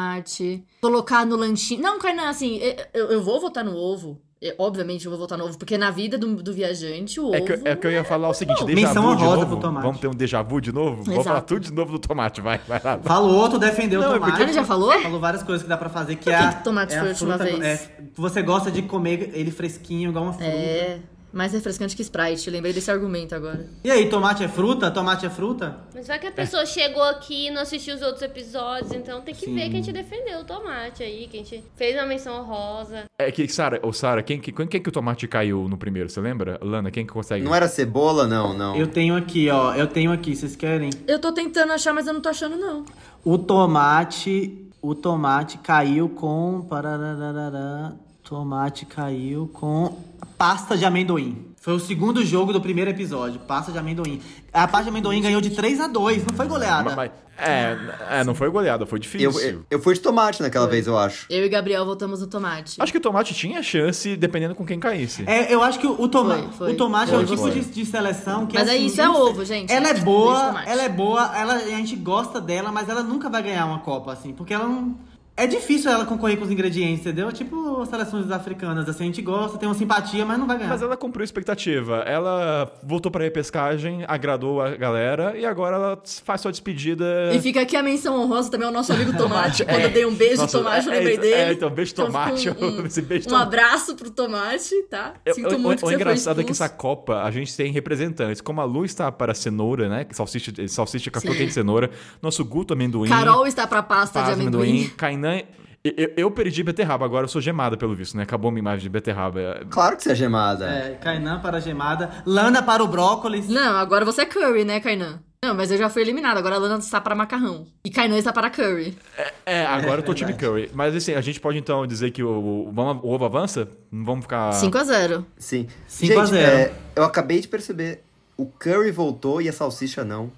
tomate. Colocar no lanchinho. Não, Kainan, assim, eu- eu, eu vou votar no ovo. Eu- obviamente eu vou votar no ovo, porque na vida do, do viajante, o É ovo. que, eu- é que eu ia falar o seguinte: déjà Menção vu de honrosa novo. pro tomate. Vamos ter um déjà vu de novo? Vamos Exato. falar tudo de novo do tomate. Vai, vai lá. Falou, tu defendeu Não, é o tomate. porque- Ele já falou? Falou várias coisas que dá pra fazer, que Por é que a- que tomate é foi a a última fruta- vez? é, você gosta de comer ele fresquinho, igual uma fruta. É. Mais refrescante que Sprite, lembrei desse argumento agora. E aí, tomate é fruta? Tomate é fruta? Mas vai que a pessoa chegou aqui e não assistiu os outros episódios, então tem que ver que a gente defendeu o tomate aí, que a gente fez uma menção honrosa. É que, Sara, ô Sara, quem, que- quem, quem que o tomate caiu no primeiro? Você lembra? Lana, quem que consegue? não é era cebola, não, não. Eu tenho aqui, ó. Eu tenho aqui, vocês querem? Eu tô tentando achar, mas eu não tô achando, não. O tomate. O tomate caiu com. Pararararará, tomate caiu com. Pasta de amendoim. Foi o segundo jogo do primeiro episódio. Pasta de amendoim. A pasta de amendoim ganhou de 3 a 2 não foi goleada. Mas- mas- é, é, não foi goleada, foi difícil. Eu, eu, eu fui de tomate É. naquela vez, eu acho. Eu e Gabriel voltamos no tomate. Acho que o tomate tinha chance, dependendo com quem caísse. É, eu acho que o, toma Foi, foi. o tomate é o Foi, tipo foi. de, de seleção que Mas é assim, isso, é não sei- ovo, gente. Ela é Beijo, boa, tomate. ela é boa, ela, a gente gosta dela, mas ela nunca vai ganhar uma Copa, assim, porque ela não. É difícil ela concorrer com os ingredientes, entendeu? É Tipo as seleções africanas, assim, a gente gosta, tem uma simpatia, mas não vai ganhar. Mas ela cumpriu a expectativa. Ela voltou pra repescagem, agradou a galera e agora ela faz sua despedida. E fica aqui a menção honrosa também ao nosso amigo Tomate. Quando eu dei um beijo É. Nossa, Tomate, eu é, lembrei é, dele. é, então, beijo, Tomate, fica Um, um- esse beijo, um Tomate. abraço pro Tomate, tá? Eu- Sinto eu- muito o, que o você engraçado foi é que essa Copa a gente tem representantes. Como a Lu está para cenoura, né? Salsicha, eh, salsicha com a Sim. croquete de cenoura. Nosso Guto amendoim. Carol está pra pasta pasta de amendoim. Kainan. Eu, eu- eu perdi beterraba, agora eu sou gemada, pelo visto, né? Acabou minha imagem de beterraba. Claro que você é gemada. É, Kainan para a gemada, Lana para o brócolis. Não, agora você é curry, né, Kainan? Não, mas eu já fui eliminada. Agora a Lana está para macarrão. E Kainan está para curry. É, agora eu tô time Curry. Mas assim, a gente pode então dizer que o, o, vamos- o ovo avança? Não vamos ficar. 5 a 0 Sim. 5 a Gente, 0. é, eu acabei de perceber. O Curry voltou e a salsicha não.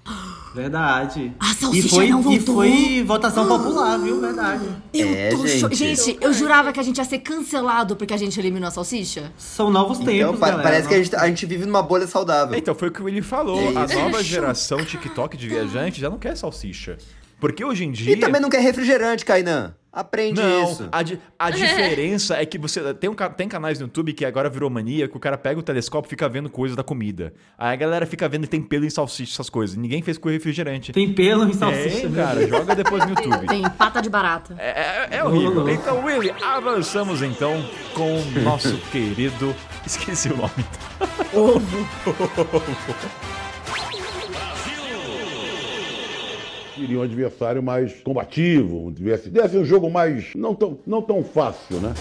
Verdade. A salsicha e foi, não E voltou. foi votação popular, viu? Verdade. Eu É, tô cho- gente. Gente, eu jurava que a gente ia ser cancelado porque a gente eliminou a salsicha. São novos tempos, então pa- galera. parece que a gente, a gente vive numa bolha saudável. Então, foi o que o Willi falou. A Isso. nova geração TikTok de viajante já não quer salsicha. Porque hoje em dia. E também não quer refrigerante, Kainan. Aprende isso. Não, a, di- a diferença é que você. Tem, um, ca- tem canais no YouTube que agora virou mania, que o cara pega o telescópio e fica vendo coisas da comida. Aí a galera fica vendo tem pelo em salsicha, essas coisas. Ninguém fez com refrigerante. Tem pelo É, em salsicha, Tem, né? cara, joga depois no YouTube. Tem pata de barata. É, é- é horrível. Rolou. Então, Willy, avançamos então com o nosso querido. Esqueci o nome. Queria um adversário mais combativo, um adversário- desse um jogo mais não tão, não tão fácil, né?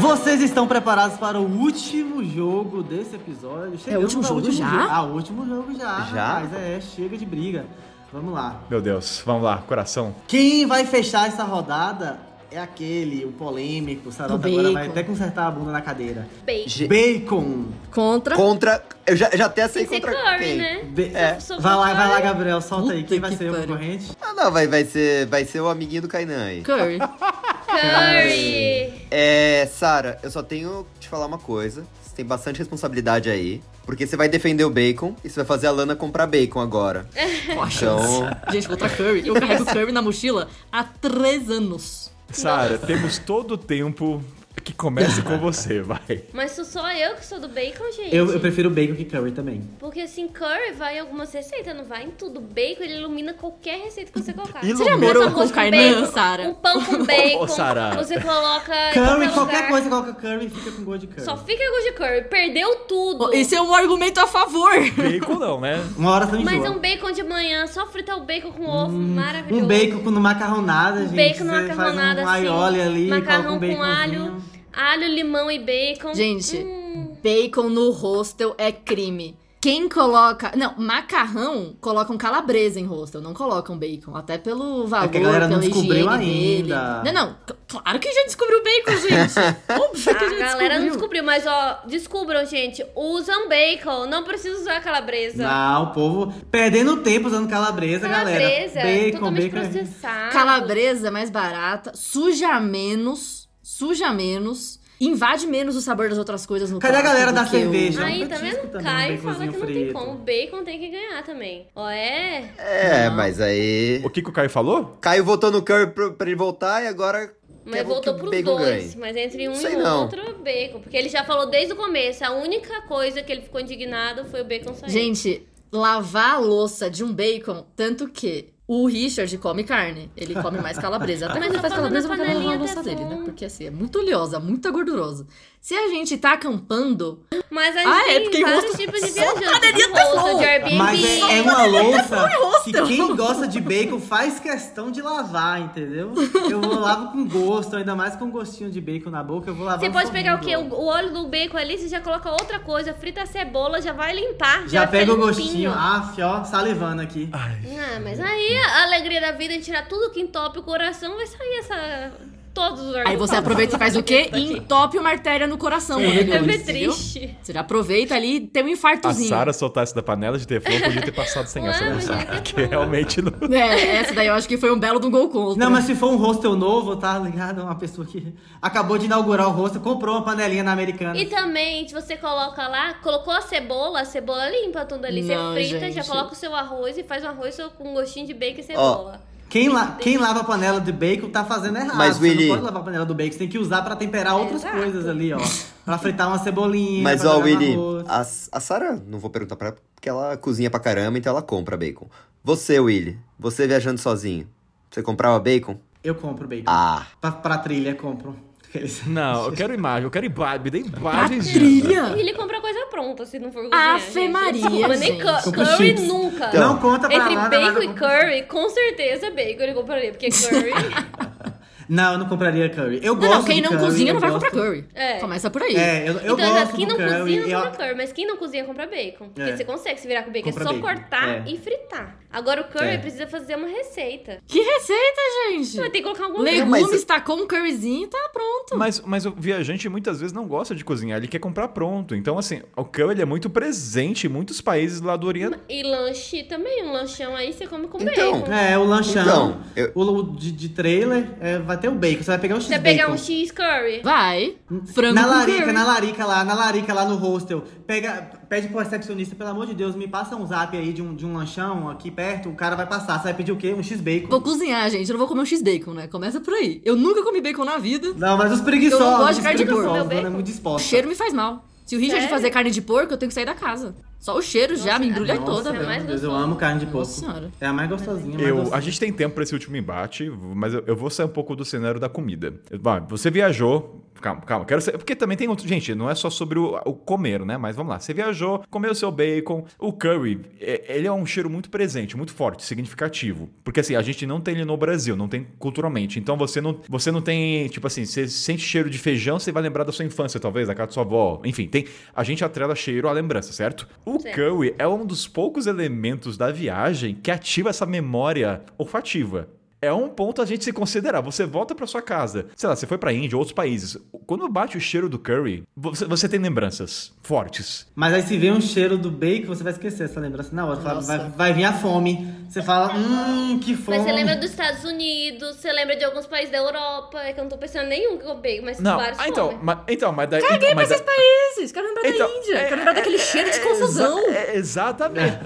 Vocês estão preparados para o último jogo desse episódio? Chegamos É o último ao jogo já? jogo. Ah, o último jogo já. Já? Mas é, chega de briga. Vamos lá. Meu Deus, vamos lá, coração. Quem vai fechar essa rodada é aquele, o polêmico. O Sarota O agora vai Bacon. até consertar a bunda na cadeira. Bacon. Ge- Bacon. Contra. Contra. Eu já, já até sei Tem que ser contra Curry, quem. né? Be- É. Só- só Vai lá, Curry. vai lá, Gabriel. Solta aí. Puta Quem vai que ser o pariu. concorrente? Ah, não, vai, vai, ser, vai ser o amiguinho do Kainan aí. Curry. Curry. É, Sara, eu só tenho que te falar uma coisa. Você tem bastante responsabilidade aí. Porque você vai defender o bacon e você vai fazer a Lana comprar bacon agora. Qual a chance? Oh. Então. Gente, contra curry. Eu carrego curry na mochila há 3 anos. Sara, temos todo o tempo que comece com você, vai. Mas sou só eu que sou do bacon, gente. Eu, eu prefiro bacon que curry também. Porque assim, curry vai em algumas receitas, não vai em tudo. Bacon, ele ilumina qualquer receita que você colocar. Ilumina. Você já morou fez arroz com Kainan, bacon, Sara? Um pão com bacon. Ô, Sara. Você coloca. em Curry, lugar. qualquer coisa, coloca curry e fica com gosto de curry. Só fica gosto de curry. Perdeu tudo. Esse é um argumento a favor. Bacon não, né? Uma hora você Mas é enjoa. um bacon de manhã, só fritar o bacon com ovo, maravilhoso. Um Um bacon com no macarronada, gente. bacon na Você macarronada, faz um assim. aioli ali, macarrão coloca um com alho, baconzinho. alho, limão e bacon. Gente, Hum, Bacon no hostel é crime. Quem coloca. Não, macarrão colocam calabresa em hostel, não colocam bacon. Até pelo valor, É que a galera não pela descobriu higiene ainda. dele. Não, não. c- Claro que já descobriu bacon, gente. Óbvio que a já galera não descobriu. descobriu, mas ó, descubram, gente. Usam bacon, não precisa usar calabresa. Não, o povo perdendo tempo usando calabresa, Calabresa, é galera. Bacon, totalmente bacon. é processado. Calabresa é mais barata, suja menos, suja menos, invade menos o sabor das outras coisas no Cadê a prato galera do da que o- cerveja? Aí um também petisco não também, cai um e fala que não baconzinho tem frito. como. Bacon tem que ganhar também. Ó, é? É, mas aí. O que, que o Caio falou? Caio votou no Curry pro- pra ele voltar e agora. Mas quer voltou que o pros bacon dois. ganhe. Mas entre um Sei e não. outro, é bacon. Porque ele já falou desde o começo. A única coisa que ele ficou indignado foi o bacon sair. Gente, lavar a louça de um bacon, tanto que o Richard come carne. Ele come mais calabresa. Até Mas quando ele tá faz fazendo calabresa, a eu não quero lavar a panelinha louça até dele, né? fora. Porque assim, é muito oleosa, muito gordurosa. Se a gente tá acampando, Mas a gente Ah, é, tem porque em vários rosto- tipos de só viajantes. poderia ter Hostel, flow. de Airbnb. Mas é, é uma louça que hostel. quem gosta de bacon faz questão de lavar, entendeu? Eu vou lavo com gosto, ainda mais com gostinho de bacon na boca, eu vou lavar Você pode pegar o quê? O o óleo do bacon ali, você já coloca outra coisa, frita a cebola, já um vai limpar. Já vai pega o ficar gostinho. limpinho. Aff, ó, salivando aqui. Ah, mas aí a alegria da vida é tirar tudo que entope o coração, vai sair essa. Todos os órgãos. aí você aproveita e faz o Tá quê? Entope uma artéria no coração. É, né, É Leonis, bem entendeu? triste. Você já aproveita ali e tem um A infartozinho. Sara soltar essa da panela de teflon podia ter passado sem essa, né, Ué, Sara? mas é Que realmente não. É, essa daí eu acho que foi um belo do gol contra. Não, mas se for um hostel novo, tá ligado? Uma pessoa que acabou de inaugurar o hostel, comprou uma panelinha na americana. E também, se você coloca lá, colocou a cebola, a cebola limpa tudo ali. Não, você frita, gente. já coloca o seu arroz e faz o arroz só com gostinho de bacon e cebola. Quem, la- quem lava a panela de bacon tá fazendo errado. Mas, você Willy- não pode lavar a panela do bacon, você tem que usar pra temperar outras Exato. coisas ali, ó. Pra fritar uma cebolinha. Mas, pra ó, jogar no Willy, arroz. a, a Sara, não vou perguntar pra ela, porque ela cozinha pra caramba, então ela compra bacon. Você, Willy, você viajando sozinho, você comprava bacon? Eu compro bacon. Ah, Pra, pra trilha, compro. Aqueles- Não, eu quero imagem, eu quero imagem, me dê imagens. disso. Trilha! E ele compra coisa pronta, se não for cozinhar. Ave gente. Maria, Desculpa, nem gente. cu- Compra curry chips. nunca. Então, Não conta pra Entre lá, bacon nada, e compra- curry, com certeza bacon ele compraria, porque curry... Não, eu não compraria curry. Eu Não, gosto não, quem de não curry, cozinha eu não vai gosto- comprar curry. Começa por aí. É, eu- eu então, gosto já- Quem do não curry, cozinha não eu- compra curry, mas quem não cozinha compra bacon. Porque É. você consegue se virar com bacon, Compra é só bacon, cortar é. e fritar. Agora o curry É. precisa fazer uma receita. Que receita, gente? Vai ter que colocar algum Legumes, Mas- tacou um curryzinho, tá pronto. Mas, mas o viajante muitas vezes não gosta de cozinhar, ele quer comprar pronto. Então, assim, o curry ele é muito presente em muitos países lá do Oriente. E lanche também, um lanchão aí você come com bacon. É, o lanchão. Então, O o de, de trailer é, vai ter o bacon. Você vai pegar o Você x-bacon. pegar um cheese curry. Vai. Frango na com larica, curry. na larica lá, na larica lá no hostel. Pega, pede pro recepcionista, pelo amor de Deus, me passa um zap aí de um, de um lanchão aqui perto, o cara vai passar. Você vai pedir o quê? Um X-bacon. Vou cozinhar, gente. Eu não vou comer um X-bacon, né? Começa por aí. Eu nunca comi bacon na vida. Não, mas os preguiçosos, Eu não gosto de os carne de preguiçosos, porco. a dona é muito O disposta. cheiro me faz mal. Se o Richard Sério? fazer carne de porco, eu tenho que sair da casa. Só o cheiro já me embrulha Nossa, toda, meu velho. Deus, eu amo carne de porco. senhora. É a mais gostosinha, mais Eu, gostosa. a gente tem tempo pra esse último embate, mas eu, eu vou sair um pouco do cenário da comida. Vai, você viajou. Calma, calma. Quero ser, porque também tem outro. Gente, não é só sobre o, o comer, né? Mas vamos lá. Você viajou, comeu seu bacon. O curry, é- ele é um cheiro muito presente, muito forte, significativo. Porque assim, a gente não tem ele no Brasil, não tem culturalmente. Então você não, você não tem, tipo assim, você sente cheiro de feijão, você vai lembrar da sua infância, talvez, da casa da sua avó. Enfim, tem. A gente atrela cheiro à lembrança, certo? O Certo. curry Curry é um dos poucos elementos da viagem que ativa essa memória olfativa. É um ponto a gente se considerar. Você volta pra sua casa, sei lá, você foi pra Índia, outros países. Quando bate o cheiro do curry, você, você tem lembranças fortes. Mas aí se vê um cheiro do bacon, você vai esquecer essa lembrança na hora. Fala, Nossa. vai, vai vir a fome. Você fala, hum, que fome. Mas você lembra dos Estados Unidos, você lembra de alguns países da Europa, é que eu não tô pensando em nenhum que eu bacon, mas Não, vários ah, então, comem. mas, então, mas daí. Caguei então, pra mas esses da- países. Quero lembrar Então, da Índia. é- Quero lembrar daquele cheiro de é- confusão. é- exatamente.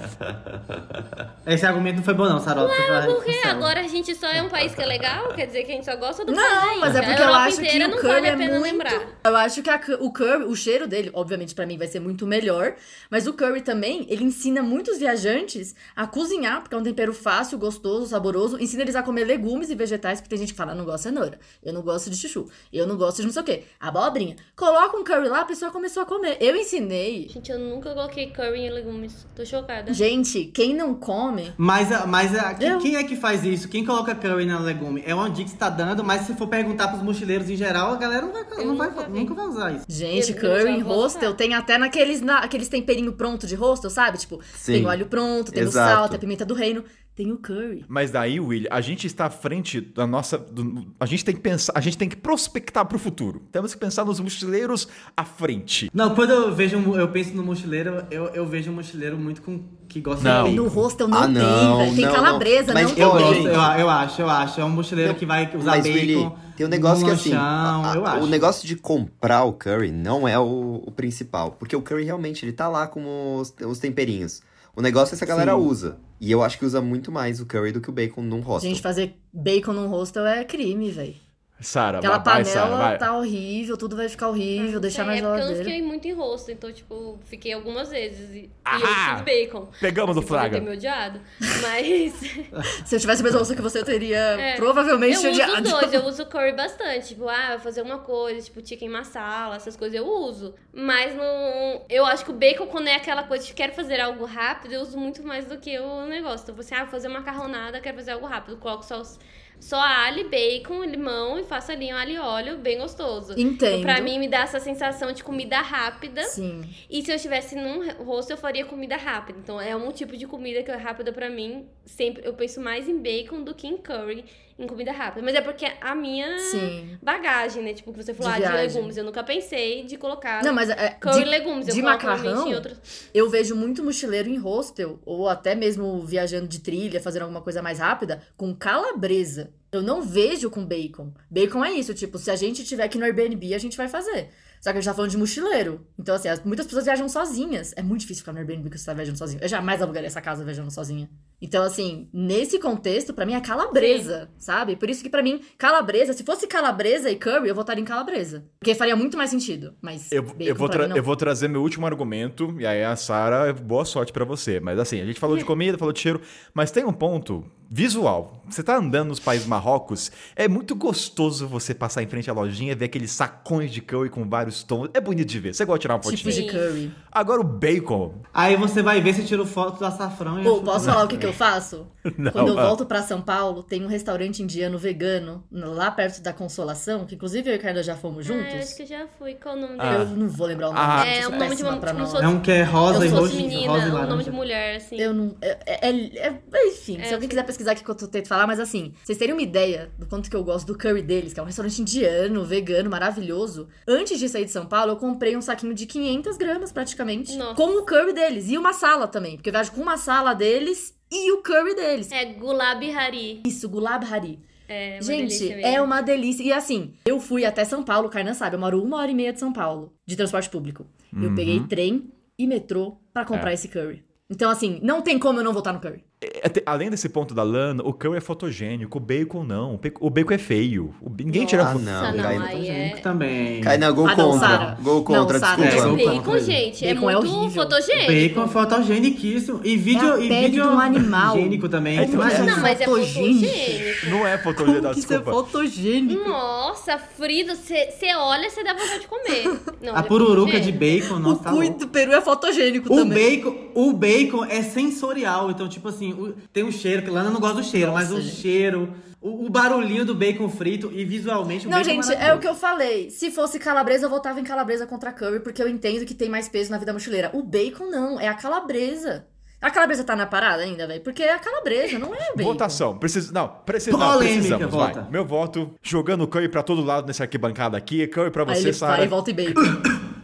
Esse argumento não foi bom, não, Sarota. é Você vai- Por quê? Agora a gente só é um país que é legal? Quer dizer que a gente só gosta do Não, país? mas é a porque eu Europa acho que inteira o não curry vale é a pena muito... lembrar. Eu acho que a cu- o curry, o cheiro dele, obviamente pra mim vai ser muito melhor, mas o curry também, ele ensina muitos viajantes a cozinhar, porque é um tempero fácil, gostoso, saboroso, ensina eles a comer legumes e vegetais, porque tem gente que fala, "Eu não gosto de cenoura, eu não gosto de chuchu, eu não gosto de não sei o quê, abobrinha. Coloca um curry lá, a pessoa começou a comer. Eu ensinei. Gente, eu nunca coloquei curry em legumes. Tô chocada. Gente, quem não come... Mas, a- mas a- que- quem é que faz isso? Quem coloca curry na legume? É uma dica que você tá dando, mas se for perguntar pros mochileiros em geral, a galera não vai, não vai, nunca vai usar isso. Gente, curry em hostel tem até naqueles na, aqueles temperinho pronto de hostel, sabe? Tipo, Sim. tem o alho pronto, tem Exato. o sal, tem a pimenta do reino, tem o curry. Mas daí, William, a gente está à frente da nossa. do- a gente tem que pensar, a gente tem que prospectar pro futuro. Temos que pensar nos mochileiros à frente. Não, quando eu vejo, um- eu penso no mochileiro, eu, eu vejo um mochileiro muito com que gosta Não. de bacon. No hostel não Ah, tem, não, velho. Tem não, calabresa, não. não tem eu, bacon. gosto, eu, eu acho, eu acho. É um mochileiro que vai usar Mas, bacon. Willy, tem um negócio no que assim. lanchão, a- a- eu acho. O negócio de comprar o curry não é o, o principal. Porque o curry realmente ele tá lá como os, os temperinhos. O negócio é essa galera Sim. usa. E eu acho que usa muito mais o curry do que o bacon num hostel. Gente, fazer bacon num hostel é crime, velho. Sara, Aquela vai, Tá vai, Sara, panela vai. tá horrível, tudo vai ficar horrível, deixar Sei, na é porque eu não geladeira. fiquei muito em rosto, então, tipo, fiquei algumas vezes. E, e Ahá! eu fiz bacon. Pegamos o Você poderia Fraga. ter me odiado, mas... Se eu tivesse o mesmo hostel que você, eu teria É, provavelmente Eu uso odiado. os dois, eu uso curry bastante. Tipo, ah, eu fazer uma coisa, tipo, chicken masala, essas coisas eu uso. Mas não... Eu acho que o bacon, quando é aquela coisa de quero fazer algo rápido, eu uso muito mais do que o negócio. Então, você, ah, vou fazer macarronada, quero fazer algo rápido. Coloco só os- Só alho, bacon, limão e faço ali um alho e óleo bem gostoso. Entendo. Então, pra mim, me dá essa sensação de comida rápida. Sim. E se eu estivesse num rosto, eu faria comida rápida. Então é um tipo de comida que é rápida pra mim. Sempre eu penso mais em bacon do que em curry, em comida rápida. Mas é porque a minha Sim. bagagem, né? Tipo, que você falou De ah, de viagem. legumes. Eu nunca pensei de colocar Não, mas é, curry de, e legumes. Eu de coloco normalmente macarrão, em outros. eu vejo muito mochileiro em hostel, ou até mesmo viajando de trilha, fazendo alguma coisa mais rápida, com calabresa. Eu não vejo com bacon. Bacon é isso, tipo, se a gente tiver aqui no Airbnb, a gente vai fazer. Só que a gente tá falando de mochileiro. Então, assim, as- muitas pessoas viajam sozinhas. É muito difícil ficar no Airbnb que você tá viajando sozinho. Eu jamais alugaria essa casa viajando sozinha. Então, assim, nesse contexto, pra mim é calabresa, sabe? Por isso que pra mim, calabresa, se fosse calabresa e curry, eu votaria em calabresa. Porque faria muito mais sentido. Mas. Eu, eu vou pra tra- mim não. eu vou trazer meu último argumento, e aí a Sara, boa sorte pra você. Mas assim, a gente falou de comida, falou de cheiro, mas tem um ponto visual. Você tá andando nos países marrocos, é muito gostoso você passar em frente à lojinha, ver aqueles sacões de curry com vários vários tons. É bonito de ver. Você gosta de tirar uma fotinha. Tipos um Tipo de curry. Agora o bacon. Aí você vai ver se tirou foto do açafrão e um Ou posso falar o que, que eu faço? Não, Quando eu ah. volto pra São Paulo, tem um restaurante indiano vegano lá perto da Consolação, que inclusive eu e o Ricardo já fomos Ah, eu acho juntos. que eu já fui. Qual o nome Eu dele? não vou lembrar o nome. Ah. gente, É, eu o sou nome de péssima uma. pra Como se nome. fosse, É um que é rosa eu e se fosse roxo, menina, rosa e um nome laranja. de mulher, assim. Eu não. É, é- é- é- enfim, se alguém quiser pesquisar aqui enquanto eu tento falar, mas assim, vocês terem uma ideia do quanto que eu gosto do curry deles, que é um restaurante indiano, vegano, maravilhoso. Antes de sair de São Paulo, eu comprei um saquinho de 500 gramas praticamente. Nossa. Com o curry deles. E uma sala também, porque eu viajo com uma sala deles e o curry deles. É Gulab Hari. Isso, Gulab Hari. É uma Gente, delícia é mesmo. uma delícia. E assim, eu fui até São Paulo, o Kainan sabe, eu moro uma hora e meia de São Paulo, de transporte público. Eu peguei trem e metrô pra comprar esse curry. Então, assim, não tem como eu não voltar no curry. É, te- além desse ponto da lana, o cão é fotogênico, o bacon não. O pe- O bacon é feio. O- ninguém tira Ah, foto. Nossa, não, não, cai, aí Gente, é. Também. cai na gol Ah, não, contra. Sara. Gol Não, contra, Sara, desculpa. desculpa. Bacon, gente, é Bacon é muito horrível. fotogênico. Bacon é fotogêniquíssimo. E vídeo. a e pele vídeo de um animal. higiênico também. É Isso demais. é- Não, mas é Fotogênico. fotogênico. Não é fotogênico, desculpa. fotogênico? Nossa, frito, você olha, você dá vontade de comer. Não, A ele é pururuca de fotogênico. bacon, O nossa. tá cu louco. do Peru é fotogênico O também. bacon, o bacon é sensorial, então, tipo assim, o- tem um cheiro, que Lana não gosta do cheiro, mas o Nossa, gente. cheiro, o, o barulhinho do bacon frito e visualmente o Não, bacon gente, é o que eu falei. Se fosse calabresa, eu votava em calabresa contra curry, porque eu entendo que tem mais peso na vida mochileira. O bacon não, é a calabresa. A calabresa tá na parada ainda, velho? Porque é a calabresa, não é o bacon. Votação. Precisa, não, precisa, não, Polêmica, precisamos. vai. vota. Meu voto, jogando curry pra todo lado nessa arquibancada aqui. Curry pra Aí você, ele Sara. vai e volta e bacon.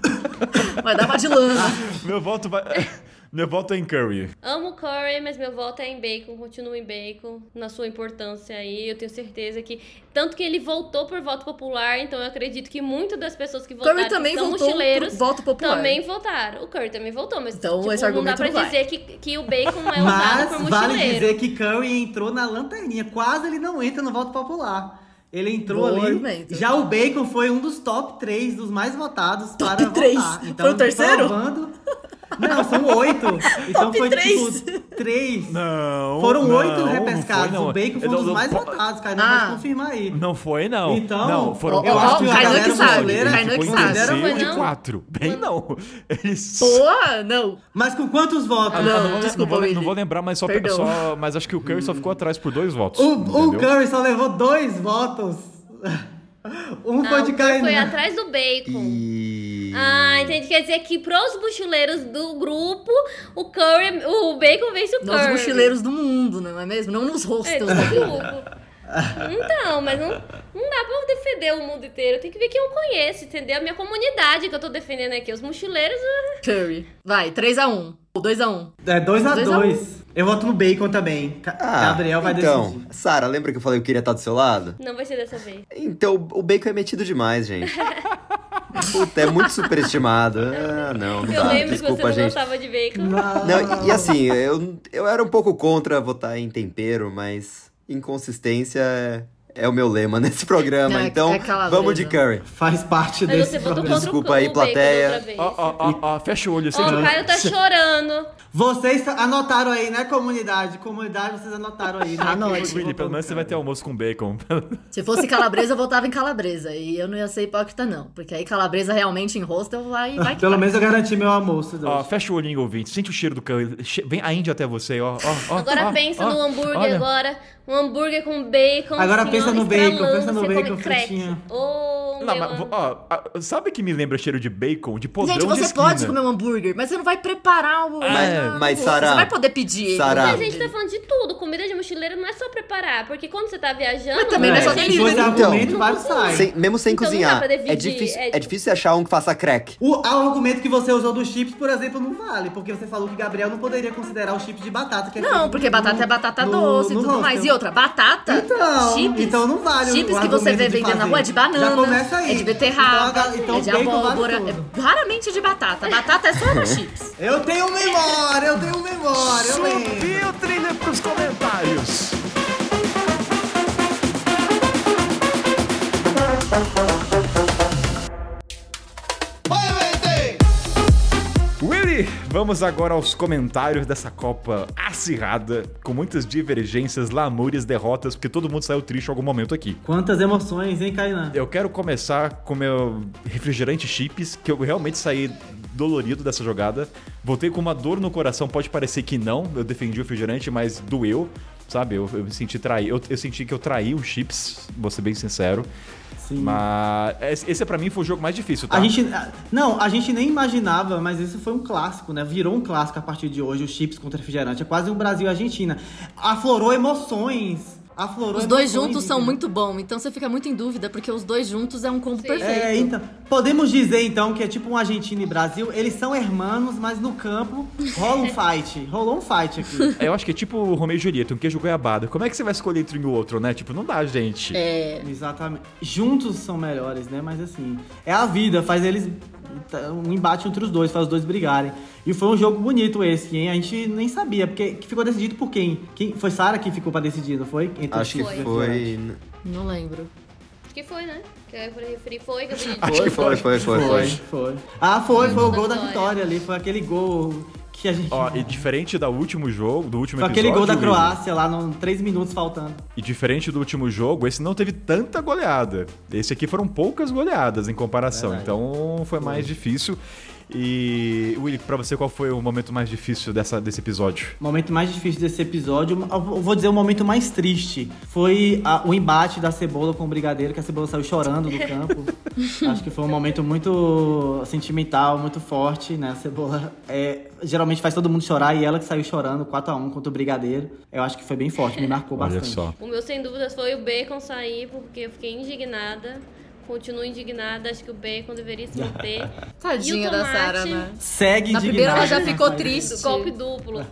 Vai dar uma de lana. Meu voto vai... Meu voto é em curry. Amo curry, mas meu voto é em bacon. Continua em bacon, na sua importância aí. Eu tenho certeza que. Tanto que ele voltou por voto popular, então eu acredito que muitas das pessoas que votaram Curry também que são voltou por mochileiros voto popular. também votaram. O curry também voltou, mas Então, tipo, esse não dá argumento pra não vai. dizer que, que o bacon é usado por Mas vale mochileiro. dizer que Curry entrou na lanterninha, quase ele não entra no voto popular. Ele entrou Bom ali. argumento. Já o bacon foi um dos top 3 dos mais votados para três? votar. Então, Foi o terceiro? provando- Não, são oito. Então Top foi três. tipo três. Não. Foram não, oito não repescados. foi, não. O bacon foi um Não, dos não, mais po- votados, cara. Não Ah. pode confirmar aí. Não foi, não. Então, não, foram ó, ó, quatro ó, o Kainan que votos. sabe, Ele Kainan ficou que em sabe. terceiro Foi de não? quatro. Bem não. Eles... Boa, não. Mas com quantos votos? Ah, não, vou- desculpa, vou, Willy. não vou lembrar, mas só, Perdão. só- mas acho que o Curry só ficou atrás por dois votos. O, o entendeu? Curry só levou dois votos. Um Ah, foi o de curry Kainan. né? foi atrás do bacon. E... Ah, entendi. Quer dizer que pros mochileiros do grupo, o curry, o bacon vence o curry. Nós mochileiros do mundo, não é mesmo? Não nos É, rostos. né? desculpa. Então, mas não, não dá pra eu defender o mundo inteiro. Tem que ver quem eu conheço, entendeu? A minha comunidade que eu tô defendendo aqui. Os mochileiros. ah, Curry. Vai, 3x1. Ou 2x1. É 2 a Dois a um. 2 Eu voto no Bacon também. Ca- Ah, Gabriel vai então, decidir. Sara, lembra que eu falei que eu queria estar do seu lado? Não vai ser dessa vez. Então, o bacon é metido demais, gente. Puta, é muito superestimado. Ah, não, não eu dá. lembro Desculpa, que você não gente. gostava de bacon. Não, e, e assim, eu, eu era um pouco contra votar em tempero, mas inconsistência é, é o meu lema nesse programa. É, então, é calabresa. vamos de curry. Faz parte Mas desse você votou programa. contra o Desculpa cu- aí, o bacon plateia. outra vez. Ó, Ó, ó, ó, ó, ah, fecha o olho. assim, Você o Caio tá chorando. Vocês anotaram aí, né, comunidade? Comunidade, vocês anotaram aí. Né, Anote. Que eu Willy, voto pelo menos no você vai ter almoço com bacon. Se fosse calabresa, eu votava em calabresa. E eu não ia ser hipócrita, não. Porque aí calabresa realmente em rosto, eu vai, vai Curry. que Pelo vai. menos eu garanti meu almoço. hoje. Ó, Ah, fecha o olhinho, ouvinte. Sente o cheiro do curry. Che- Vem a Índia até você, ó. ó, ó, Agora ó, pensa ó. no hambúrguer Olha, agora. Um hambúrguer com bacon. Agora assim, pensa ó, no bacon, estralando, pensa no você come bacon, crack. frutinha. Não, Ô, meu né? mas, amor. ó, a- sabe que me lembra cheiro de bacon? De um podrão Gente, de você esquina. pode comer um hambúrguer, mas você não vai preparar o. Mas- mas, você Sarah, não vai poder pedir ele. Sarah. Mas a gente tá falando de tudo. Comida de mochileiro não é só preparar. Porque quando você tá viajando... Mas também não é só É, delivery. dois Então, argumentos, vários saem. Sem- mesmo sem Então não dá cozinhar. pra É dividir, difícil, é é, tipo- difícil achar um que faça crack. O, o argumento que você usou dos chips, por exemplo, não vale, porque você falou que Gabriel não poderia considerar o chip de batata. Que é feito Não, porque no- batata é batata no- doce e no tudo hostel. mais. E outra, batata. Então, chips, então não vale o Chips que você argumento vê de vendendo na fazer. rua é de banana. Já começa aí. É de beterraba. Então, a- então é de bacon vale abóbora. tudo. é raramente de batata. Batata é só na chips. Eu tenho memória, eu tenho memória, eu lembro. Subiu o trilha pros comentários. Willy, Vamos agora aos comentários dessa Copa acirrada, com muitas divergências, lamúrias, derrotas, porque todo mundo saiu triste em algum momento aqui. Quantas emoções, hein, Kainan? Eu quero começar com meu refrigerante chips, que eu realmente saí dolorido dessa jogada. Voltei com uma dor no coração, pode parecer que não, eu defendi o refrigerante, mas doeu, sabe? Eu, eu me senti trair, eu, eu senti que eu traí o chips, vou ser bem sincero. Sim. Mas esse para mim foi o jogo mais difícil, tá? A gente, não, a gente nem imaginava, mas isso foi um clássico, né? Virou um clássico a partir de hoje, o chips contra refrigerante. É quase um Brasil e Argentina. Aflorou emoções. Aflorou os dois juntos são muito bom, então você fica muito em dúvida, porque os dois juntos é um combo Sim. perfeito. É, então, podemos dizer então que é tipo um Argentina e Brasil, eles são hermanos, mas no campo rola um fight. Rolou um fight aqui. Eu acho que é tipo Romeu e Julieta, um queijo goiabada. Como é que você vai escolher entre um e o outro, né? Tipo, não dá, gente. É. Exatamente. Juntos são melhores, né? Mas assim, é a vida, faz eles um embate entre os dois, faz os dois brigarem. E foi um jogo bonito esse, hein? A gente nem sabia, porque ficou decidido por quem? quem foi Sara que ficou pra decidir, não foi? Entre Acho que foi. foi. Não lembro. Acho que foi, né? Que eu referi, foi que eu pedi Acho que foi, foi, foi. Foi, foi. Ah, foi, foi o gol da vitória ali, foi aquele gol. Que a gente... Ó, e diferente do último jogo, do último Foi episódio... aquele gol da Croácia lá, no, três minutos faltando. E diferente do último jogo, esse não teve tanta goleada. Esse aqui foram poucas goleadas em comparação, Verdade. então foi mais foi. difícil. E, Willy, pra você, qual foi o momento mais difícil dessa, desse episódio? O momento mais difícil desse episódio, eu vou dizer o momento mais triste. Foi a, o embate da Cebola com o Brigadeiro, que a Cebola saiu chorando do campo. Acho que foi um momento muito sentimental, muito forte, né? A Cebola é, geralmente faz todo mundo chorar e ela que saiu chorando 4x1 contra o Brigadeiro. Eu acho que foi bem forte, me marcou Olha bastante. Só. O meu, sem dúvidas, foi o Bacon sair, porque eu fiquei indignada continuo indignada, acho que o bacon deveria se manter. Tadinha tomate, da Sara, né? Segue Na primeira ela já ficou né? triste. Golpe duplo.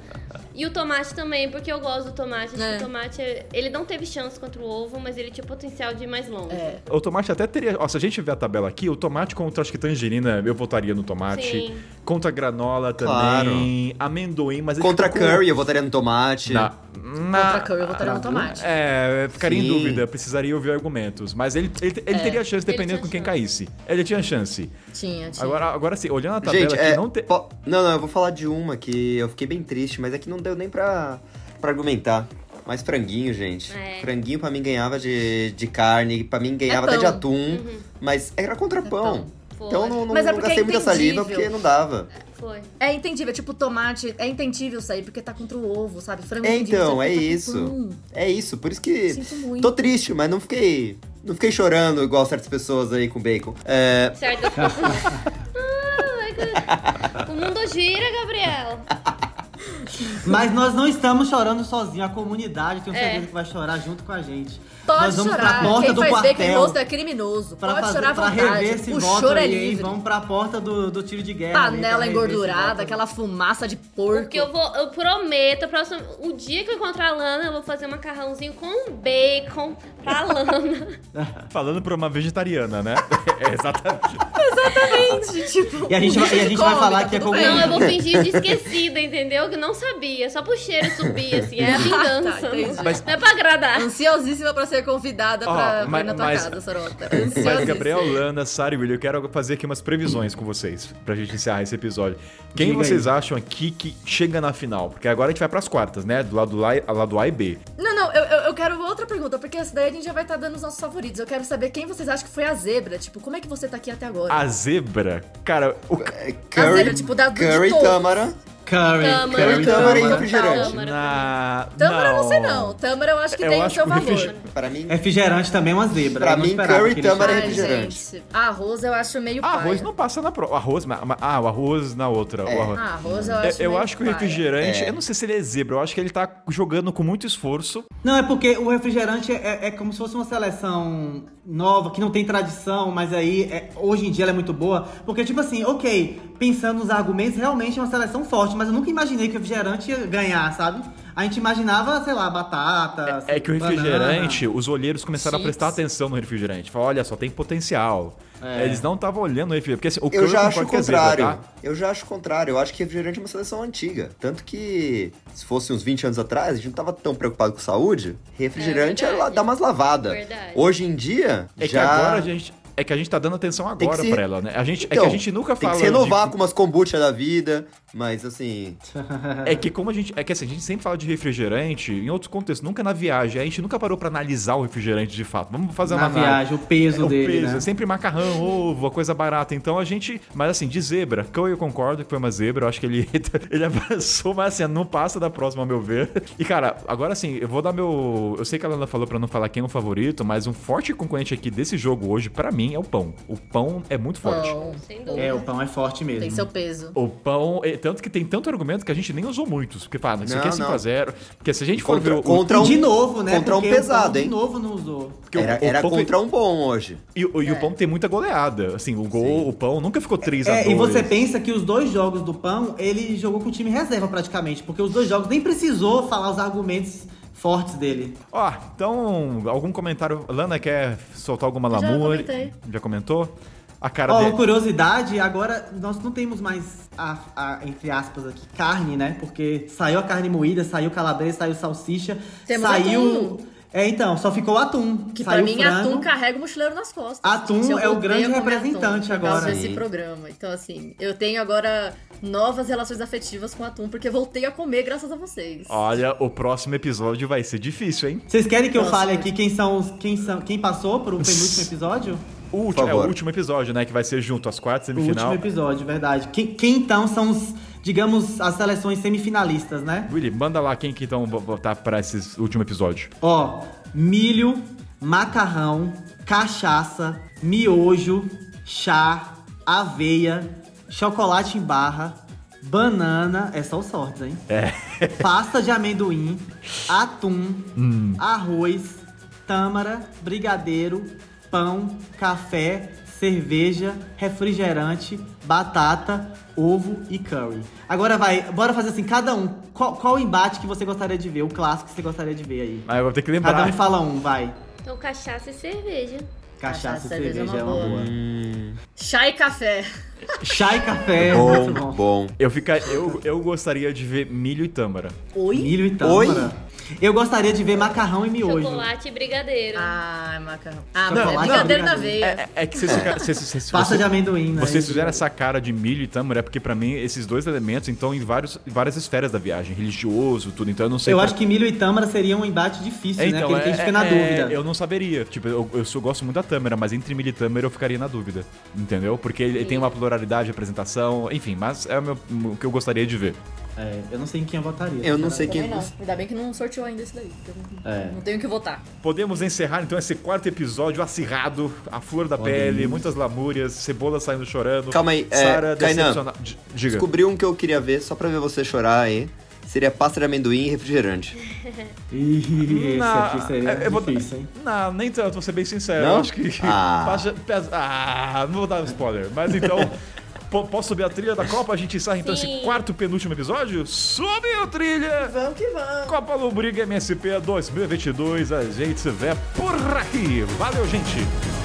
E o tomate também, porque eu gosto do tomate. Acho é. que o tomate, ele não teve chance contra o ovo, mas ele tinha potencial de ir mais longe. É. O tomate até teria. Ó, se a gente ver a tabela aqui, o tomate contra, acho que tangerina, eu votaria no tomate. Sim. Contra granola também. Claro. Amendoim, mas. Contra ficou... curry, eu votaria no tomate. Na... Na... Contra curry, eu Ah, votaria no tomate. É, ficaria Sim. em dúvida, precisaria ouvir argumentos. Mas ele, ele, ele é. teria chance dependendo com quem chance. caísse. Ele tinha chance. Tinha, tinha. Agora, agora sim, olhando a tabela gente, é aqui, não tem. Po... Não, não, eu vou falar de uma que eu fiquei bem triste, mas é que não deu nem pra, pra argumentar. Mas franguinho, gente. É. Franguinho pra mim ganhava de, de carne, pra mim ganhava é até de atum, uhum. mas era contra pão. É então não, não, mas é não gastei muita saliva porque não dava. Foi. É entendível, tipo tomate, é entendível sair porque tá contra o ovo, sabe? Franguinho. É, então, é tá isso. É isso, por isso que. Tô triste, mas não fiquei. Não fiquei chorando igual certas pessoas aí com bacon. É... Certo. Ah, é o mundo gira, Gabriel. Mas nós não estamos chorando sozinhos. A comunidade tem um segredo é. que vai chorar junto com a gente. Pode nós vamos chorar. pra porta Quem do faz quartel. bacon rosto é criminoso. Pra Pode fazer, chorar à pra vontade. rever esse o voto choro aí, é livre. Vamos pra porta do, do tiro de guerra. Panela ali, pra rever esse voto. engordurada, aquela fumaça de porco. Porque eu vou, eu prometo, próximo, o dia que eu encontrar a Lana, eu vou fazer um macarrãozinho com bacon pra Lana. Falando pra uma vegetariana, né? é, exatamente. exatamente. Tipo, E a gente, vai- e a gente vai falar que é tá tudo bem. Não, eu vou fingir de esquecida, entendeu? Que não sabia. Só pro cheiro subir, assim. É a vingança. Tá, entendi. Mas- Não é pra agradar. Ansiosíssima pra ser convidada Ó, pra mas- vir na tua mas- casa, Sorota. Mas Ansiosíssima. Gabriel, Lana, Sara e Will, eu quero fazer aqui umas previsões com vocês pra gente encerrar esse episódio. Quem Diga vocês acham aqui que chega na final? Porque agora a gente vai pras quartas, né? Do lado, lá, lado A e B. Não, não, eu, eu, eu quero outra pergunta, porque essa daí a gente já vai estar dando os nossos favoritos. Eu quero saber quem vocês acham que foi a zebra. Tipo, como é que você tá aqui até agora? A zebra, cara, o É, A Curry, zebra, tipo, da- de curry todos. tâmara. Curry, Tâmara. curry, Tâmara e tâmara. refrigerante. Tâmara. Na... Tâmara eu não sei Então não. Tâmara eu acho que Eu tem acho o seu que o é valor. refri- Para mim, Refrigerante também é uma zebra. Pra eu não mim, esperava curry, que ele tâmara e chegasse. Ai, refrigerante. gente, arroz eu acho meio Ah, arroz paia. não passa na prova. Arroz, ma- ma- ah, o arroz na outra. O arroz. Ah, arroz eu Hum. Eu- acho eu meio acho que o paia. refrigerante, eu não sei se ele é zebra, eu acho que ele tá jogando com muito esforço. Não, é porque o refrigerante é, é como se fosse uma seleção nova, que não tem tradição, mas aí é- hoje em dia ela é muito boa. Porque, tipo assim, ok, pensando nos argumentos, realmente é uma seleção forte, mas eu nunca imaginei que o refrigerante ia ganhar, sabe? A gente imaginava, sei lá, batata. É que o banana. refrigerante, os olheiros começaram a prestar atenção no refrigerante. Falaram, olha só, tem potencial. É. É, Eles não estavam olhando o refrigerante. Porque assim, o Eu Curry já não acho o pode ter zebra, contrário. tá? Eu já acho o contrário. Eu acho que refrigerante é uma seleção antiga. Tanto que, se fosse uns 20 anos atrás, a gente não tava tão preocupado com saúde. Refrigerante É é verdade. dar umas lavadas. Verdade. Hoje em dia, É já... que agora a gente. é que a gente tá dando atenção agora se- pra ela, né? A gente, é Então, que a gente nunca Tem fala. que se renovar de- com umas kombucha da vida, mas assim. É que como a gente. É que assim, a gente sempre fala de refrigerante em outros contextos, nunca na viagem. A gente nunca parou pra analisar o refrigerante de fato. Vamos fazer Na uma análise. viagem, o peso É, dele, né? é Sempre macarrão, ovo, a coisa barata. Então a gente. Mas assim, de zebra, cão eu concordo que foi uma zebra. Eu acho que ele, ele avançou, mas assim, não passa da próxima, a meu ver. E cara, agora assim, eu vou dar meu. Eu sei que a Lana falou pra não falar quem é o favorito, mas um forte concorrente aqui desse jogo hoje, pra mim, é o pão. O pão é muito forte. Pão. Sem dúvida. É, o pão é forte mesmo. Tem seu peso. O pão, é, tanto que tem tanto argumento que a gente nem usou muitos. Porque fala, isso aqui é Não, não. 5x0. Porque se a gente for Contra- ver o, contra E de novo, né? Contra um Porque o pão pesado, hein? De novo não usou. porque o- Era, o é era pão foi- contra É. um bom hoje. E, o- e o pão tem muita goleada. Assim, o gol, o pão nunca ficou 3 a 2 É, e você pensa que os dois jogos do Pão, ele jogou com o time reserva praticamente, porque os dois jogos nem precisou falar os argumentos fortes dele. Ó, então, algum comentário. Lana quer soltar alguma Eu já lamúria? comentei. Já comentou? A cara Ó, dele. uma curiosidade, agora nós não temos mais, a, a- entre aspas aqui, carne, né? Porque saiu a carne moída, saiu calabresa, saiu salsicha, Temos saiu... atum. É, então, só ficou atum. Que saiu pra mim, é frango. atum carrega o mochileiro nas costas. Atum Gente, eu é o odeio grande comer representante atum por causa agora. desse programa. Então, assim, eu tenho agora novas relações afetivas com atum, porque voltei a comer graças a vocês. Olha, o próximo episódio vai ser difícil, hein? Vocês querem que eu Nossa, fale aqui quem são os, quem são quem passou por um penúltimo episódio? O último, é o favor. último episódio, né? Que vai ser junto às quartas O último semifinal. episódio, verdade. Quem, quem então são os, digamos, as seleções semifinalistas, né? Willy, manda lá quem que então vo- votar pra esse último episódio. Ó, milho, macarrão, cachaça, miojo, chá, aveia, chocolate em barra, banana, é só sortes, hein? É. Pasta de amendoim, atum, arroz, tâmara, brigadeiro, pão, café, cerveja, refrigerante, batata, ovo e curry. Agora vai, bora fazer assim, cada um, qual, qual o embate que você gostaria de ver, o clássico que você gostaria de ver aí? Mas Ah, eu vou ter que lembrar. Cada um fala um, vai. Então, cachaça e cerveja. Cachaça, e cerveja é uma boa. Hum. Chá e café. Chá e café, bom, É, muito bom. bom. Eu, fica, eu, eu gostaria de ver milho e tâmara. Oi? Milho e tâmara. Eu gostaria de ver macarrão e miojo. Chocolate e brigadeiro. Ah, macarrão. Ah, Não, mas é não, brincadeira não. na veia. É, é que vocês ficaram. vocês- vocês- Pasta vocês- de amendoim, né? Vocês fizeram essa cara de milho e tâmara, é porque pra mim esses dois elementos estão em vários, em várias esferas da viagem, religioso, tudo. Então eu não sei. Eu qual- acho que milho e tâmara seria um embate difícil, É, né? Aquele que a gente fica na dúvida. Eu não saberia. Tipo, eu, eu sou- gosto muito da Tâmara, mas entre milho e Tâmara eu ficaria na dúvida. Entendeu? Porque ele tem uma pluralidade de apresentação, enfim, mas é o, meu- o que eu gostaria de ver. É, eu não sei em quem eu votaria. Eu não sei Também quem. não. Ainda bem que não sorteou ainda esse daí. porque eu não- É. Não tenho o que votar. Podemos encerrar então esse quarto episódio acirrado, a flor da pele, muitas lamúrias, cebola saindo chorando. Calma aí, é, Sara Kainan, decepciona- D- Diga. Descobri um que eu queria ver só pra ver você chorar aí. Seria pasta de amendoim e refrigerante. Ih, esse Na- é, aqui seria eu vou- difícil, hein? Não, nem tanto, vou ser bem sincero. Não? Eu acho que. Ah. Passa- pesa- Ah, não vou dar spoiler. Mas então. po- Posso subir a trilha da Copa? A gente encerra então Sim. esse quarto penúltimo episódio? Subiu a trilha! Vamos que vamos! Copa Lombriga MSP 2022, a gente se vê por aqui. Valeu, gente!